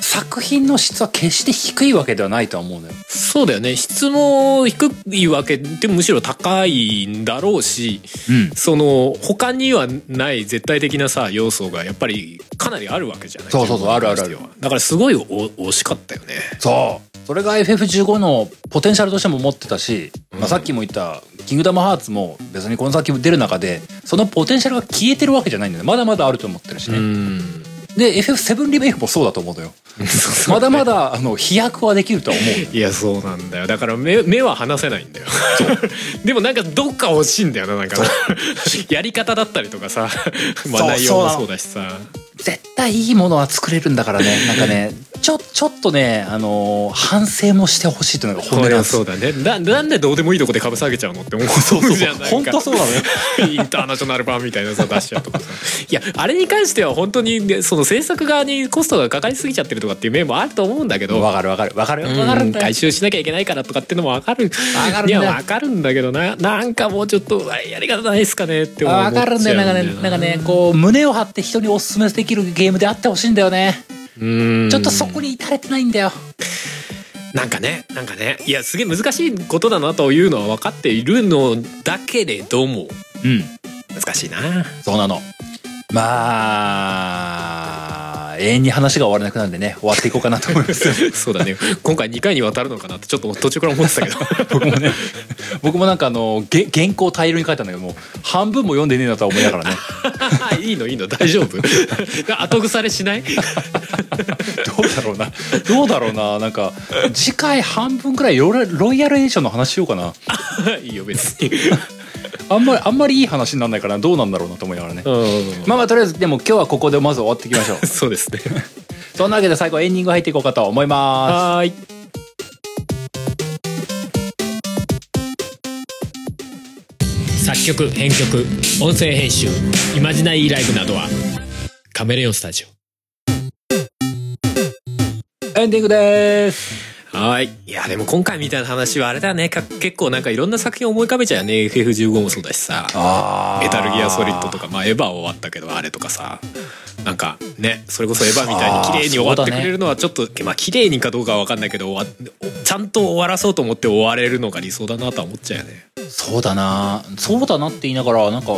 S1: 作品の質は決して低いわけではないとは思うのよ。
S2: そうだよね質も低いわけでむしろ高いんだろうし
S1: うん、
S2: その他にはない絶対的なさ要素がやっぱりかなりあるわけじゃない
S1: そうそうそうあるあるある
S2: 要はだからすごいお惜しかったよね
S1: そうそれが FF15 のポテンシャルとしても持ってたし、まあ、さっきも言った「キングダムハーツ」も別にこの先出る中でそのポテンシャルが消えてるわけじゃないんだよねまだまだあると思ってるしね、
S2: ん
S1: で FF7 リメイクもそうだと思うのよまだまだあの飛躍はできるとは思う
S2: いやそうなんだよだから目目は離せないんだよ でもなんかどっか惜しいんだよななんか やり方だったりとかさま
S1: そ
S2: あ
S1: う
S2: 内容も
S1: そ
S2: そううだしさ
S1: 絶対いいものは作れるんだからね なんかねちょちょっとね、あのー反省もしてほしいというのが本
S2: こ
S1: 音
S2: れ
S1: なん
S2: は
S1: です
S2: そう
S1: よ
S2: だねななんでどうでもいいとこで株下げちゃうのって思うじゃ んないか
S1: 本当そうなのよ
S2: インターナショナル版みたいなさ出しちゃうとかさいやあれに関しては本当にねその制作側にコストがかかりすぎちゃってるとかっていう面もあると思うんだけど
S1: わかるわかるわかるよわかる
S2: うんん
S1: だ
S2: 回
S1: よ
S2: 収しなきゃいけないからとかってのも分かる
S1: わかるんだ
S2: い
S1: よ
S2: や分かるんだけどななんかもうちょっとあれやり方ないっすかねって思っ
S1: わ
S2: ちゃ
S1: か
S2: う
S1: るんだよなんかねなんかねこう胸を張って人におすすめできるゲームであってほしいんだよね
S2: うん
S1: ちょっとそこに至れてないんだよ
S2: なんかねなんかねいやすげえ難しいことだなというのは分かっているのだけれども
S1: うん
S2: 難しいな
S1: そうなのまあ永遠に話が終わらなくなるんでね終わっていこうかなと思い ますよ
S2: そうだね今回2回にわたるのかなってちょっと途中から思ってたけ ど
S1: 僕もね僕もなんかあのげ原稿大量に書いたんだけどもう半分も読んでねえなとは思いながらね
S2: いいのいいの大丈夫 後腐れしない
S1: どうだろうなどうだろうななんか次回半分くらいロイヤルロイヤルエディションの話しようかない
S2: いよ別に
S1: あんまりあんまりいい話にならないからどうなんだろうなと思いながらね
S2: ま
S1: まあまあとりあえずでも今日はここでまず終わっていきましょ う
S2: あそうですね
S1: そんなわけで最後エンディング入っていこうかと思います
S2: はーい作曲編曲音声編集イマジナイライブなどはカメレオンスタジ
S1: エンディングです
S2: オはいいやでも今回みたいな話はあれだねか結構なんかいろんな作品思い浮かべちゃうよね FF15 もそうだしさ
S1: あ
S2: メタルギアソリッドとかまあエヴァは終わったけどあれとかさなんかねそれこそエヴァみたいに綺麗に終わってくれるのはちょっと、まあ綺麗にかどうかは分かんないけど終わちゃんと終わらそうと思って終われるのが理想だなとは思っちゃうよね
S1: そうだなそうだなって言いながらなんか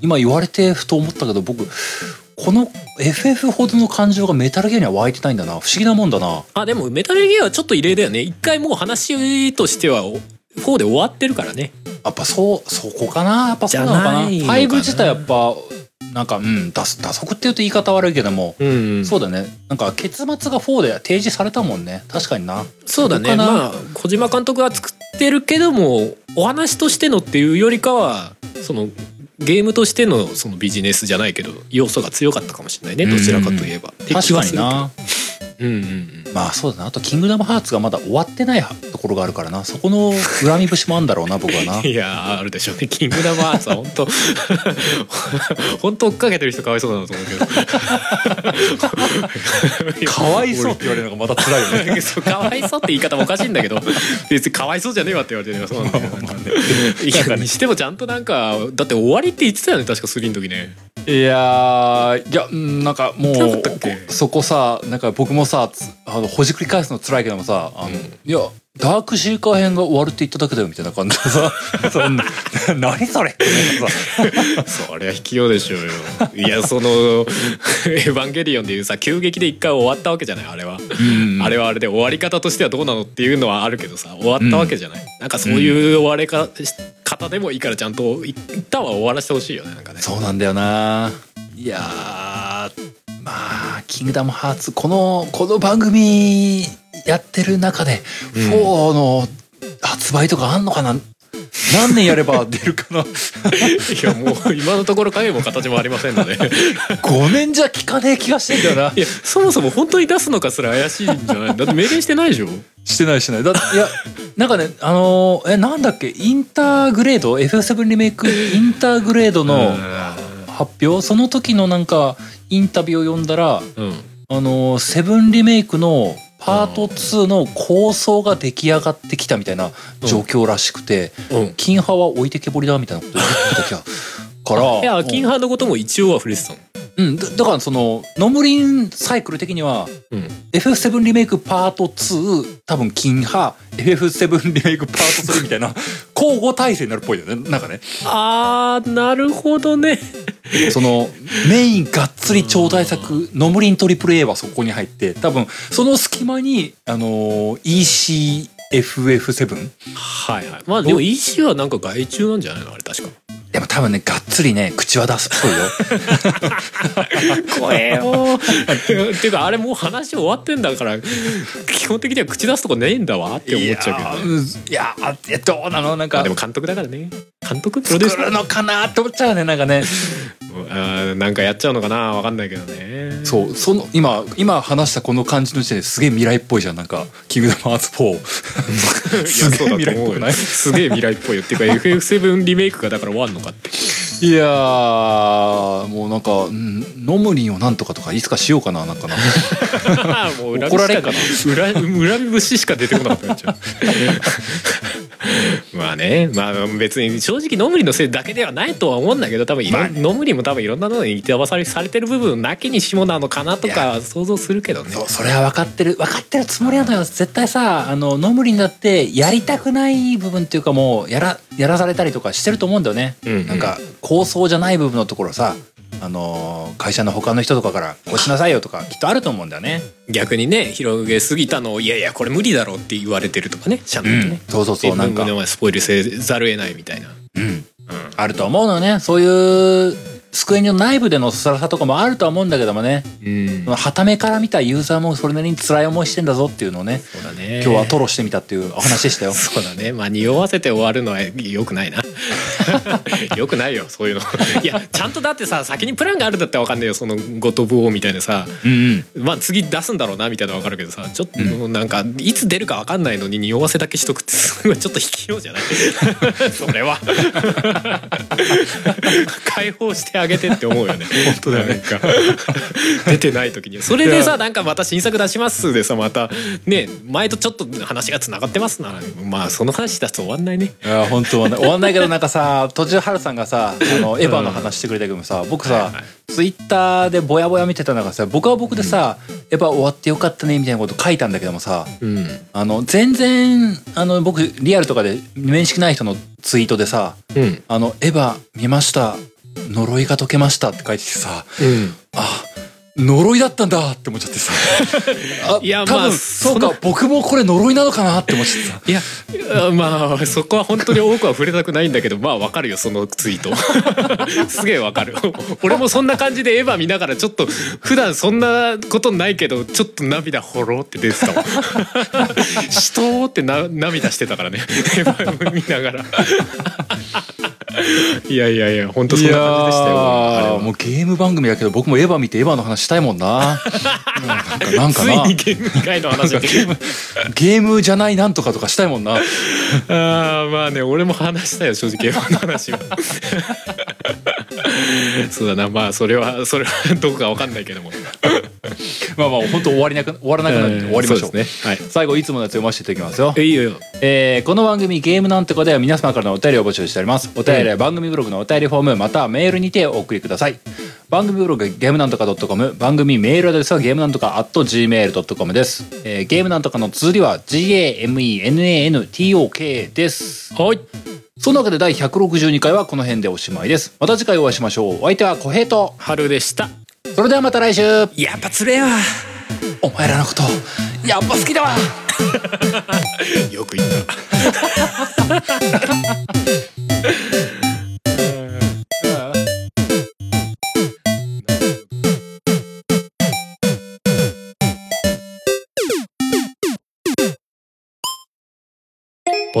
S1: 今言われてふと思ったけど僕この FF ほどの感情がメタルギアには湧いてないんだな不思議なもんだな
S2: あでもメタルギアはちょっと異例だよね一回もう話としてはお4で終わってるからね
S1: やっぱそうそこかなやっぱそうなのかな
S2: じゃないのかな
S1: 5自体やっぱなんかうん打打足っていうと言い方悪いけども、
S2: うん
S1: そうだねなんか結末が4で提示されたもんね確かにな
S2: そうだね
S1: ここかな
S2: まあ小島監督が作ってるけどもお話としてのっていうよりかはそのゲームとしてのそのビジネスじゃないけど要素が強かったかもしれないねどちらかといえば、って気が
S1: 確かに
S2: する
S1: な
S2: うんうんうん
S1: まあそうだなあと「キングダムハーツ」がまだ終わってないところがあるからなそこの恨み節もあんだろうな僕はない
S2: やーあるでしょうね「キングダムハーツ」は本当 本当追っかけてる人かわいそうだなと思う け ど
S1: かわいそうって言われるのがまた辛いよね
S2: そうかわいそうって言い方もおかしいんだ けど別にかわいそうじゃねえわって言われてるよそうなんだよいやにしてもちゃんとなんかだって終わりって言ってたよね確か3の時ね
S1: いやーいやうんなんかも
S2: なかっ
S1: う
S2: たっけ
S1: こそこさなんか僕もさつあのほじくり返すの辛いけどもさあの、いやダークシーカー編が終わるって言っただけだよみたいな感じで さそんな 何それってなんかさ
S2: そりゃ卑怯でしょうよいやその「 エヴァンゲリオン」でいうさ急激で一回終わったわけじゃないあれは、
S1: ん
S2: あれはあれで終わり方としてはどうなのっていうのはあるけどさ終わったわけじゃない、なんかそういう終わりか方でもいいからちゃんと一旦は終わらせてほしいよねなん かね
S1: そうなんだよないやーまあ「キングダムハーツ」このこの番組やってる中で
S2: ん
S1: 4の発売とかあんのかな、何年やれば出るか な
S2: いやもう今のところ影も形もありませんので
S1: 5年じゃ効かねえ気がしてんだよない
S2: やそもそも本当に出すのかすら怪しいんじゃないだって明言してないでしょ
S1: してないしてないだいやなんかねあのーえなんだっけインターグレード F7 リメイクインターグレードの発表その時のなんかインタビューを読んだら
S2: うん
S1: あのーセブンリメイクのパート2の構想が出来上がってきたみたいな状況らしくて、
S2: うん
S1: 金派は置いてけぼりだみたいなこと言ってた気がから
S2: いやキンハーのことも一応は触れてたの
S1: うん、だだからそのノムリンサイクル的には
S2: うん
S1: FF7 リメイクパート2多分金派 FF7 リメイクパート3みたいな交互体制になるっぽいよねなんかね
S2: あーなるほどね
S1: そのメインがっつり超大作ノムリン AAA はそこに入って多分その隙間にあのー ECFF7
S2: はいはいまあでも EC はなんか外注なんじゃないのあれ確か
S1: でも多分ねがっつりね口は出すっぽいよ
S2: 怖えよ っていうかあれもう話終わってんだから基本的には口出すとこねえんだわって思っちゃうけどね
S1: いやーうんいやどうなのなん
S2: まあ
S1: か
S2: でも監督だからね監督プロデューサ
S1: 作る
S2: ー
S1: のかなって思っちゃうねなんかね
S2: あーなんかやっちゃうのかなわかんないけどね
S1: そうその今今話したこの感じの時点ですげえ未来っぽいじゃんなんか「キングダムハーツ4」すげえ未来っぽくない
S2: すげえ未来っぽいよっ ていうか FF7 リメイクがだから終わんのかって
S1: いやーもうなんかうんノムリンをなんとかとかいつかしようかななんかな
S2: もう恨みし
S1: 怒られっ
S2: か
S1: かな
S2: 恨恨み節しか出てこなくなっちゃう まあねまあ別に正直ノムリのせいだけではないとは思うんだけど多分いろん、ノムリも多分いろんなのに板ばされされてる部分なきにしもなのかなとか想像するけど ね
S1: そうそれは分かってる分かってるつもりなのよ絶対さあのノムリンだってやりたくない部分っていうかもうやらやらされたりとかしてると思うんだよね、
S2: うんうん
S1: なんか構想じゃない部分のところさあのー会社の他の人とかから「こうしなさいよ」とかきっとあると思うんだよね。
S2: 逆にね広げすぎたのをいやいやこれ無理だろうって言われてるとかねちゃんとね、
S1: そうそうそうなんか
S2: 自分のスポイルせざるを得ないみたいな
S1: うん、あると思うのよねそういう机の内部での辛さとかもあるとは思うんだけどもね
S2: うん
S1: そのはためから見たユーザーもそれなりに辛い思いしてんだぞっていうのをね
S2: そうだね
S1: 今日はトロしてみたっていうお話でしたよ
S2: そうだねまあ匂わせて終わるのは良くないな良くないよそういうのいやちゃんとだってさ先にプランがあるんだったら分かんないよそのゴトブ王みたいなさ
S1: うんうん
S2: まあ次出すんだろうなみたいなの分かるけどさちょっとなんかいつ出るか分かんないのに匂わせだけしとくってそれはちょっと卑怯じゃない それは解放してあげてって思うよね本当だよなんか出てない時にそれでさなんかまた新作出しますでさまたね前とちょっと話がつながってますならまあその話出すと終わんないね
S1: いや本当はね終わんないけどなんかさ途中ハルさんがさあのエヴァの話してくれたけどもさ僕さ、
S2: はいはい
S1: ツイッターでぼやぼや見てた中さ僕は僕でさ、エヴァ終わってよかったねみたいなこと書いたんだけどもさ
S2: うん
S1: あの全然あの僕リアルとかで面識ない人のツイートでさ
S2: うん
S1: あの、エヴァ見ました。呪いが解けましたって書いてきてさ、
S2: うん
S1: あ、呪いだったんだって思っちゃ ってさ。あ、
S2: いや
S1: 多
S2: まあ
S1: 分そう
S2: そ
S1: か
S2: の、
S1: 僕もこれ呪いなのかなって思っちゃってさ。
S2: いやあ まあそこは本当に多くは触れたくないんだけどまあわかるよそのツイート すげえわかる俺もそんな感じでエヴァ見ながらちょっと普段そんなことないけどちょっと涙ほろって出てた もんしとーってな涙してたからねエヴァ見ながらいやいやいや本当そんな感じでしたよあれは
S1: もうゲーム番組だけど僕もエヴァ見てエヴァの話したいもん な。うんなんか、なんか
S2: つい
S1: な。
S2: にゲーム以外の話
S1: ゲームじゃないなんとかとかしたいもんな。
S2: あーまあね俺も話したよ正直 F1 の話 はそうだなまあそれはそれはどこかわかんないけども
S1: まあまあ、本当終わりなく、終わらなくなるんで終わりましょう。
S2: そうですね
S1: 最後、いつものやつ読ませていただきますよ
S2: は。いいいよいいよ
S1: えーこの番組ゲームなんてこでは皆様からのお便りを募集しておりますお便りは番組ブログのお便りフォームまたはメールにてお送りください番組ブログゲームなんとか .com 番組メールアドレスはゲームなんとか .gmail.com です、えーゲームなんとかの綴りは GAMENANTOK です
S2: はい
S1: そんなわけで第162回はこの辺でおしまいですまた次回お会いしましょうお相手は小平と
S2: 春でした
S1: それではまた来週
S2: やっぱつれえわ
S1: お前らのことやっぱ好きだわ
S2: よく言った
S4: ポ